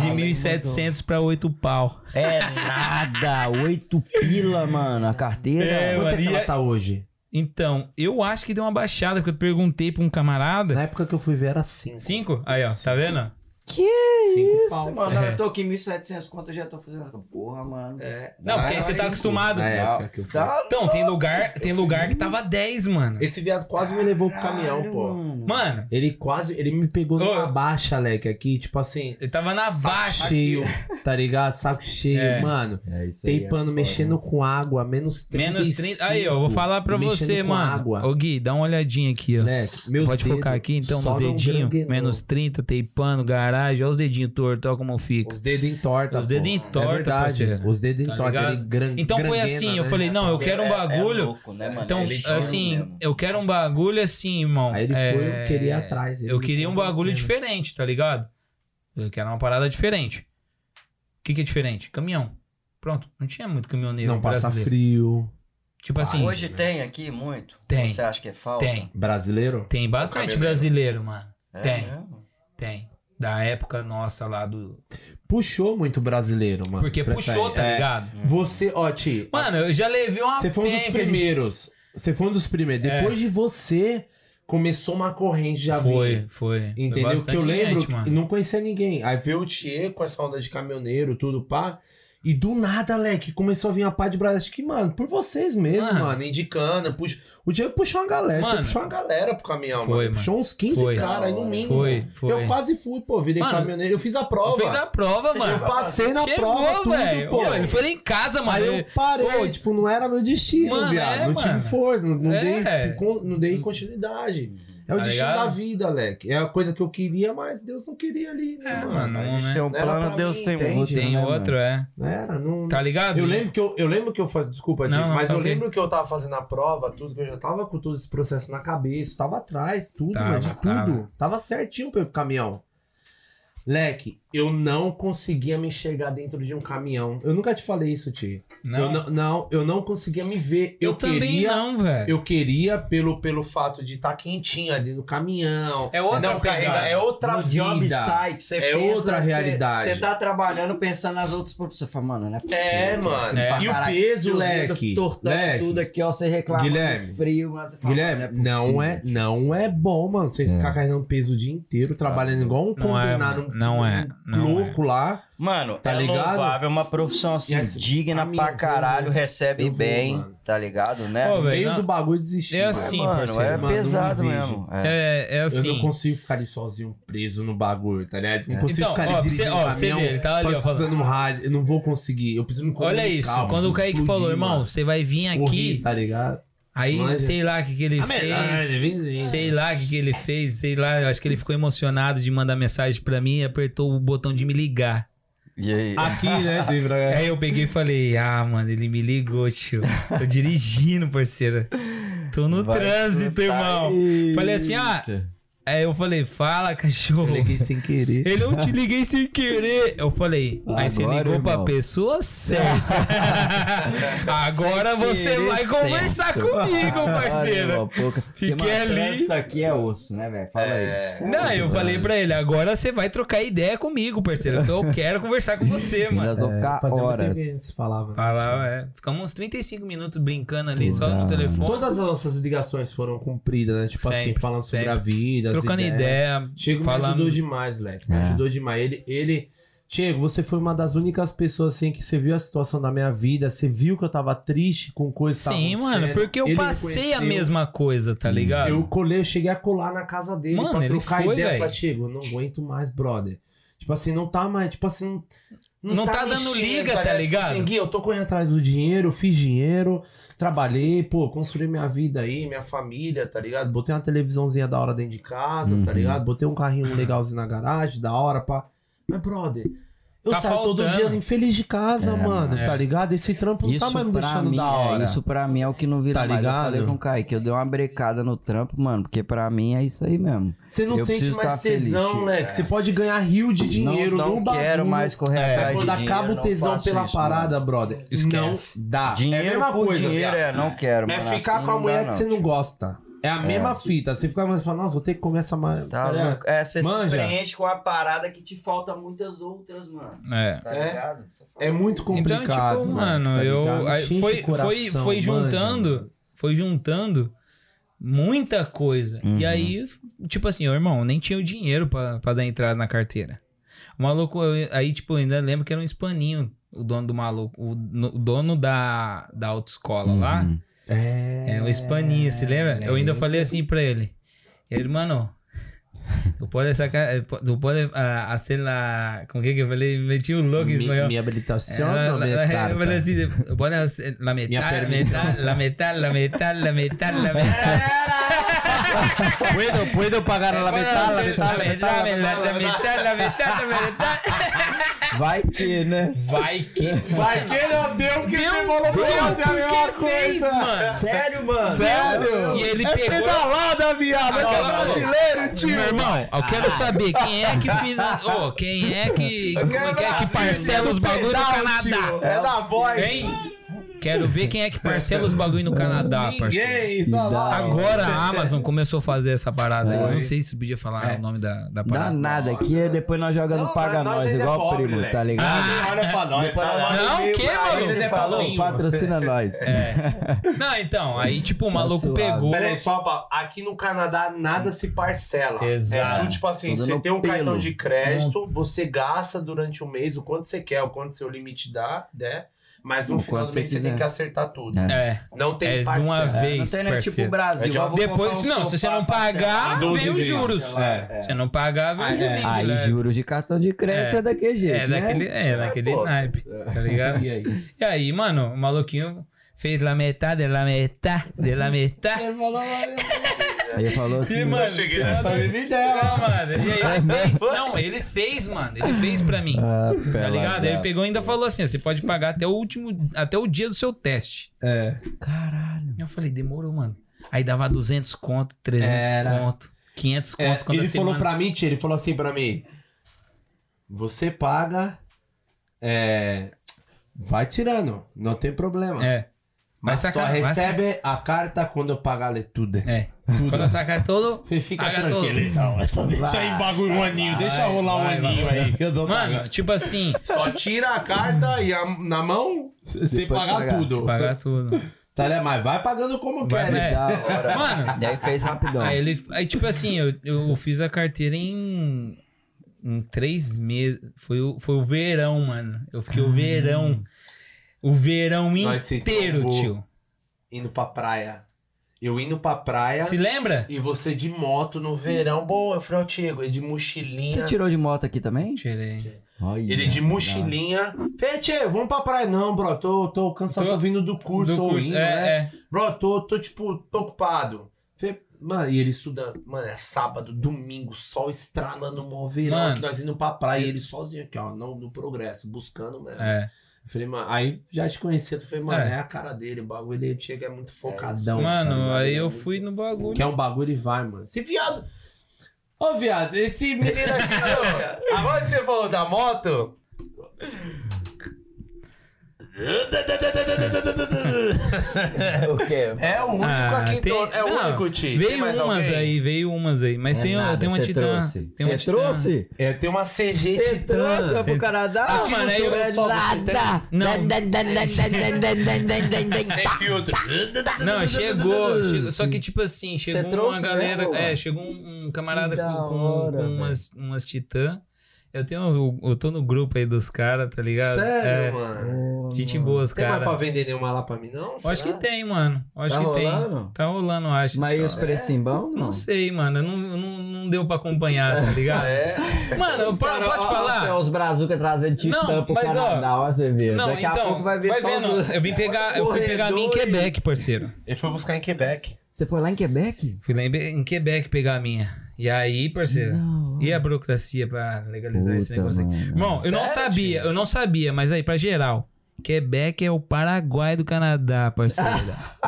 [SPEAKER 3] De 1.700 pra 8 pau.
[SPEAKER 1] É nada, oito pila, mano, a carteira.
[SPEAKER 3] É,
[SPEAKER 4] Quanto é
[SPEAKER 3] mano,
[SPEAKER 4] que
[SPEAKER 3] e
[SPEAKER 4] ela
[SPEAKER 3] é-
[SPEAKER 4] tá hoje?
[SPEAKER 3] Então, eu acho que deu uma baixada, porque eu perguntei pra um camarada.
[SPEAKER 4] Na época que eu fui ver era 5.
[SPEAKER 3] 5? Aí, ó, tá vendo?
[SPEAKER 4] 5 pau.
[SPEAKER 1] Nossa, mano,
[SPEAKER 3] É.
[SPEAKER 1] eu tô aqui 1.700 conto, eu já tô fazendo. essa Porra, mano.
[SPEAKER 4] É.
[SPEAKER 3] Não, porque aí
[SPEAKER 1] Vai,
[SPEAKER 3] você tá
[SPEAKER 1] cinco.
[SPEAKER 3] acostumado.
[SPEAKER 4] Na época que eu fui.
[SPEAKER 1] Tá
[SPEAKER 3] Então, tem lugar, tem lugar que tava 10, mano.
[SPEAKER 4] Esse viado quase me levou pro caminhão, pô.
[SPEAKER 1] Mano.
[SPEAKER 3] Mano,
[SPEAKER 4] Ele quase. Ele me pegou numa
[SPEAKER 3] Ô.
[SPEAKER 4] baixa, Leque, aqui, tipo assim.
[SPEAKER 3] ele tava na
[SPEAKER 4] Saco
[SPEAKER 3] baixa.
[SPEAKER 4] cheio, tá ligado? Saco cheio, mano.
[SPEAKER 1] É isso aí.
[SPEAKER 4] Tem pano mexendo com água, menos 30.
[SPEAKER 3] Menos 30. Aí, ó, eu vou falar pra você, mano.
[SPEAKER 4] Água.
[SPEAKER 3] Ô, Gui, dá uma olhadinha aqui, ó.
[SPEAKER 4] Leque, né? meus
[SPEAKER 3] Pode
[SPEAKER 4] dedos
[SPEAKER 3] focar aqui, então,
[SPEAKER 4] só um
[SPEAKER 3] nos
[SPEAKER 4] não
[SPEAKER 3] dedinhos.
[SPEAKER 4] granguenou.
[SPEAKER 3] Menos 30, teipando, garagem, olha os dedinhos tortos, olha como fica.
[SPEAKER 4] Os dedos entorta.
[SPEAKER 3] Os dedos
[SPEAKER 4] pô.
[SPEAKER 3] entorta,
[SPEAKER 4] É verdade.
[SPEAKER 3] parceiro.
[SPEAKER 4] Os dedos
[SPEAKER 3] Tá
[SPEAKER 4] entorta.
[SPEAKER 3] ligado?
[SPEAKER 4] ele gran-
[SPEAKER 3] Então foi
[SPEAKER 4] granguena,
[SPEAKER 3] assim, eu
[SPEAKER 4] né?
[SPEAKER 3] falei, não, eu quero um bagulho.
[SPEAKER 5] É, louco, né, mano?
[SPEAKER 3] Então,
[SPEAKER 5] Ele tira
[SPEAKER 3] assim,
[SPEAKER 5] mesmo.
[SPEAKER 3] eu quero um bagulho assim, irmão.
[SPEAKER 4] Aí ele foi,
[SPEAKER 3] é,
[SPEAKER 4] eu queria ir atrás. ele então,
[SPEAKER 3] Eu
[SPEAKER 4] me
[SPEAKER 3] queria um bagulho
[SPEAKER 4] convencendo.
[SPEAKER 3] diferente, tá ligado? Eu quero uma parada diferente. O que, que é diferente? Caminhão. Pronto, não tinha muito caminhoneiro
[SPEAKER 4] Não passa
[SPEAKER 3] brasileiro.
[SPEAKER 4] frio.
[SPEAKER 3] Tipo assim,
[SPEAKER 5] Ah, Hoje tem aqui muito?
[SPEAKER 3] Tem.
[SPEAKER 5] Você acha que é falta?
[SPEAKER 3] tem.
[SPEAKER 4] Brasileiro?
[SPEAKER 3] Tem bastante
[SPEAKER 5] Caminhoneiro.
[SPEAKER 3] brasileiro, mano.
[SPEAKER 5] É
[SPEAKER 3] Tem.
[SPEAKER 5] mesmo?
[SPEAKER 3] Tem. Da época nossa lá do.
[SPEAKER 4] Puxou muito brasileiro, mano.
[SPEAKER 3] Porque
[SPEAKER 4] pra
[SPEAKER 3] puxou,
[SPEAKER 4] sair.
[SPEAKER 3] tá
[SPEAKER 4] É.
[SPEAKER 3] ligado?
[SPEAKER 4] Você, ó, Ti.
[SPEAKER 3] Mano, eu já levei uma.
[SPEAKER 4] Você foi um dos
[SPEAKER 3] penca de-
[SPEAKER 4] primeiros. Você foi um dos primeiros.
[SPEAKER 3] É.
[SPEAKER 4] Depois de você, começou uma corrente já veio.
[SPEAKER 3] Foi, foi. Foi
[SPEAKER 4] Entendeu? Que
[SPEAKER 3] bastante
[SPEAKER 4] eu lembro,
[SPEAKER 3] gente, mano.
[SPEAKER 4] não conhecia ninguém. Aí veio o Thier com essa onda de caminhoneiro, tudo pá. E do nada, Leque, começou a vir a pá de Brasil. Acho que, mano, por vocês mesmo,
[SPEAKER 3] Mano.
[SPEAKER 4] mano, indicando. Puxa... O Diego puxou uma galera, você
[SPEAKER 3] Mano.
[SPEAKER 4] puxou uma galera pro caminhão,
[SPEAKER 3] Foi,
[SPEAKER 4] mano.
[SPEAKER 3] mano.
[SPEAKER 4] Puxou uns 15
[SPEAKER 3] Foi.
[SPEAKER 4] caras aí no mínimo.
[SPEAKER 3] Foi, foi.
[SPEAKER 4] Eu quase fui, pô, virei
[SPEAKER 3] Mano,
[SPEAKER 4] caminhoneiro. Eu fiz a prova.
[SPEAKER 3] Fez a prova,
[SPEAKER 5] Você
[SPEAKER 3] mano.
[SPEAKER 4] Eu passei na
[SPEAKER 3] Chegou,
[SPEAKER 4] prova, tudo,
[SPEAKER 3] velho.
[SPEAKER 4] pô.
[SPEAKER 3] Ô, Ele foi lá em casa, mano.
[SPEAKER 4] Aí eu parei,
[SPEAKER 3] Pô,
[SPEAKER 4] tipo, não era meu destino,
[SPEAKER 3] Mano,
[SPEAKER 4] viado.
[SPEAKER 3] é,
[SPEAKER 4] não tive
[SPEAKER 3] mano.
[SPEAKER 4] força, não, não
[SPEAKER 3] É.
[SPEAKER 4] dei, con- não dei continuidade. É o
[SPEAKER 3] Tá
[SPEAKER 4] destino
[SPEAKER 3] ligado?
[SPEAKER 4] da vida, Leque. É a coisa que eu queria, mas Deus não queria ali, né,
[SPEAKER 3] É,
[SPEAKER 4] mano?
[SPEAKER 3] mano.
[SPEAKER 5] A gente
[SPEAKER 3] né?
[SPEAKER 5] tem um
[SPEAKER 4] Era pra
[SPEAKER 5] plano, Deus
[SPEAKER 4] mim,
[SPEAKER 5] tem
[SPEAKER 4] entende?
[SPEAKER 5] um outro.
[SPEAKER 3] Tem
[SPEAKER 5] né,
[SPEAKER 3] outro,
[SPEAKER 5] mano?
[SPEAKER 3] é.
[SPEAKER 4] Não era, não.
[SPEAKER 3] Tá ligado?
[SPEAKER 4] Eu lembro que eu, eu lembro que eu fazia. Desculpa, Diego,
[SPEAKER 3] Não, não,
[SPEAKER 4] mas
[SPEAKER 3] tá
[SPEAKER 4] eu
[SPEAKER 3] ok.
[SPEAKER 4] lembro que eu tava fazendo a prova, tudo, que eu já tava com todo esse processo na cabeça, tava atrás, tudo,
[SPEAKER 3] Tava,
[SPEAKER 4] mas de
[SPEAKER 3] tava.
[SPEAKER 4] tudo. Tava, certinho pro caminhão. Leque, eu não conseguia me enxergar dentro de um caminhão. Eu nunca te falei isso, Ti.
[SPEAKER 3] Não,
[SPEAKER 4] Eu não, não, eu não conseguia me ver. Eu,
[SPEAKER 3] eu também
[SPEAKER 4] queria.
[SPEAKER 3] não, velho.
[SPEAKER 4] Eu queria pelo, pelo fato de estar quentinho ali no caminhão.
[SPEAKER 3] É outra
[SPEAKER 4] não carrega,
[SPEAKER 3] pegada.
[SPEAKER 4] é outra
[SPEAKER 1] no job
[SPEAKER 4] vida.
[SPEAKER 1] site, você
[SPEAKER 4] É outra realidade.
[SPEAKER 1] Você tá trabalhando pensando nas outras profissões. Você fala, mano, não é possível.
[SPEAKER 4] É, mano.
[SPEAKER 3] É.
[SPEAKER 4] E o
[SPEAKER 1] Caraca,
[SPEAKER 4] peso,
[SPEAKER 1] os dedos
[SPEAKER 4] leque.
[SPEAKER 1] Tortando
[SPEAKER 4] Leque.
[SPEAKER 1] tudo aqui, ó. Você reclama
[SPEAKER 4] Guilherme.
[SPEAKER 1] do frio, mas você fala,
[SPEAKER 4] Guilherme,
[SPEAKER 1] mano,
[SPEAKER 4] não é,
[SPEAKER 1] possível.
[SPEAKER 4] não é bom, mano. Você ficar carregando peso o dia inteiro, trabalhando igual um
[SPEAKER 3] é, Não é,
[SPEAKER 4] condenado,
[SPEAKER 3] mano.
[SPEAKER 4] um-
[SPEAKER 3] Não é,
[SPEAKER 4] um
[SPEAKER 3] não
[SPEAKER 4] louco lá.
[SPEAKER 5] Mano,
[SPEAKER 4] Tá
[SPEAKER 5] é
[SPEAKER 4] ligado?
[SPEAKER 5] louvável, uma profissão assim,
[SPEAKER 4] E assim,
[SPEAKER 5] digna
[SPEAKER 4] caminho, eu
[SPEAKER 5] pra
[SPEAKER 4] vou,
[SPEAKER 5] caralho,
[SPEAKER 4] mano.
[SPEAKER 5] recebe
[SPEAKER 4] Eu vou,
[SPEAKER 5] bem,
[SPEAKER 4] mano.
[SPEAKER 5] tá ligado, né?
[SPEAKER 3] Pô, velho,
[SPEAKER 4] Veio
[SPEAKER 3] não.
[SPEAKER 4] do bagulho desistir.
[SPEAKER 3] É
[SPEAKER 4] mano.
[SPEAKER 3] assim,
[SPEAKER 5] mano,
[SPEAKER 3] parceiro,
[SPEAKER 5] é
[SPEAKER 4] mano, não me
[SPEAKER 5] pesado
[SPEAKER 4] vejo.
[SPEAKER 5] mesmo. É.
[SPEAKER 3] É, é
[SPEAKER 4] Eu não
[SPEAKER 3] assim.
[SPEAKER 4] consigo ficar ali sozinho, preso no bagulho, tá ligado? Não consigo
[SPEAKER 3] Então,
[SPEAKER 4] ficar ali
[SPEAKER 3] ó, pra
[SPEAKER 4] dirigindo
[SPEAKER 3] você- ó,
[SPEAKER 4] um
[SPEAKER 3] pra você
[SPEAKER 4] caminhão,
[SPEAKER 3] ver, ele tá ali,
[SPEAKER 4] só
[SPEAKER 3] ó,
[SPEAKER 4] escutando um rádio. Eu não vou conseguir. Eu preciso me
[SPEAKER 3] Olha
[SPEAKER 4] comunicar,
[SPEAKER 3] isso.
[SPEAKER 4] eu
[SPEAKER 3] Quando
[SPEAKER 4] preciso
[SPEAKER 3] o Kaique
[SPEAKER 4] explodir,
[SPEAKER 3] falou, irmão,
[SPEAKER 4] mano.
[SPEAKER 3] você vai vir
[SPEAKER 4] Corri,
[SPEAKER 3] aqui, Ah, é
[SPEAKER 4] tá ligado?
[SPEAKER 3] aí
[SPEAKER 4] Mas- é- Ah,
[SPEAKER 3] sei lá o que, que ele
[SPEAKER 4] né,
[SPEAKER 3] fez. Sei lá o que, que ele fez, sei lá. Eu acho que ele ficou emocionado de mandar mensagem pra mim e apertou o botão de me ligar.
[SPEAKER 5] E aí?
[SPEAKER 4] Aqui, né? tem pra-
[SPEAKER 3] Aí É, eu peguei e falei: Ah, mano, ele me ligou, tio. Tô dirigindo, parceiro. Tô no
[SPEAKER 5] Vai
[SPEAKER 3] trânsito, irmão. Falei assim: Ah, aí eu falei: Fala,
[SPEAKER 4] Eu
[SPEAKER 3] cachorro.
[SPEAKER 4] liguei né? sem querer.
[SPEAKER 3] Ele eu te liguei sem querer. Eu falei, mas você
[SPEAKER 1] Agora,
[SPEAKER 3] ligou pra
[SPEAKER 1] irmão.
[SPEAKER 3] pessoa certa. Agora
[SPEAKER 1] <laughs> Sem
[SPEAKER 3] você
[SPEAKER 1] querer,
[SPEAKER 3] vai conversar
[SPEAKER 1] certo.
[SPEAKER 3] comigo, parceiro.
[SPEAKER 1] Fiquei
[SPEAKER 3] Fiquei ali.
[SPEAKER 1] Isso aqui é osso, né, velho? Fala aí.
[SPEAKER 3] Não, eu
[SPEAKER 1] Sério,
[SPEAKER 3] falei
[SPEAKER 1] mano.
[SPEAKER 3] pra ele, agora você vai trocar ideia comigo, parceiro. que Eu quero conversar com
[SPEAKER 1] <laughs>
[SPEAKER 3] você,
[SPEAKER 1] E
[SPEAKER 3] mano.
[SPEAKER 1] Nós vamos ficar
[SPEAKER 4] É, Fazia muito tempo
[SPEAKER 1] horas.
[SPEAKER 4] que a gente se falava. né,
[SPEAKER 3] Fala, é. Ficamos uns 35 minutos brincando ali, só no
[SPEAKER 1] Exato.
[SPEAKER 3] telefone.
[SPEAKER 4] Todas as nossas ligações foram cumpridas, né? Tipo assim,
[SPEAKER 3] Sempre,
[SPEAKER 4] falando sobre
[SPEAKER 3] sempre.
[SPEAKER 4] a vida. as
[SPEAKER 3] trocando
[SPEAKER 4] ideias. um
[SPEAKER 3] ideia.
[SPEAKER 4] Diego me
[SPEAKER 3] falando-
[SPEAKER 4] ajudou demais, Leque. Me
[SPEAKER 1] É.
[SPEAKER 4] ajudou demais. Ele, ele. Diego, você foi uma das únicas pessoas assim que você viu a situação da minha vida, você viu que eu tava triste com coisas que
[SPEAKER 3] Sim,
[SPEAKER 4] estavam
[SPEAKER 3] mano,
[SPEAKER 4] sendo.
[SPEAKER 3] porque eu
[SPEAKER 4] Ele
[SPEAKER 3] passei a
[SPEAKER 4] reconheceu.
[SPEAKER 3] mesma coisa, tá ligado?
[SPEAKER 4] Eu colei, eu cheguei a colar na casa dele
[SPEAKER 3] Mano,
[SPEAKER 4] pra
[SPEAKER 3] ele
[SPEAKER 4] trocar
[SPEAKER 3] foi,
[SPEAKER 4] ideia.
[SPEAKER 3] velho.
[SPEAKER 4] Falei, Diego, eu não aguento mais, brother. Tipo assim, não tá mais, tipo assim.
[SPEAKER 3] Não tá
[SPEAKER 4] me
[SPEAKER 3] dando
[SPEAKER 4] enchendo,
[SPEAKER 3] liga, tá
[SPEAKER 4] Tipo
[SPEAKER 3] ligado?
[SPEAKER 4] assim, Gui, eu tô correndo atrás do dinheiro, eu fiz dinheiro, trabalhei, pô, construí minha vida aí, minha família, tá ligado? Botei uma televisãozinha da hora dentro de casa, tá
[SPEAKER 1] Uhum.
[SPEAKER 4] ligado? Botei um
[SPEAKER 3] Ah.
[SPEAKER 4] carrinho legalzinho na garagem, da hora, pá. Mas, brother, eu
[SPEAKER 3] Tá
[SPEAKER 4] saio todo
[SPEAKER 3] faltando.
[SPEAKER 4] dia infeliz de casa, mano,
[SPEAKER 3] mano.
[SPEAKER 4] tá ligado? Esse trampo não tá mais me
[SPEAKER 1] É, pra
[SPEAKER 5] Ah,
[SPEAKER 4] deixando
[SPEAKER 1] mim,
[SPEAKER 4] da
[SPEAKER 1] é,
[SPEAKER 4] hora.
[SPEAKER 1] Isso pra mim é o que não vira
[SPEAKER 4] Tá
[SPEAKER 1] mais.
[SPEAKER 4] ligado?
[SPEAKER 1] Eu falei com o Kaique, eu dei uma brecada no trampo, mano, porque pra mim é isso aí mesmo.
[SPEAKER 4] Você não
[SPEAKER 1] Eu
[SPEAKER 4] sente
[SPEAKER 1] preciso
[SPEAKER 4] mais
[SPEAKER 1] tá
[SPEAKER 4] tesão,
[SPEAKER 1] feliz,
[SPEAKER 4] né? Que você pode ganhar rio de dinheiro
[SPEAKER 1] não,
[SPEAKER 4] no
[SPEAKER 1] não
[SPEAKER 4] bagulho.
[SPEAKER 1] quero mais correr
[SPEAKER 3] É,
[SPEAKER 1] atrás de
[SPEAKER 4] Quando
[SPEAKER 1] dinheiro,
[SPEAKER 4] acaba o
[SPEAKER 1] não
[SPEAKER 4] tesão
[SPEAKER 1] faço
[SPEAKER 4] pela
[SPEAKER 1] isso,
[SPEAKER 4] parada,
[SPEAKER 1] mano.
[SPEAKER 4] brother,
[SPEAKER 3] Esquece.
[SPEAKER 4] não dá.
[SPEAKER 1] Dinheiro
[SPEAKER 4] é a mesma
[SPEAKER 1] por
[SPEAKER 4] coisa,
[SPEAKER 1] dinheiro,
[SPEAKER 5] é,
[SPEAKER 4] viado.
[SPEAKER 5] não quero,
[SPEAKER 4] É
[SPEAKER 5] mano.
[SPEAKER 4] ficar
[SPEAKER 5] assim
[SPEAKER 4] com a
[SPEAKER 5] não
[SPEAKER 4] mulher
[SPEAKER 5] dá,
[SPEAKER 4] que você
[SPEAKER 5] não.
[SPEAKER 4] não gosta. É a mesma fita. Você fica mais falando, nossa, vou ter que comer essa... ma-
[SPEAKER 5] Tá
[SPEAKER 4] ligado?
[SPEAKER 5] louco? É, você se
[SPEAKER 4] Manja.
[SPEAKER 5] preenche com a parada que te falta muitas outras, mano.
[SPEAKER 3] É.
[SPEAKER 5] Tá
[SPEAKER 4] É.
[SPEAKER 5] ligado? Você fala,
[SPEAKER 4] É muito
[SPEAKER 3] Então,
[SPEAKER 4] complicado,
[SPEAKER 3] tipo, mano,
[SPEAKER 4] mano, tá
[SPEAKER 3] eu-
[SPEAKER 4] ligado? Não
[SPEAKER 3] aí
[SPEAKER 4] te enche
[SPEAKER 3] foi-
[SPEAKER 4] o coração,
[SPEAKER 3] foi- foi
[SPEAKER 4] manja,
[SPEAKER 3] juntando.
[SPEAKER 4] mano.
[SPEAKER 3] foi juntando muita coisa. E
[SPEAKER 4] Uhum.
[SPEAKER 3] aí, tipo assim, ô irmão, eu nem tinha o dinheiro pra pra dar entrada na carteira. O maluco, eu- aí, tipo, eu ainda lembro que era um hispaninho, o dono do maluco, o, no- o dono da, da autoescola lá.
[SPEAKER 1] Uhum.
[SPEAKER 4] É...
[SPEAKER 2] Eh,
[SPEAKER 3] É um hispaninho, se lembra? Eu ainda
[SPEAKER 4] lembro.
[SPEAKER 3] falei assim pra ele. Ele, mano, Tu pode sacar, eh, tu pode ah, fazer a, como que que eu falei? Meti um louco em espanhol.
[SPEAKER 4] minha habilitação
[SPEAKER 3] Ah,
[SPEAKER 4] não
[SPEAKER 3] la-
[SPEAKER 4] me
[SPEAKER 3] la- eu falei
[SPEAKER 4] carta.
[SPEAKER 3] assim, pode fazer la metal,
[SPEAKER 4] permissão.
[SPEAKER 3] metal, la metal, la metal, la metal,
[SPEAKER 4] <laughs>
[SPEAKER 3] la metal.
[SPEAKER 4] Puedo, puedo pagar a la
[SPEAKER 3] Pode
[SPEAKER 4] metade, la
[SPEAKER 3] fazer
[SPEAKER 4] metade, la
[SPEAKER 3] la metal, la
[SPEAKER 4] metade, la metade.
[SPEAKER 3] metal, la metal, la metal.
[SPEAKER 1] Vai que, né?
[SPEAKER 3] Vai que...
[SPEAKER 2] Vai que não deu que você falou pra fazer a mesma
[SPEAKER 3] que fez,
[SPEAKER 2] coisa.
[SPEAKER 3] mano?
[SPEAKER 1] Sério, mano?
[SPEAKER 2] Sério?
[SPEAKER 3] E ele
[SPEAKER 2] é
[SPEAKER 3] pegou-
[SPEAKER 2] pedalada, viado.
[SPEAKER 3] Ah,
[SPEAKER 2] é
[SPEAKER 3] não, não.
[SPEAKER 2] brasileiro, tio. Ah.
[SPEAKER 3] Meu irmão, eu quero saber quem é que finan... Ô, quem é que,
[SPEAKER 2] Eu
[SPEAKER 3] como
[SPEAKER 2] quero
[SPEAKER 3] que, é que
[SPEAKER 2] Brasil,
[SPEAKER 3] parcela os
[SPEAKER 2] pedal,
[SPEAKER 3] bagulho no
[SPEAKER 2] tio.
[SPEAKER 3] Canadá?
[SPEAKER 2] É da voz.
[SPEAKER 3] Hein? Quero ver quem é que parcela os bagulho no Canadá,
[SPEAKER 2] é.
[SPEAKER 3] parceiro.
[SPEAKER 2] Ninguém, só lá.
[SPEAKER 3] Agora a Amazon começou a fazer essa parada. aí. Eu não
[SPEAKER 1] Foi.
[SPEAKER 3] sei se podia
[SPEAKER 2] É.
[SPEAKER 3] falar o nome da, da
[SPEAKER 1] Dá
[SPEAKER 3] parada.
[SPEAKER 1] nada um aqui, e depois nós joga
[SPEAKER 2] Não,
[SPEAKER 1] no Paga
[SPEAKER 2] nós- nós
[SPEAKER 1] Nós,
[SPEAKER 2] ainda é
[SPEAKER 1] igual o
[SPEAKER 2] pobre,
[SPEAKER 1] primo,
[SPEAKER 2] moleque.
[SPEAKER 1] tá ligado?
[SPEAKER 2] Ninguém olha pra nós,
[SPEAKER 1] Depois
[SPEAKER 2] tá
[SPEAKER 1] nós
[SPEAKER 2] lá.
[SPEAKER 1] manda
[SPEAKER 3] Não,
[SPEAKER 1] e-mail
[SPEAKER 3] que,
[SPEAKER 1] pra
[SPEAKER 3] mano?
[SPEAKER 1] ele,
[SPEAKER 2] Ele é
[SPEAKER 1] Ele falou, <laughs>
[SPEAKER 2] padrinho.
[SPEAKER 1] patrocina nós.
[SPEAKER 3] É. Não, então, aí tipo, o maluco
[SPEAKER 1] Tá suave.
[SPEAKER 3] pegou.
[SPEAKER 2] Pera aí, só pra... Aqui no Canadá nada se parcela.
[SPEAKER 3] Exato.
[SPEAKER 2] É tudo tipo assim,
[SPEAKER 1] Tudo
[SPEAKER 2] você
[SPEAKER 1] no
[SPEAKER 2] tem um
[SPEAKER 1] pelo.
[SPEAKER 2] cartão de crédito, você gasta durante o mês o quanto você quer, o quanto seu limite dá, né? Mas no
[SPEAKER 1] O
[SPEAKER 2] final
[SPEAKER 1] quanto
[SPEAKER 2] do mês
[SPEAKER 1] você
[SPEAKER 2] você tem
[SPEAKER 1] quiser.
[SPEAKER 2] que acertar tudo.
[SPEAKER 1] É.
[SPEAKER 3] É.
[SPEAKER 2] Não tem
[SPEAKER 3] É, de uma
[SPEAKER 2] parcela.
[SPEAKER 3] vez.
[SPEAKER 1] Não
[SPEAKER 3] Isso,
[SPEAKER 1] tem nem tipo
[SPEAKER 3] parceiro.
[SPEAKER 1] o Brasil.
[SPEAKER 2] Já
[SPEAKER 1] ó, vou comprar
[SPEAKER 3] Depois,
[SPEAKER 1] um
[SPEAKER 3] não, se você
[SPEAKER 1] sofá
[SPEAKER 3] não pagar,
[SPEAKER 2] parcelado,
[SPEAKER 3] vem os
[SPEAKER 2] 12
[SPEAKER 3] juros.
[SPEAKER 2] vezes, sei lá.
[SPEAKER 1] É.
[SPEAKER 3] Se não pagar, vem os juros.
[SPEAKER 1] Aí juros de cartão de crédito é, daquele jeito,
[SPEAKER 3] né? É,
[SPEAKER 1] né?
[SPEAKER 3] naquele, é, naquele
[SPEAKER 2] pô,
[SPEAKER 3] naipe, tá ligado?
[SPEAKER 4] E aí?
[SPEAKER 3] E aí, mano, o maluquinho fez la metade, la metade, la metade.
[SPEAKER 1] Aí ele falou assim,
[SPEAKER 2] Eu cheguei nessa
[SPEAKER 4] é
[SPEAKER 2] mesma ideia.
[SPEAKER 3] Não, É, mano, e aí ele fez, não, ele fez, mano, ele fez pra mim,
[SPEAKER 4] Ah,
[SPEAKER 3] tá
[SPEAKER 4] pela
[SPEAKER 3] ligado? Ele
[SPEAKER 4] gata.
[SPEAKER 3] pegou e ainda falou assim, ó, você pode pagar até o último, até o dia do seu teste.
[SPEAKER 4] É.
[SPEAKER 1] caralho.
[SPEAKER 3] E eu falei, demorou, mano. Aí dava 200 conto, 300
[SPEAKER 4] Era.
[SPEAKER 3] conto, 500
[SPEAKER 4] É,
[SPEAKER 3] conto. quando
[SPEAKER 4] ele
[SPEAKER 3] a
[SPEAKER 4] falou
[SPEAKER 3] semana...
[SPEAKER 4] pra mim, tia, ele falou assim pra mim: Você paga. É. Vai tirando, não tem problema.
[SPEAKER 3] É,
[SPEAKER 4] mas
[SPEAKER 3] vai
[SPEAKER 4] só
[SPEAKER 3] sacar- vai
[SPEAKER 4] recebe a carta quando eu pagar a tudo.
[SPEAKER 3] é. Quando eu sacar todo,
[SPEAKER 4] Você Fica
[SPEAKER 3] paga todo.
[SPEAKER 4] tranquilo então. É só deixar aí bagulho um aninho. deixa rolar
[SPEAKER 3] vai, vai.
[SPEAKER 4] aí. Que eu dou
[SPEAKER 3] Mano, tipo assim,
[SPEAKER 2] Só tira a carta e a- na mão.
[SPEAKER 4] Sem
[SPEAKER 1] Depois
[SPEAKER 4] pagar,
[SPEAKER 1] pagar.
[SPEAKER 4] tudo.
[SPEAKER 3] pagar tudo.
[SPEAKER 4] Tá, ligado? mas vai pagando como
[SPEAKER 3] Vai,
[SPEAKER 4] quer.
[SPEAKER 3] né?
[SPEAKER 4] né?
[SPEAKER 1] Da hora.
[SPEAKER 3] Mano,
[SPEAKER 1] Daí fez rapidão.
[SPEAKER 3] Aí ele. Aí, tipo assim, eu, eu fiz a carteira em. Em três meses. Foi, o- foi o verão, mano. Eu fiquei
[SPEAKER 2] Ah.
[SPEAKER 3] o verão. O verão
[SPEAKER 4] Nós se
[SPEAKER 3] inteiro,
[SPEAKER 2] tipo
[SPEAKER 4] trombou.
[SPEAKER 3] tio.
[SPEAKER 4] Indo pra praia. Eu indo pra
[SPEAKER 2] É.
[SPEAKER 4] praia
[SPEAKER 3] Se lembra?
[SPEAKER 4] e você de moto no verão. Boa, eu falei, ó, Tiago, ele de mochilinha.
[SPEAKER 1] Você tirou de moto aqui também?
[SPEAKER 3] Tirei.
[SPEAKER 1] Olha,
[SPEAKER 4] Ele de mochilinha. Fê, tchê, vamos pra praia. Não, bro, tô, tô cansado,
[SPEAKER 3] Tô-
[SPEAKER 4] tô vindo do curso,
[SPEAKER 3] Do
[SPEAKER 4] ou
[SPEAKER 3] curso,
[SPEAKER 4] indo, né?
[SPEAKER 3] é, é.
[SPEAKER 4] Bro, tô, tô, tipo, tô ocupado. Fê, mano, e ele estudando. Mano, é sábado, domingo, sol estralando, mó verão.
[SPEAKER 3] Mano.
[SPEAKER 4] Aqui, nós indo pra praia e ele sozinho aqui, ó, no, no progresso, buscando mesmo.
[SPEAKER 3] é.
[SPEAKER 4] Eu Falei, mano, aí já te conhecia, tu falei, mano,
[SPEAKER 3] É.
[SPEAKER 4] é, a cara dele, o bagulho ele chega, é muito focadão. tá
[SPEAKER 3] Mano,
[SPEAKER 4] ligado?
[SPEAKER 3] aí
[SPEAKER 2] né?
[SPEAKER 4] Ele é
[SPEAKER 3] eu
[SPEAKER 4] muito-
[SPEAKER 3] fui no bagulho.
[SPEAKER 4] Quer um bagulho e vai, mano. Esse viado. Ô,
[SPEAKER 3] <laughs>
[SPEAKER 4] viado, esse menino aqui.
[SPEAKER 2] Agora que você falou da moto.
[SPEAKER 1] O quê?
[SPEAKER 2] É o único
[SPEAKER 3] Ah,
[SPEAKER 2] aqui em
[SPEAKER 3] tem-
[SPEAKER 2] todo. É o
[SPEAKER 3] não,
[SPEAKER 2] único, Ti. Tem
[SPEAKER 3] Veio
[SPEAKER 2] mais
[SPEAKER 3] umas
[SPEAKER 2] alguém?
[SPEAKER 3] aí, veio umas aí. Mas tem, eu tenho uma
[SPEAKER 1] Você
[SPEAKER 3] titã.
[SPEAKER 1] É trouxe?
[SPEAKER 3] Tem uma
[SPEAKER 1] Você
[SPEAKER 3] titã.
[SPEAKER 1] trouxe?
[SPEAKER 2] É, tem uma CG
[SPEAKER 1] Você
[SPEAKER 2] Titã.
[SPEAKER 1] trouxe
[SPEAKER 3] Cê-
[SPEAKER 1] pro Canadá?
[SPEAKER 3] Ah,
[SPEAKER 1] Aqui
[SPEAKER 3] mano,
[SPEAKER 1] não
[SPEAKER 3] aí eu-
[SPEAKER 1] trouxe nada.
[SPEAKER 3] Não.
[SPEAKER 2] Sem filtro.
[SPEAKER 3] Não,
[SPEAKER 1] <laughs>
[SPEAKER 3] chegou, chegou. Só que, tipo assim, chegou uma
[SPEAKER 1] trouxe
[SPEAKER 3] galera.
[SPEAKER 1] mesmo,
[SPEAKER 3] é,
[SPEAKER 1] mano?
[SPEAKER 3] chegou um, um camarada
[SPEAKER 1] Que
[SPEAKER 3] com,
[SPEAKER 1] da
[SPEAKER 3] com-
[SPEAKER 1] hora,
[SPEAKER 3] com
[SPEAKER 1] velho.
[SPEAKER 3] umas, umas titã. Eu tenho. Eu tô no grupo aí dos caras, tá ligado?
[SPEAKER 4] Sério,
[SPEAKER 3] É,
[SPEAKER 4] mano.
[SPEAKER 3] <laughs> gente boa, os
[SPEAKER 4] Tem mais pra
[SPEAKER 3] caras.
[SPEAKER 4] vender nenhuma lá pra mim, não?
[SPEAKER 3] Eu Acho que
[SPEAKER 4] Será?
[SPEAKER 3] tem, mano. Eu Acho
[SPEAKER 1] Tá
[SPEAKER 3] que tem.
[SPEAKER 1] rolando?
[SPEAKER 3] Tá rolando, eu acho.
[SPEAKER 1] Mas e
[SPEAKER 3] Tá.
[SPEAKER 1] os precinhos bons?
[SPEAKER 3] Não sei, mano. eu Não, eu não, não deu pra acompanhar,
[SPEAKER 1] <laughs>
[SPEAKER 3] tá ligado?
[SPEAKER 2] É.
[SPEAKER 3] Mano, eu po-
[SPEAKER 1] Cara,
[SPEAKER 3] posso
[SPEAKER 1] ó,
[SPEAKER 3] falar?
[SPEAKER 1] Os brazuca trazendo titã
[SPEAKER 3] Não,
[SPEAKER 1] pro
[SPEAKER 3] mas, ó,
[SPEAKER 1] Canadá, ó, você vê.
[SPEAKER 3] Não,
[SPEAKER 1] Daqui
[SPEAKER 3] então.
[SPEAKER 1] a pouco vai ver só os...
[SPEAKER 3] vendo. Eu vim pegar. Eu fui pegar a minha em
[SPEAKER 1] Corredor e-
[SPEAKER 3] Quebec, parceiro.
[SPEAKER 2] Ele foi buscar em Quebec.
[SPEAKER 1] Você foi lá em Quebec?
[SPEAKER 3] Fui lá em, Be- em Quebec pegar a minha. E aí, parceiro.
[SPEAKER 1] Não.
[SPEAKER 3] E a burocracia pra legalizar esse
[SPEAKER 1] Puta,
[SPEAKER 3] negócio aqui?
[SPEAKER 1] mano.
[SPEAKER 3] Bom, eu não sabia, eu não sabia, mas aí, pra geral. Quebec é o Paraguai do Canadá,
[SPEAKER 1] <laughs>
[SPEAKER 3] parceiro.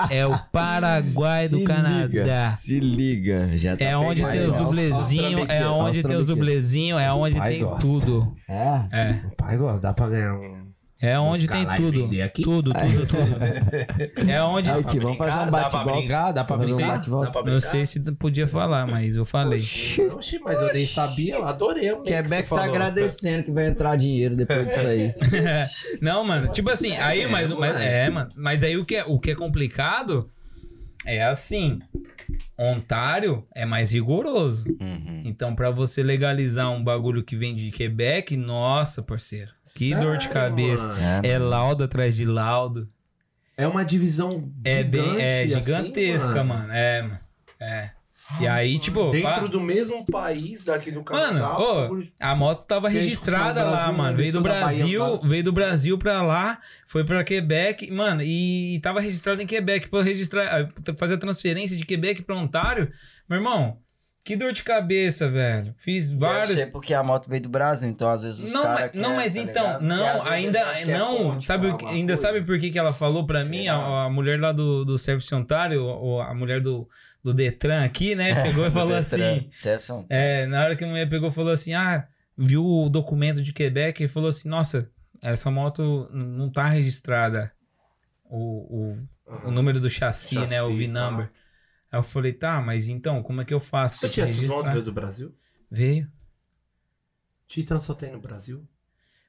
[SPEAKER 3] é o Paraguai do Canadá.
[SPEAKER 1] Se liga. Já tá
[SPEAKER 3] É onde tem os
[SPEAKER 1] pegando.
[SPEAKER 3] dublezinhos, é
[SPEAKER 1] Austrambiqueiro,
[SPEAKER 3] onde tem os
[SPEAKER 1] austrambiqueiro.
[SPEAKER 3] dublezinhos, é onde
[SPEAKER 4] pai
[SPEAKER 3] tem
[SPEAKER 4] gosta.
[SPEAKER 3] tudo.
[SPEAKER 1] É?
[SPEAKER 3] É.
[SPEAKER 4] O pai gosta, dá pra ganhar um.
[SPEAKER 3] É onde
[SPEAKER 4] ficar
[SPEAKER 3] tem
[SPEAKER 4] lá e
[SPEAKER 3] tudo.
[SPEAKER 4] vender aqui?
[SPEAKER 3] Tudo, tudo, tudo.
[SPEAKER 1] <laughs>
[SPEAKER 3] É onde.
[SPEAKER 1] Aí, tio, vamos fazer um
[SPEAKER 2] dá pra
[SPEAKER 1] bate-bola.
[SPEAKER 4] Brincar, dá pra
[SPEAKER 1] Vamos um
[SPEAKER 4] brincar?
[SPEAKER 1] lá, de volta.
[SPEAKER 4] Dá pra
[SPEAKER 3] Não sei se podia falar, mas eu falei.
[SPEAKER 4] Oxi, mas eu nem sabia, eu adorei. o que você
[SPEAKER 1] Quebec tá
[SPEAKER 4] falou.
[SPEAKER 1] agradecendo que vai entrar dinheiro depois disso aí.
[SPEAKER 3] É. Não, mano, tipo assim, aí, mas, mas é, mano, mas aí o que é, o que é complicado é assim. Ontário é mais rigoroso. Então, pra você legalizar um bagulho que vem de Quebec, nossa, parceiro, que dor de
[SPEAKER 4] Sério,
[SPEAKER 3] cabeça.
[SPEAKER 4] mano?
[SPEAKER 3] É laudo atrás de laudo.
[SPEAKER 4] É uma divisão
[SPEAKER 3] É, bem, é
[SPEAKER 4] gigante, assim,
[SPEAKER 3] gigantesca, mano. É, mano. É. E aí, tipo. pá-
[SPEAKER 2] Dentro do mesmo país daquele
[SPEAKER 3] Mano,
[SPEAKER 2] Canadá.
[SPEAKER 3] ô,
[SPEAKER 2] o bagulho-
[SPEAKER 3] a moto tava
[SPEAKER 2] Tem
[SPEAKER 3] registrada
[SPEAKER 2] discussão no
[SPEAKER 3] lá,
[SPEAKER 2] Brasil,
[SPEAKER 3] mano.
[SPEAKER 2] né?
[SPEAKER 3] Veio do
[SPEAKER 2] Isso da
[SPEAKER 3] Brasil,
[SPEAKER 5] tá?
[SPEAKER 2] Bahia,
[SPEAKER 3] veio do Brasil pra lá, foi pra Quebec, mano, e, e tava registrado em Quebec. Pra registrar, ah, fazer a transferência de Quebec pra Ontário, meu irmão, que dor de cabeça, velho. Fiz
[SPEAKER 5] Deve ser
[SPEAKER 3] vários.
[SPEAKER 5] porque a moto veio do Brasil, então às vezes os
[SPEAKER 3] Não,
[SPEAKER 5] cara
[SPEAKER 3] mas,
[SPEAKER 5] quer,
[SPEAKER 3] não, mas
[SPEAKER 5] tá
[SPEAKER 3] então,
[SPEAKER 5] ligado? Porque, às
[SPEAKER 3] não,
[SPEAKER 5] vezes,
[SPEAKER 3] ainda
[SPEAKER 5] acha que é
[SPEAKER 3] não,
[SPEAKER 5] ponte,
[SPEAKER 3] sabe, o que-
[SPEAKER 5] alguma
[SPEAKER 3] ainda
[SPEAKER 5] coisa.
[SPEAKER 3] sabe por que, que ela falou pra mim,
[SPEAKER 5] Sei lá.
[SPEAKER 3] a, a mulher lá do, do Serviço Ontário, ou a mulher do, do Detran
[SPEAKER 5] <laughs>
[SPEAKER 3] aqui, né, pegou e falou assim,
[SPEAKER 5] Sebson.
[SPEAKER 3] é, na hora que a mulher pegou, falou assim: ah, viu o documento de Quebec e falou assim: nossa, essa moto n- não tá registrada. O, o, o número do chassi,
[SPEAKER 2] Chassi,
[SPEAKER 3] né? O V-number. Aí eu falei: tá, mas então, como é que eu faço?
[SPEAKER 2] Tu
[SPEAKER 3] Tem que
[SPEAKER 2] tinha essas
[SPEAKER 3] registrar?"
[SPEAKER 2] motos veio do Brasil?
[SPEAKER 3] Veio.
[SPEAKER 2] Titan só tem no Brasil?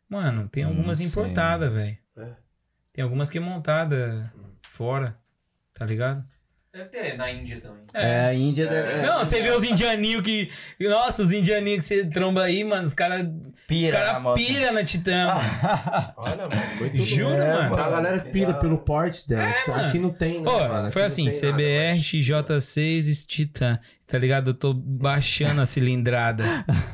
[SPEAKER 3] Mano, tem
[SPEAKER 1] Hum,
[SPEAKER 3] algumas
[SPEAKER 1] sei,
[SPEAKER 3] importadas, velho.
[SPEAKER 2] É.
[SPEAKER 3] Tem algumas que é montada fora, tá ligado?
[SPEAKER 6] Deve ter na Índia né? também.
[SPEAKER 1] É, a Índia.
[SPEAKER 2] É.
[SPEAKER 3] Não, você vê os indianinhos que. Nossa, os indianinhos que você tromba aí, mano, os caras. Os
[SPEAKER 5] Pira na
[SPEAKER 3] caras
[SPEAKER 5] moto. né?
[SPEAKER 3] pira na Titã. mano.
[SPEAKER 2] Olha, mano, muito
[SPEAKER 3] Juro,
[SPEAKER 2] bom.
[SPEAKER 3] mano. Tá
[SPEAKER 4] A galera
[SPEAKER 2] tá
[SPEAKER 4] que pira pelo porte dela.
[SPEAKER 3] É,
[SPEAKER 4] tá?
[SPEAKER 3] mano.
[SPEAKER 4] aqui não tem, né,
[SPEAKER 3] Pô,
[SPEAKER 4] mano? Aqui
[SPEAKER 3] foi
[SPEAKER 4] não
[SPEAKER 3] assim,
[SPEAKER 4] tem nada,
[SPEAKER 3] CBR,
[SPEAKER 4] mas-
[SPEAKER 3] XJ6, Titan. Tá ligado? Eu tô baixando a cilindrada.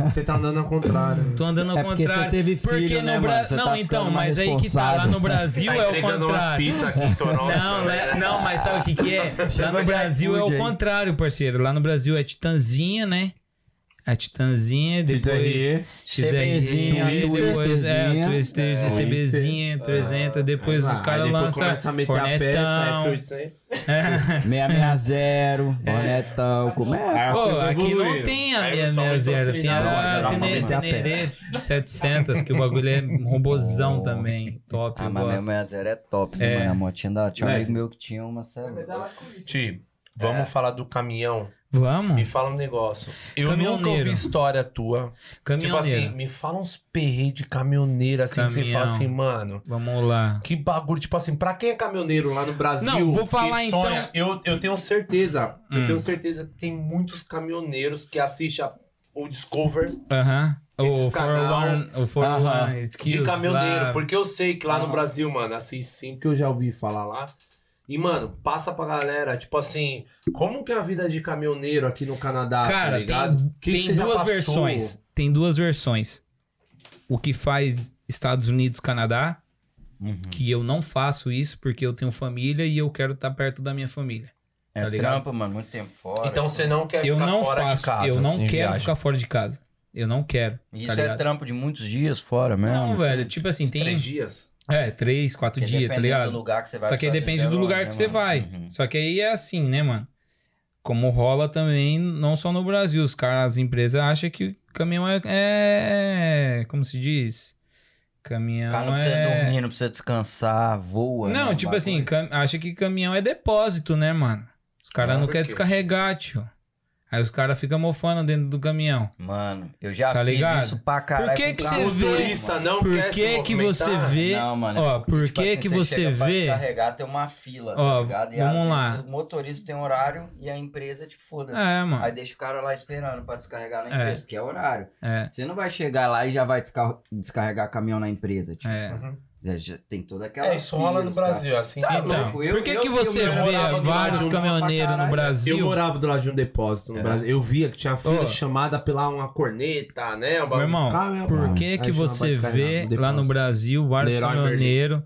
[SPEAKER 4] Você tá andando ao contrário.
[SPEAKER 3] Tô andando ao
[SPEAKER 1] É porque
[SPEAKER 3] contrário.
[SPEAKER 1] você teve filho,
[SPEAKER 3] porque
[SPEAKER 1] né,
[SPEAKER 3] no Bra-
[SPEAKER 1] mano? Você
[SPEAKER 3] Não,
[SPEAKER 1] tá
[SPEAKER 3] então,
[SPEAKER 1] ficando mais
[SPEAKER 3] mas aí que tá. Lá no
[SPEAKER 1] responsável.
[SPEAKER 3] Brasil é o
[SPEAKER 2] entregando umas
[SPEAKER 3] contrário.
[SPEAKER 2] pizzas aqui em Toronto.
[SPEAKER 3] Não,
[SPEAKER 2] né?
[SPEAKER 3] né? não, mas sabe o que, que é? Lá no Brasil é o
[SPEAKER 1] iFood, hein?
[SPEAKER 3] contrário, parceiro. Lá no Brasil é Titanzinha, né? A Titanzinha, depois.
[SPEAKER 4] TRE.
[SPEAKER 1] CBzinha,
[SPEAKER 3] depois é,
[SPEAKER 1] Twisterzinha.
[SPEAKER 3] Twisterzinha, CBzinha, 300, depois
[SPEAKER 4] Ah, Aí
[SPEAKER 3] os caras
[SPEAKER 4] depois
[SPEAKER 3] lançam.
[SPEAKER 4] começa a meter
[SPEAKER 3] é
[SPEAKER 4] a
[SPEAKER 3] cornetão.
[SPEAKER 4] peça, F800.
[SPEAKER 1] 660, Bonetão, como é?
[SPEAKER 3] Pô,
[SPEAKER 4] foi
[SPEAKER 3] aqui não
[SPEAKER 4] evoluindo.
[SPEAKER 3] tem a
[SPEAKER 2] Aí
[SPEAKER 3] minha,
[SPEAKER 2] o pessoal
[SPEAKER 3] minha
[SPEAKER 2] começou a
[SPEAKER 3] zero. Tem
[SPEAKER 2] treinar
[SPEAKER 3] a
[SPEAKER 1] lá, já dá pra meter a
[SPEAKER 3] Tenerê 700, que o bagulho é um robozão também. Top,
[SPEAKER 5] Ah,
[SPEAKER 3] eu
[SPEAKER 5] mas minha
[SPEAKER 3] gosto.
[SPEAKER 5] mulher zero é top,
[SPEAKER 3] É.
[SPEAKER 5] né, mano? A motinha da... Tinha um
[SPEAKER 4] É.
[SPEAKER 5] amigo meu que tinha uma...
[SPEAKER 1] é
[SPEAKER 5] Sabe?
[SPEAKER 2] Ti, vamos falar do caminhão. Me
[SPEAKER 3] Vamos?
[SPEAKER 2] fala um negócio. Eu nunca
[SPEAKER 3] Caminhoneiro.
[SPEAKER 2] ouvi história tua. Tipo
[SPEAKER 3] Caminhoneiro.
[SPEAKER 2] assim, me fala uns perreios de caminhoneiro, assim, que você
[SPEAKER 3] Caminhão.
[SPEAKER 2] fala assim, mano.
[SPEAKER 3] Vamos lá.
[SPEAKER 2] Que bagulho, tipo assim, pra quem é caminhoneiro lá no Brasil,
[SPEAKER 3] Não, vou
[SPEAKER 2] que
[SPEAKER 3] falar então-
[SPEAKER 2] sonha, eu, eu tenho certeza,
[SPEAKER 3] Hum.
[SPEAKER 2] eu tenho certeza que tem muitos caminhoneiros que assistem a- o Discover
[SPEAKER 3] Aham. O
[SPEAKER 2] Esses canal-
[SPEAKER 3] 41, o 41
[SPEAKER 1] Aham.
[SPEAKER 3] Skills
[SPEAKER 2] de caminhoneiro,
[SPEAKER 3] lá.
[SPEAKER 2] porque eu sei que
[SPEAKER 3] Ah.
[SPEAKER 2] lá no Brasil, mano, assiste sim, porque eu já ouvi falar lá. E, mano, passa pra galera, tipo assim, como que é a vida de caminhoneiro aqui no Canadá,
[SPEAKER 3] Cara,
[SPEAKER 2] tá
[SPEAKER 3] tem-
[SPEAKER 2] ligado? O que que
[SPEAKER 3] tem
[SPEAKER 2] você já
[SPEAKER 3] duas
[SPEAKER 2] passou?
[SPEAKER 3] versões. Tem duas versões. O que faz Estados Unidos, Canadá, que eu não faço isso porque eu tenho família e eu quero estar perto da minha família.
[SPEAKER 5] É
[SPEAKER 3] Tá ligado?
[SPEAKER 5] trampa, mano, muito tempo fora.
[SPEAKER 2] Então você não quer
[SPEAKER 3] eu
[SPEAKER 2] ficar
[SPEAKER 3] não
[SPEAKER 2] fora
[SPEAKER 3] faço,
[SPEAKER 2] de casa.
[SPEAKER 3] eu não
[SPEAKER 2] em
[SPEAKER 3] quero
[SPEAKER 2] viagem.
[SPEAKER 3] ficar fora de casa. Eu não quero.
[SPEAKER 5] Isso
[SPEAKER 3] tá
[SPEAKER 5] é
[SPEAKER 3] ligado?
[SPEAKER 5] trampo de muitos dias fora mesmo.
[SPEAKER 3] Não, velho, tipo assim, tem.
[SPEAKER 2] é Três dias.
[SPEAKER 3] É, três, quatro
[SPEAKER 5] Porque
[SPEAKER 3] dias, tá
[SPEAKER 5] dependendo
[SPEAKER 3] ligado?
[SPEAKER 5] do lugar que você vai
[SPEAKER 3] Só que aí
[SPEAKER 5] precisar de
[SPEAKER 3] depende do
[SPEAKER 5] geral,
[SPEAKER 3] lugar
[SPEAKER 5] né,
[SPEAKER 3] que você
[SPEAKER 5] mano?
[SPEAKER 3] vai.
[SPEAKER 5] Uhum.
[SPEAKER 3] Só que aí é assim, né, mano? Como rola também, não só no Brasil. Os caras, as empresas acham que o caminhão é. é- como se diz? Caminhão
[SPEAKER 5] O cara não precisa
[SPEAKER 3] é.
[SPEAKER 5] dormir, não precisa descansar, voa.
[SPEAKER 3] não,
[SPEAKER 5] né,
[SPEAKER 3] tipo
[SPEAKER 5] bagulho.
[SPEAKER 3] assim, cam... acha que caminhão é depósito, né, mano? Os caras
[SPEAKER 2] Ah,
[SPEAKER 3] não
[SPEAKER 2] por
[SPEAKER 3] querem
[SPEAKER 2] quê?
[SPEAKER 3] descarregar, tio. Aí os caras ficam mofando dentro do caminhão.
[SPEAKER 5] Mano, eu já
[SPEAKER 3] Tá
[SPEAKER 5] fiz
[SPEAKER 3] ligado?
[SPEAKER 5] isso pra caralho.
[SPEAKER 3] que
[SPEAKER 5] com
[SPEAKER 3] que
[SPEAKER 5] carro
[SPEAKER 3] você vê-
[SPEAKER 2] Motorista não
[SPEAKER 3] Por
[SPEAKER 2] quer se
[SPEAKER 3] que que você
[SPEAKER 2] movimentar?
[SPEAKER 3] vê.
[SPEAKER 5] Não, mano. é
[SPEAKER 3] Ó,
[SPEAKER 5] porque,
[SPEAKER 3] por
[SPEAKER 5] tipo
[SPEAKER 3] que
[SPEAKER 5] assim,
[SPEAKER 3] que você
[SPEAKER 5] chega Pra
[SPEAKER 3] vê-
[SPEAKER 5] descarregar tem uma fila,
[SPEAKER 3] Ó,
[SPEAKER 5] tá ligado? E
[SPEAKER 3] vamos
[SPEAKER 5] às
[SPEAKER 3] lá.
[SPEAKER 5] vezes o motorista tem horário e a empresa, tipo, foda-se.
[SPEAKER 3] É, mano.
[SPEAKER 5] Aí deixa o cara lá esperando pra descarregar na
[SPEAKER 3] É.
[SPEAKER 5] empresa, porque é horário.
[SPEAKER 3] É,
[SPEAKER 5] Você não vai chegar lá e já vai descar- descarregar caminhão na empresa, tipo.
[SPEAKER 3] é.
[SPEAKER 5] Já- já tem toda aquela.
[SPEAKER 2] É, isso rola no
[SPEAKER 5] fila, tá?
[SPEAKER 2] Brasil, assim.
[SPEAKER 5] Tá
[SPEAKER 2] que-
[SPEAKER 5] louco.
[SPEAKER 3] Então,
[SPEAKER 5] eu-
[SPEAKER 3] por que,
[SPEAKER 5] eu
[SPEAKER 3] que
[SPEAKER 5] vi
[SPEAKER 3] você
[SPEAKER 5] o meu
[SPEAKER 3] vê
[SPEAKER 2] morava do lado de
[SPEAKER 3] vários
[SPEAKER 2] uma
[SPEAKER 3] caminhoneiros no
[SPEAKER 5] caralho.
[SPEAKER 4] Eu
[SPEAKER 3] Brasil? É.
[SPEAKER 4] morava do lado de um depósito no Brasil. Eu via que tinha fila
[SPEAKER 3] Ô.
[SPEAKER 4] chamada pela uma corneta, né? Um
[SPEAKER 3] Meu irmão, por que que você vê lá no Brasil vários
[SPEAKER 4] Leroy
[SPEAKER 3] caminhoneiros,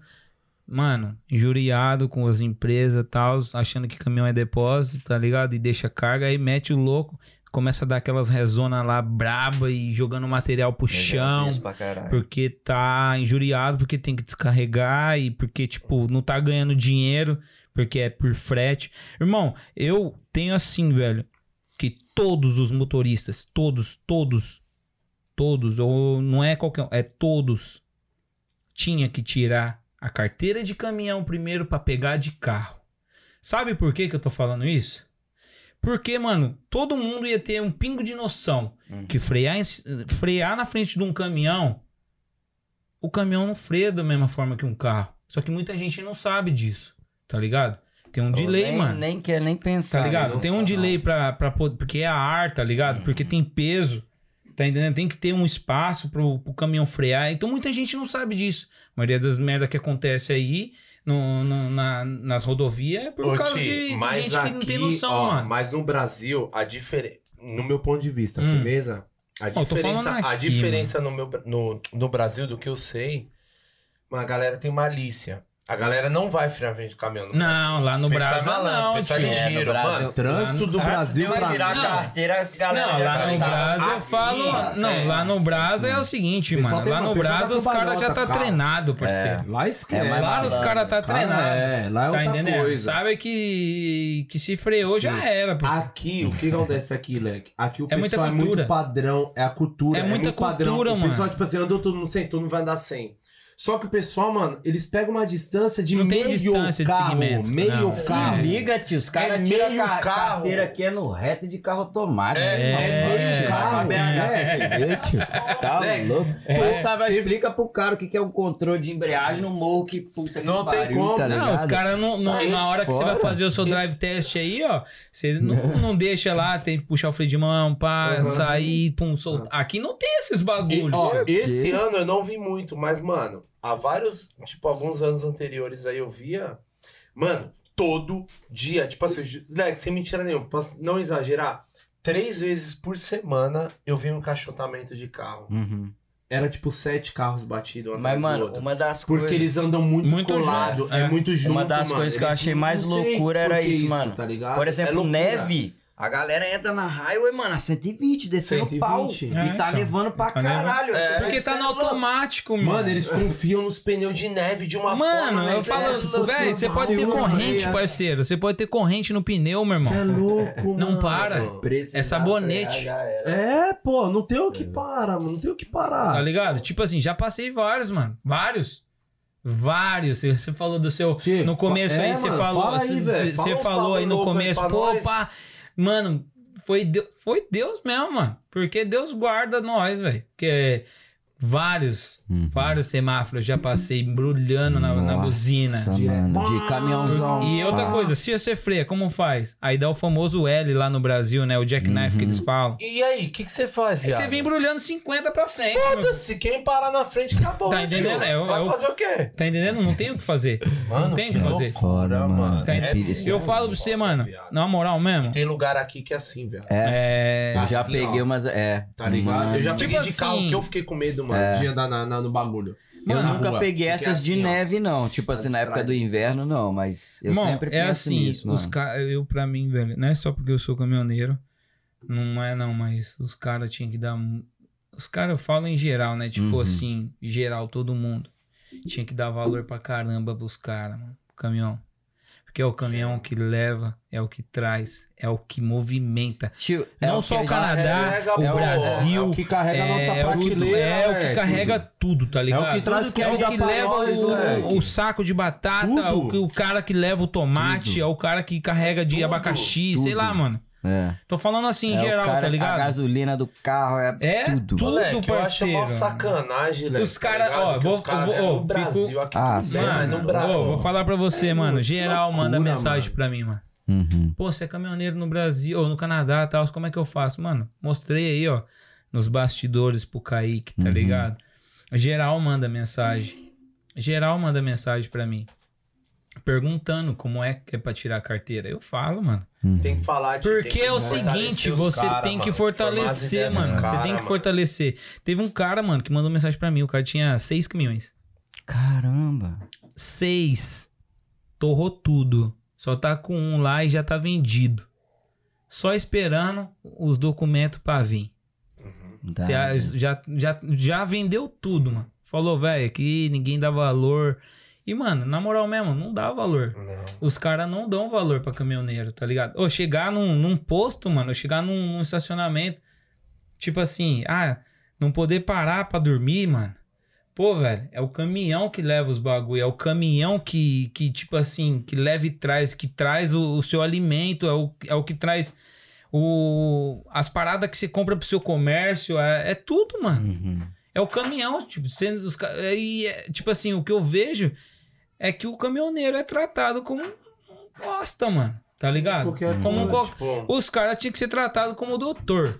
[SPEAKER 3] mano, injuriado com as empresas e tal, achando que caminhão é depósito, tá ligado? E deixa carga, aí mete o louco, começa a dar aqulas rezonas lá braba e jogando material pro
[SPEAKER 5] Eu já vi
[SPEAKER 3] chão.
[SPEAKER 5] isso pra caralho.
[SPEAKER 3] Porque tá injuriado, porque tem que descarregar e porque, tipo, não tá ganhando dinheiro, porque é por frete. Irmão, eu tenho assim, velho, que todos os motoristas, todos, todos, todos, ou não é qualquer um, é todos, tinha que tirar a carteira de caminhão primeiro pra pegar de carro. Sabe por que que eu tô falando isso? Porque, mano, todo mundo ia ter um pingo de noção
[SPEAKER 5] Uhum.
[SPEAKER 3] que frear, em- frear na frente de um caminhão o caminhão não freia da mesma forma que um carro. Só que muita gente não sabe disso, tá ligado? Tem um
[SPEAKER 5] Ou
[SPEAKER 3] delay,
[SPEAKER 5] nem,
[SPEAKER 3] mano.
[SPEAKER 5] Nem quer nem pensar.
[SPEAKER 3] tá ligado?
[SPEAKER 1] né?
[SPEAKER 3] Tem um
[SPEAKER 5] Nossa.
[SPEAKER 3] delay pra, pra. po- Porque é a ar, tá ligado?
[SPEAKER 2] Uhum.
[SPEAKER 3] Porque tem peso. Tá entendendo? Tem que ter um espaço pro, pro caminhão frear. Então muita gente não sabe disso. A maioria das merda que acontece aí no, no- na- nas rodovias é por
[SPEAKER 2] Ô,
[SPEAKER 3] causa
[SPEAKER 2] Ti,
[SPEAKER 3] de, de
[SPEAKER 2] mas
[SPEAKER 3] gente que não tem
[SPEAKER 2] aqui,
[SPEAKER 3] noção,
[SPEAKER 2] ó,
[SPEAKER 3] mano.
[SPEAKER 2] Mas no Brasil, a diferença. No meu ponto de vista,
[SPEAKER 3] Hum.
[SPEAKER 2] firmeza. A
[SPEAKER 3] Não, eu tô
[SPEAKER 2] diferença,
[SPEAKER 3] falando
[SPEAKER 2] a
[SPEAKER 3] aqui,
[SPEAKER 2] diferença no, meu, no, no Brasil, do que eu sei, a galera tem malícia. A galera não vai frear frente do caminhão. no Brasil.
[SPEAKER 3] Não, lá no
[SPEAKER 2] O pessoal é
[SPEAKER 3] Brasil
[SPEAKER 2] malandro, o
[SPEAKER 3] não,
[SPEAKER 2] pessoal é
[SPEAKER 1] É,
[SPEAKER 3] tio.
[SPEAKER 1] no
[SPEAKER 2] ligeiro,
[SPEAKER 1] Brasil-
[SPEAKER 2] mano.
[SPEAKER 4] Trânsito do
[SPEAKER 3] Ah,
[SPEAKER 4] Brasil
[SPEAKER 5] Vai
[SPEAKER 4] pra mim.
[SPEAKER 5] tirar
[SPEAKER 3] Não.
[SPEAKER 5] a carteira, as galera
[SPEAKER 3] Não,
[SPEAKER 5] já
[SPEAKER 3] lá
[SPEAKER 5] tá
[SPEAKER 3] no
[SPEAKER 2] tá-
[SPEAKER 3] Brasil eu
[SPEAKER 2] Ah,
[SPEAKER 3] falo.
[SPEAKER 2] sim,
[SPEAKER 3] Não,
[SPEAKER 2] é.
[SPEAKER 3] lá no Brasil é o seguinte,
[SPEAKER 4] Pessoal
[SPEAKER 3] mano.
[SPEAKER 4] tem
[SPEAKER 3] lá
[SPEAKER 4] uma-
[SPEAKER 3] no
[SPEAKER 4] pessoal dá
[SPEAKER 3] Brasil os caras já tá
[SPEAKER 4] cambalhota, carro.
[SPEAKER 3] treinado, parceiro.
[SPEAKER 4] Lá esquece.
[SPEAKER 1] É, mas
[SPEAKER 3] Lá os
[SPEAKER 1] malandro,
[SPEAKER 3] caras tá
[SPEAKER 4] Cara,
[SPEAKER 3] treinado.
[SPEAKER 4] É, lá é
[SPEAKER 3] Tá
[SPEAKER 4] outra
[SPEAKER 3] entendendo?
[SPEAKER 4] coisa.
[SPEAKER 3] Sabe que, que se freou já
[SPEAKER 4] Sim. Ah,
[SPEAKER 3] era, parceiro.
[SPEAKER 4] Aqui, o que acontece aqui, Leque? Aqui o
[SPEAKER 3] É muita
[SPEAKER 4] pessoal é
[SPEAKER 3] cultura.
[SPEAKER 4] muito padrão, é a cultura.
[SPEAKER 3] É muita
[SPEAKER 4] muito padrão.
[SPEAKER 3] cultura,
[SPEAKER 4] O pessoal,
[SPEAKER 3] mano.
[SPEAKER 4] tipo assim, andou todo mundo sem, todo mundo vai andar sem. Só que o pessoal, mano, eles pegam uma distância de
[SPEAKER 3] Não tem
[SPEAKER 4] meio
[SPEAKER 3] distância de
[SPEAKER 4] carro,
[SPEAKER 3] segmento.
[SPEAKER 4] meio
[SPEAKER 3] Não,
[SPEAKER 1] Se
[SPEAKER 4] carro.
[SPEAKER 1] liga, tio. Os caras
[SPEAKER 2] É
[SPEAKER 1] tiram
[SPEAKER 2] meio
[SPEAKER 1] a ca-
[SPEAKER 2] carro.
[SPEAKER 1] carteira aqui é no reto de carro automático.
[SPEAKER 2] É,
[SPEAKER 1] irmão.
[SPEAKER 4] é meio
[SPEAKER 1] Vai
[SPEAKER 4] carro,
[SPEAKER 1] pra
[SPEAKER 4] né?
[SPEAKER 3] É.
[SPEAKER 1] BH, tio. Tá
[SPEAKER 2] Né?
[SPEAKER 1] louco? Tu
[SPEAKER 3] tá,
[SPEAKER 1] sabe, explica pro cara o que que é um controle de embreagem no morro que puta que
[SPEAKER 2] Não tem
[SPEAKER 1] pariu,
[SPEAKER 2] como.
[SPEAKER 1] tá
[SPEAKER 3] Não,
[SPEAKER 1] ligado?
[SPEAKER 3] os caras não, não-
[SPEAKER 2] Sai
[SPEAKER 3] na hora que você vai
[SPEAKER 1] fora.
[SPEAKER 3] fazer o seu drive
[SPEAKER 2] Esse-
[SPEAKER 3] test aí, ó, você não, não deixa lá, tem que puxar o freio de mão, pá,
[SPEAKER 2] Uhum.
[SPEAKER 3] sair, pum, soltar. Aqui não tem esses
[SPEAKER 2] E,
[SPEAKER 3] bagulhos.
[SPEAKER 2] ó, esse ano eu não vi muito, mas, mano, há vários, tipo, alguns anos anteriores aí eu via, mano, todo dia, tipo assim, ju- Leque, sem mentira nenhuma, pra não exagerar, três vezes por semana eu vi um encaixotamento de carro.
[SPEAKER 1] Uhum.
[SPEAKER 4] Era tipo sete carros batidos um atrás
[SPEAKER 1] Mas,
[SPEAKER 4] do
[SPEAKER 1] mano,
[SPEAKER 4] outro.
[SPEAKER 1] uma das
[SPEAKER 4] Porque
[SPEAKER 1] coisas...
[SPEAKER 3] assim,
[SPEAKER 4] eles andam muito,
[SPEAKER 3] Muito
[SPEAKER 4] colado,
[SPEAKER 3] junto,
[SPEAKER 4] é.
[SPEAKER 3] é.
[SPEAKER 4] muito junto,
[SPEAKER 1] Uma das
[SPEAKER 4] mano.
[SPEAKER 1] coisas que eu
[SPEAKER 4] Eles
[SPEAKER 1] achei
[SPEAKER 4] não
[SPEAKER 1] mais
[SPEAKER 4] sei
[SPEAKER 1] loucura
[SPEAKER 4] por
[SPEAKER 1] era
[SPEAKER 4] que
[SPEAKER 1] isso, mano.
[SPEAKER 4] Tá
[SPEAKER 2] Ah,
[SPEAKER 4] ligado?
[SPEAKER 1] Por
[SPEAKER 4] É
[SPEAKER 1] exemplo,
[SPEAKER 4] loucura.
[SPEAKER 1] neve. A galera entra na highway, mano, a 120, descendo
[SPEAKER 4] 120.
[SPEAKER 1] pau.
[SPEAKER 3] É,
[SPEAKER 1] e tá
[SPEAKER 3] então.
[SPEAKER 1] levando pra
[SPEAKER 3] Tá levando.
[SPEAKER 1] caralho.
[SPEAKER 2] É.
[SPEAKER 1] Você
[SPEAKER 3] Porque
[SPEAKER 1] pensa,
[SPEAKER 3] tá
[SPEAKER 1] "Cê
[SPEAKER 3] no
[SPEAKER 1] é louco".
[SPEAKER 3] automático, mano.
[SPEAKER 4] Mano, eles confiam nos pneus de neve de uma forma.
[SPEAKER 3] Mano, eu
[SPEAKER 4] né?
[SPEAKER 3] falo, assim,
[SPEAKER 4] Se fosse
[SPEAKER 3] velho,
[SPEAKER 4] um
[SPEAKER 3] você pode ter
[SPEAKER 4] pau,
[SPEAKER 3] corrente,
[SPEAKER 4] né?
[SPEAKER 3] parceiro. Você pode ter corrente no pneu, meu irmão.
[SPEAKER 4] Você é louco, tá
[SPEAKER 3] Não
[SPEAKER 4] mano.
[SPEAKER 3] para.
[SPEAKER 1] Precisar
[SPEAKER 3] É sabonete.
[SPEAKER 1] frear, já era.
[SPEAKER 4] É, pô, não tem o que parar, mano. Não tem o que
[SPEAKER 3] Tá
[SPEAKER 4] parar.
[SPEAKER 3] ligado? Tipo assim, já passei vários, mano. Vários. Vários. Você- Você falou do seu.
[SPEAKER 4] Tio,
[SPEAKER 3] No começo
[SPEAKER 4] fa- é,
[SPEAKER 3] aí, você
[SPEAKER 4] mano,
[SPEAKER 3] falou.
[SPEAKER 4] fala aí,
[SPEAKER 3] você-
[SPEAKER 4] velho,
[SPEAKER 3] Você
[SPEAKER 4] fala
[SPEAKER 3] você
[SPEAKER 4] uns
[SPEAKER 3] falou aí
[SPEAKER 4] bagulho
[SPEAKER 3] no
[SPEAKER 4] louco aí
[SPEAKER 3] começo,
[SPEAKER 4] pra
[SPEAKER 3] pô,
[SPEAKER 4] nós.
[SPEAKER 3] pá. Mano, foi, Deu- foi Deus mesmo, mano. Porque Deus guarda nós, velho. Porque vários, vários semáforos eu já passei embrulhando na, na
[SPEAKER 1] Uhum. Nossa,
[SPEAKER 3] buzina.
[SPEAKER 1] mano, de caminhãozão.
[SPEAKER 3] E outra
[SPEAKER 4] Ah.
[SPEAKER 3] coisa, se você freia, como faz? Aí dá o famoso L lá no Brasil, né? O jackknife que eles
[SPEAKER 4] Uhum.
[SPEAKER 3] falam.
[SPEAKER 2] E aí, o que que você faz,
[SPEAKER 3] Aí
[SPEAKER 2] viado?
[SPEAKER 3] você É vem embrulhando 50 pra frente. meu.
[SPEAKER 2] Foda-se, quem parar na frente acabou,
[SPEAKER 3] <laughs> Tá
[SPEAKER 2] né,
[SPEAKER 3] entendendo?
[SPEAKER 2] tio?
[SPEAKER 3] É o- é
[SPEAKER 2] Vai
[SPEAKER 3] o-
[SPEAKER 2] fazer o quê?
[SPEAKER 3] Tá entendendo? Não tem o que fazer.
[SPEAKER 2] Mano,
[SPEAKER 3] tem o que fazer.
[SPEAKER 1] Fora, mano.
[SPEAKER 3] Tá
[SPEAKER 1] É,
[SPEAKER 3] entendendo? Eu falo pra você, mano,
[SPEAKER 2] viado.
[SPEAKER 3] na moral mesmo.
[SPEAKER 2] Tem lugar aqui que é assim, velho.
[SPEAKER 3] É.
[SPEAKER 1] eu já
[SPEAKER 2] assim,
[SPEAKER 1] peguei
[SPEAKER 2] ó.
[SPEAKER 1] umas. É.
[SPEAKER 4] Tá ligado?
[SPEAKER 1] Mano,
[SPEAKER 4] Eu já
[SPEAKER 3] Tipo
[SPEAKER 4] peguei de
[SPEAKER 3] assim,
[SPEAKER 4] carro que eu fiquei com medo, mano,
[SPEAKER 3] É.
[SPEAKER 4] de andar na- na- no bagulho.
[SPEAKER 1] eu
[SPEAKER 4] na
[SPEAKER 1] nunca
[SPEAKER 4] rua,
[SPEAKER 1] peguei
[SPEAKER 4] porque é
[SPEAKER 1] essas de
[SPEAKER 4] assim, ó.
[SPEAKER 1] neve, não. Tipo assim,
[SPEAKER 4] As
[SPEAKER 1] na época do
[SPEAKER 4] estradas.
[SPEAKER 1] inverno, não. Mas eu
[SPEAKER 3] Mano,
[SPEAKER 1] sempre
[SPEAKER 3] é
[SPEAKER 1] penso
[SPEAKER 3] assim,
[SPEAKER 1] nisso,
[SPEAKER 3] os
[SPEAKER 1] mano.
[SPEAKER 3] caras, eu pra mim, velho, não é só porque eu sou caminhoneiro, não é não, mas os caras tinham que dar, mu- os caras falam em geral, né, tipo
[SPEAKER 1] Uhum.
[SPEAKER 3] assim, geral, todo mundo, tinha que dar valor pra caramba pros caras, mano, pro caminhão. Porque é o caminhão que leva, é o que traz, é o que movimenta.
[SPEAKER 1] Tio, é
[SPEAKER 3] Não
[SPEAKER 1] o
[SPEAKER 3] só
[SPEAKER 1] que
[SPEAKER 3] o
[SPEAKER 1] a gente-
[SPEAKER 3] Canadá,
[SPEAKER 2] carrega,
[SPEAKER 3] o
[SPEAKER 2] pô.
[SPEAKER 4] É o
[SPEAKER 3] Brasil,
[SPEAKER 4] que carrega a nossa
[SPEAKER 3] é, o que-
[SPEAKER 4] prateleira. né?
[SPEAKER 3] é o que
[SPEAKER 4] velho.
[SPEAKER 3] carrega tudo, tá ligado?
[SPEAKER 4] que traz
[SPEAKER 3] Tudo que,
[SPEAKER 4] o
[SPEAKER 3] é o
[SPEAKER 4] que
[SPEAKER 3] que
[SPEAKER 4] pra
[SPEAKER 3] leva
[SPEAKER 4] nós,
[SPEAKER 3] o-
[SPEAKER 4] moleque.
[SPEAKER 3] o saco de batata,
[SPEAKER 4] Tudo.
[SPEAKER 3] o, que- o cara que leva o tomate, é o cara que carrega de
[SPEAKER 2] Tudo,
[SPEAKER 3] abacaxi, sei
[SPEAKER 1] tudo.
[SPEAKER 3] lá, mano.
[SPEAKER 1] É.
[SPEAKER 3] Tô falando assim
[SPEAKER 1] É
[SPEAKER 3] em
[SPEAKER 1] o
[SPEAKER 3] geral,
[SPEAKER 1] cara-
[SPEAKER 3] tá
[SPEAKER 1] A
[SPEAKER 3] ligado?
[SPEAKER 1] gasolina do carro é,
[SPEAKER 3] É
[SPEAKER 1] tudo.
[SPEAKER 3] tudo,
[SPEAKER 2] Moleque,
[SPEAKER 3] parceiro.
[SPEAKER 2] Eu acho é mó sacanagem, Leque,
[SPEAKER 3] Os cara-
[SPEAKER 2] ligado?
[SPEAKER 3] ó,
[SPEAKER 2] Porque
[SPEAKER 3] vou-
[SPEAKER 2] os cara
[SPEAKER 3] vou-
[SPEAKER 2] é
[SPEAKER 3] ó,
[SPEAKER 2] no
[SPEAKER 3] fico-
[SPEAKER 2] Brasil aqui
[SPEAKER 1] Ah,
[SPEAKER 2] tudo bem,
[SPEAKER 1] sério,
[SPEAKER 2] mas no
[SPEAKER 3] mano,
[SPEAKER 2] Brasil.
[SPEAKER 3] ô, vou falar pra você, mano.
[SPEAKER 2] é
[SPEAKER 3] Geral, manda
[SPEAKER 4] loucura,
[SPEAKER 3] mensagem
[SPEAKER 4] mano.
[SPEAKER 3] pra mim, mano.
[SPEAKER 1] Uhum.
[SPEAKER 3] Pô, você é caminhoneiro no Brasil, ou no Canadá e tal, como é que eu faço? Mano, mostrei aí, ó, nos bastidores pro Kaique, tá
[SPEAKER 1] Uhum.
[SPEAKER 3] ligado? Geral manda mensagem. Geral manda mensagem pra mim. Perguntando como é que é pra tirar a carteira. Eu falo, mano.
[SPEAKER 1] uhum.
[SPEAKER 2] Tem que falar de
[SPEAKER 3] Porque é o seguinte, você tem que fortalecer, mano. você tem que fortalecer. Teve um cara, mano, que mandou mensagem pra mim. O cara tinha 6 caminhões.
[SPEAKER 1] Caramba.
[SPEAKER 3] 6. Torrou tudo. Só tá com um lá e já tá vendido. Só esperando os documentos pra vir.
[SPEAKER 1] Dá,
[SPEAKER 3] Cê a-
[SPEAKER 1] né?
[SPEAKER 3] já, já, já vendeu tudo, mano. Falou, velho, que ninguém dá valor. E, mano, na moral mesmo, não dá valor. Os caras não dão valor pra caminhoneiro, tá ligado? Ou chegar num, num posto, mano, ou chegar num, num estacionamento, tipo assim, ah, não poder parar pra dormir, mano. Pô, velho, é o caminhão que leva os bagulho, é o caminhão que, que tipo assim, que leva e traz, que traz o, o seu alimento, é o, é o que traz o, as paradas que você compra pro seu comércio, é, é tudo, mano.
[SPEAKER 1] Uhum.
[SPEAKER 3] É o caminhão, tipo, sendo os, ca- e, é, tipo assim, o que eu vejo é que o caminhoneiro é tratado como um bosta, mano. Tá ligado?
[SPEAKER 4] Qualquer
[SPEAKER 3] como um
[SPEAKER 4] coisa,
[SPEAKER 3] qual-
[SPEAKER 2] Tipo,
[SPEAKER 3] Os caras tinham que ser tratados como doutor.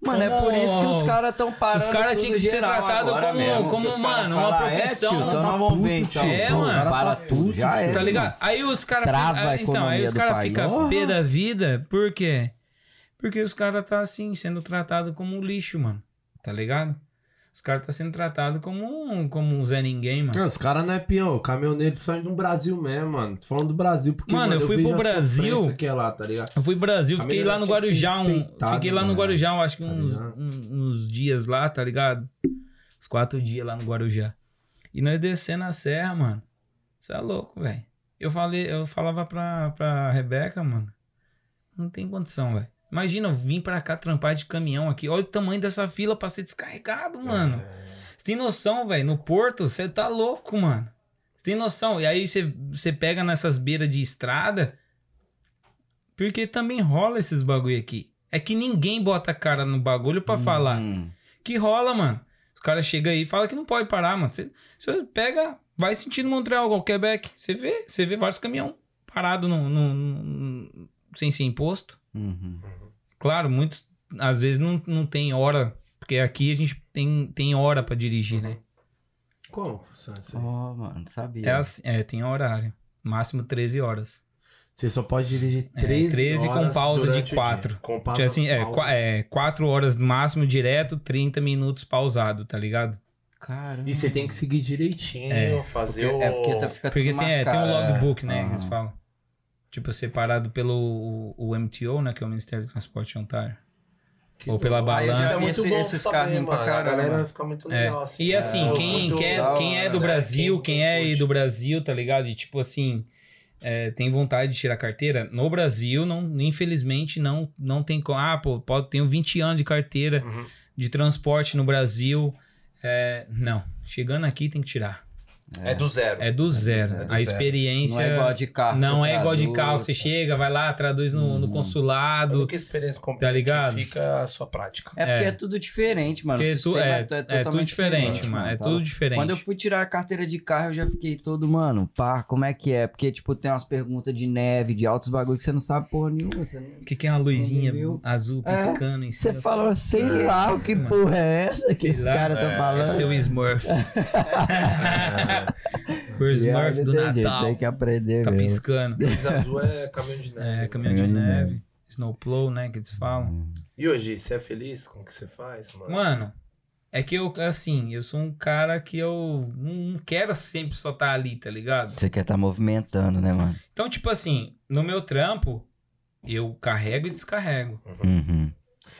[SPEAKER 1] Mano, é
[SPEAKER 3] Como-
[SPEAKER 1] por isso que os caras estão parando.
[SPEAKER 3] Os caras tinham que ser tratados como, como mano, uma profissão.
[SPEAKER 1] então
[SPEAKER 4] tá
[SPEAKER 1] não vão ver,
[SPEAKER 4] puto,
[SPEAKER 1] então.
[SPEAKER 3] tio. É,
[SPEAKER 1] Pô,
[SPEAKER 3] mano.
[SPEAKER 1] Para
[SPEAKER 4] Tá
[SPEAKER 1] tudo,
[SPEAKER 4] puto,
[SPEAKER 1] já
[SPEAKER 4] tio.
[SPEAKER 1] é.
[SPEAKER 3] Tá ligado? Aí os caras
[SPEAKER 1] Trava a
[SPEAKER 3] Então, aí
[SPEAKER 1] economia
[SPEAKER 3] os
[SPEAKER 1] do
[SPEAKER 3] caras
[SPEAKER 1] país.
[SPEAKER 3] ficam
[SPEAKER 4] Porra.
[SPEAKER 3] pé da vida, por quê? Porque os caras tá assim, sendo tratado como um lixo, mano. Tá ligado? Os caras tá sendo tratado como um, como um Zé Ninguém, mano.
[SPEAKER 4] Não, os caras não é peão, o caminhoneiro precisa do Brasil mesmo, mano. Tô falando do Brasil porque
[SPEAKER 3] Mano, eu fui
[SPEAKER 4] vejo
[SPEAKER 3] pro
[SPEAKER 4] a
[SPEAKER 3] Brasil-
[SPEAKER 4] sofrência que é lá, tá ligado?
[SPEAKER 3] Eu fui pro Brasil,
[SPEAKER 4] A
[SPEAKER 3] fiquei
[SPEAKER 4] menina
[SPEAKER 3] lá no
[SPEAKER 4] tinha que ser
[SPEAKER 3] Guarujá, um,
[SPEAKER 4] respeitada,
[SPEAKER 3] fiquei lá no
[SPEAKER 4] mano.
[SPEAKER 3] Guarujá, eu acho que
[SPEAKER 4] Tá
[SPEAKER 3] uns,
[SPEAKER 4] ligado?
[SPEAKER 3] um- uns dias lá, tá ligado? Uns quatro dias lá no Guarujá. E nós descendo a serra, mano. Você é louco, velho. Eu falei, eu falava pra, pra Rebeca, mano. Não tem condição, velho. Imagina, eu vim pra cá trampar de caminhão aqui. Olha o tamanho dessa fila pra ser descarregado, mano. Você tem noção, velho? No porto, você tá louco, mano. Você tem noção? E aí você, você pega nessas beiras de estrada. Porque também rola esses bagulho aqui. É que ninguém bota a cara no bagulho pra falar.
[SPEAKER 1] Hum.
[SPEAKER 3] Que rola, mano. Os caras chegam aí e falam que não pode parar, mano. Você, você pega, vai sentindo Montreal, igual Quebec. Você vê, você vê vários caminhão parado no, no- no- sem ser imposto.
[SPEAKER 1] Uhum.
[SPEAKER 3] Claro, muitos às vezes não, não tem hora, porque aqui a gente tem, tem hora pra dirigir,
[SPEAKER 1] Uhum.
[SPEAKER 3] né?
[SPEAKER 4] Como funciona isso aí?
[SPEAKER 1] Ó, mano, sabia.
[SPEAKER 3] É, assim- é, tem horário. Máximo 13 horas. Tipo
[SPEAKER 4] Você só pode dirigir 13
[SPEAKER 3] 13 É, com
[SPEAKER 4] horas
[SPEAKER 3] pausa de
[SPEAKER 4] durante o
[SPEAKER 3] quatro.
[SPEAKER 4] dia. Com pausa,
[SPEAKER 3] Tipo assim, é,
[SPEAKER 4] pausa.
[SPEAKER 3] 4 horas no máximo direto, 30 minutos pausado, tá ligado?
[SPEAKER 1] Caramba.
[SPEAKER 4] E você tem que seguir direitinho, fazer
[SPEAKER 1] Porque-
[SPEAKER 4] o...
[SPEAKER 1] É porque tá, fica
[SPEAKER 3] Porque
[SPEAKER 1] tudo
[SPEAKER 3] tem, é, tem um
[SPEAKER 1] marcado, é.
[SPEAKER 3] logbook, né?
[SPEAKER 1] Aham.
[SPEAKER 3] Eles falam. Tipo, separado pelo o, o MTO, né? Que é o Ministério do Transporte de Ontário.
[SPEAKER 4] Que
[SPEAKER 3] ou pela
[SPEAKER 4] bom.
[SPEAKER 3] balança.
[SPEAKER 4] Isso é
[SPEAKER 1] Esse-
[SPEAKER 4] muito bom
[SPEAKER 1] esses
[SPEAKER 4] saber,
[SPEAKER 1] carrinhos pra
[SPEAKER 4] mano.
[SPEAKER 1] caralho,
[SPEAKER 4] A galera
[SPEAKER 1] mano.
[SPEAKER 4] fica muito
[SPEAKER 3] É.
[SPEAKER 4] legal assim.
[SPEAKER 2] né?
[SPEAKER 3] E assim,
[SPEAKER 1] é,
[SPEAKER 3] quem,
[SPEAKER 1] muito
[SPEAKER 3] quer,
[SPEAKER 1] da
[SPEAKER 3] quem é
[SPEAKER 1] hora,
[SPEAKER 3] do
[SPEAKER 1] né?
[SPEAKER 3] Brasil, quem,
[SPEAKER 4] Quem
[SPEAKER 3] é aí
[SPEAKER 4] curte.
[SPEAKER 3] do Brasil, tá ligado? E tipo assim, é, tem vontade de tirar carteira? No Brasil, não, infelizmente, não, não tem como. Ah, pô, pode, tenho 20 anos de carteira
[SPEAKER 4] Uhum.
[SPEAKER 3] de transporte no Brasil. É, não, chegando aqui tem que tirar.
[SPEAKER 2] É do zero.
[SPEAKER 3] É do zero.
[SPEAKER 2] zero. É do
[SPEAKER 3] A
[SPEAKER 2] zero.
[SPEAKER 3] experiência.
[SPEAKER 1] Não é igual a de carro.
[SPEAKER 3] Não
[SPEAKER 1] você
[SPEAKER 3] é igual de
[SPEAKER 1] traduz, né?
[SPEAKER 3] carro que você chega, vai lá, traduz no, no
[SPEAKER 1] Hum.
[SPEAKER 2] A
[SPEAKER 3] consulado.
[SPEAKER 2] única experiência completa
[SPEAKER 3] Tá ligado?
[SPEAKER 2] que fica a sua prática.
[SPEAKER 1] É porque é, tudo diferente, mano. O
[SPEAKER 3] Porque tu,
[SPEAKER 1] sistema
[SPEAKER 3] é,
[SPEAKER 1] to-
[SPEAKER 3] é tudo diferente, mano. É
[SPEAKER 1] tá
[SPEAKER 3] tudo
[SPEAKER 1] louco.
[SPEAKER 3] diferente.
[SPEAKER 1] Quando eu fui tirar a carteira de carro, eu já fiquei todo, mano, pá, como é que é? Porque, tipo, tem umas perguntas de neve, de altos bagulho que você não sabe porra nenhuma. Você, não...
[SPEAKER 3] O que, que é uma luzinha
[SPEAKER 1] Entendeu?
[SPEAKER 3] azul
[SPEAKER 1] É.
[SPEAKER 3] piscando em
[SPEAKER 1] você
[SPEAKER 3] cima?
[SPEAKER 1] fala, sei lá o que
[SPEAKER 3] né? mano.
[SPEAKER 1] porra é essa que
[SPEAKER 3] Sei
[SPEAKER 1] esses
[SPEAKER 3] lá,
[SPEAKER 1] caras estão
[SPEAKER 2] é,
[SPEAKER 3] É
[SPEAKER 1] falando.
[SPEAKER 3] seu Smurf.
[SPEAKER 1] <laughs>
[SPEAKER 3] Por
[SPEAKER 1] E aí,
[SPEAKER 3] Smurf
[SPEAKER 1] não
[SPEAKER 3] do
[SPEAKER 1] tem jeito,
[SPEAKER 3] Natal.
[SPEAKER 1] Tem que aprender,
[SPEAKER 3] tá
[SPEAKER 1] mesmo.
[SPEAKER 3] piscando.
[SPEAKER 2] Tênis azul é caminhão de neve.
[SPEAKER 3] É,
[SPEAKER 2] né?
[SPEAKER 3] caminhão de neve. Snowplow, né? Que eles falam.
[SPEAKER 2] E hoje, você é feliz com o que você faz, mano?
[SPEAKER 3] Mano, é que eu, assim, eu sou um cara que eu não quero sempre só estar ali, tá ligado?
[SPEAKER 1] Você quer tá movimentando, né, mano?
[SPEAKER 3] Então, tipo assim, no meu trampo, eu carrego e descarrego.
[SPEAKER 1] Uhum.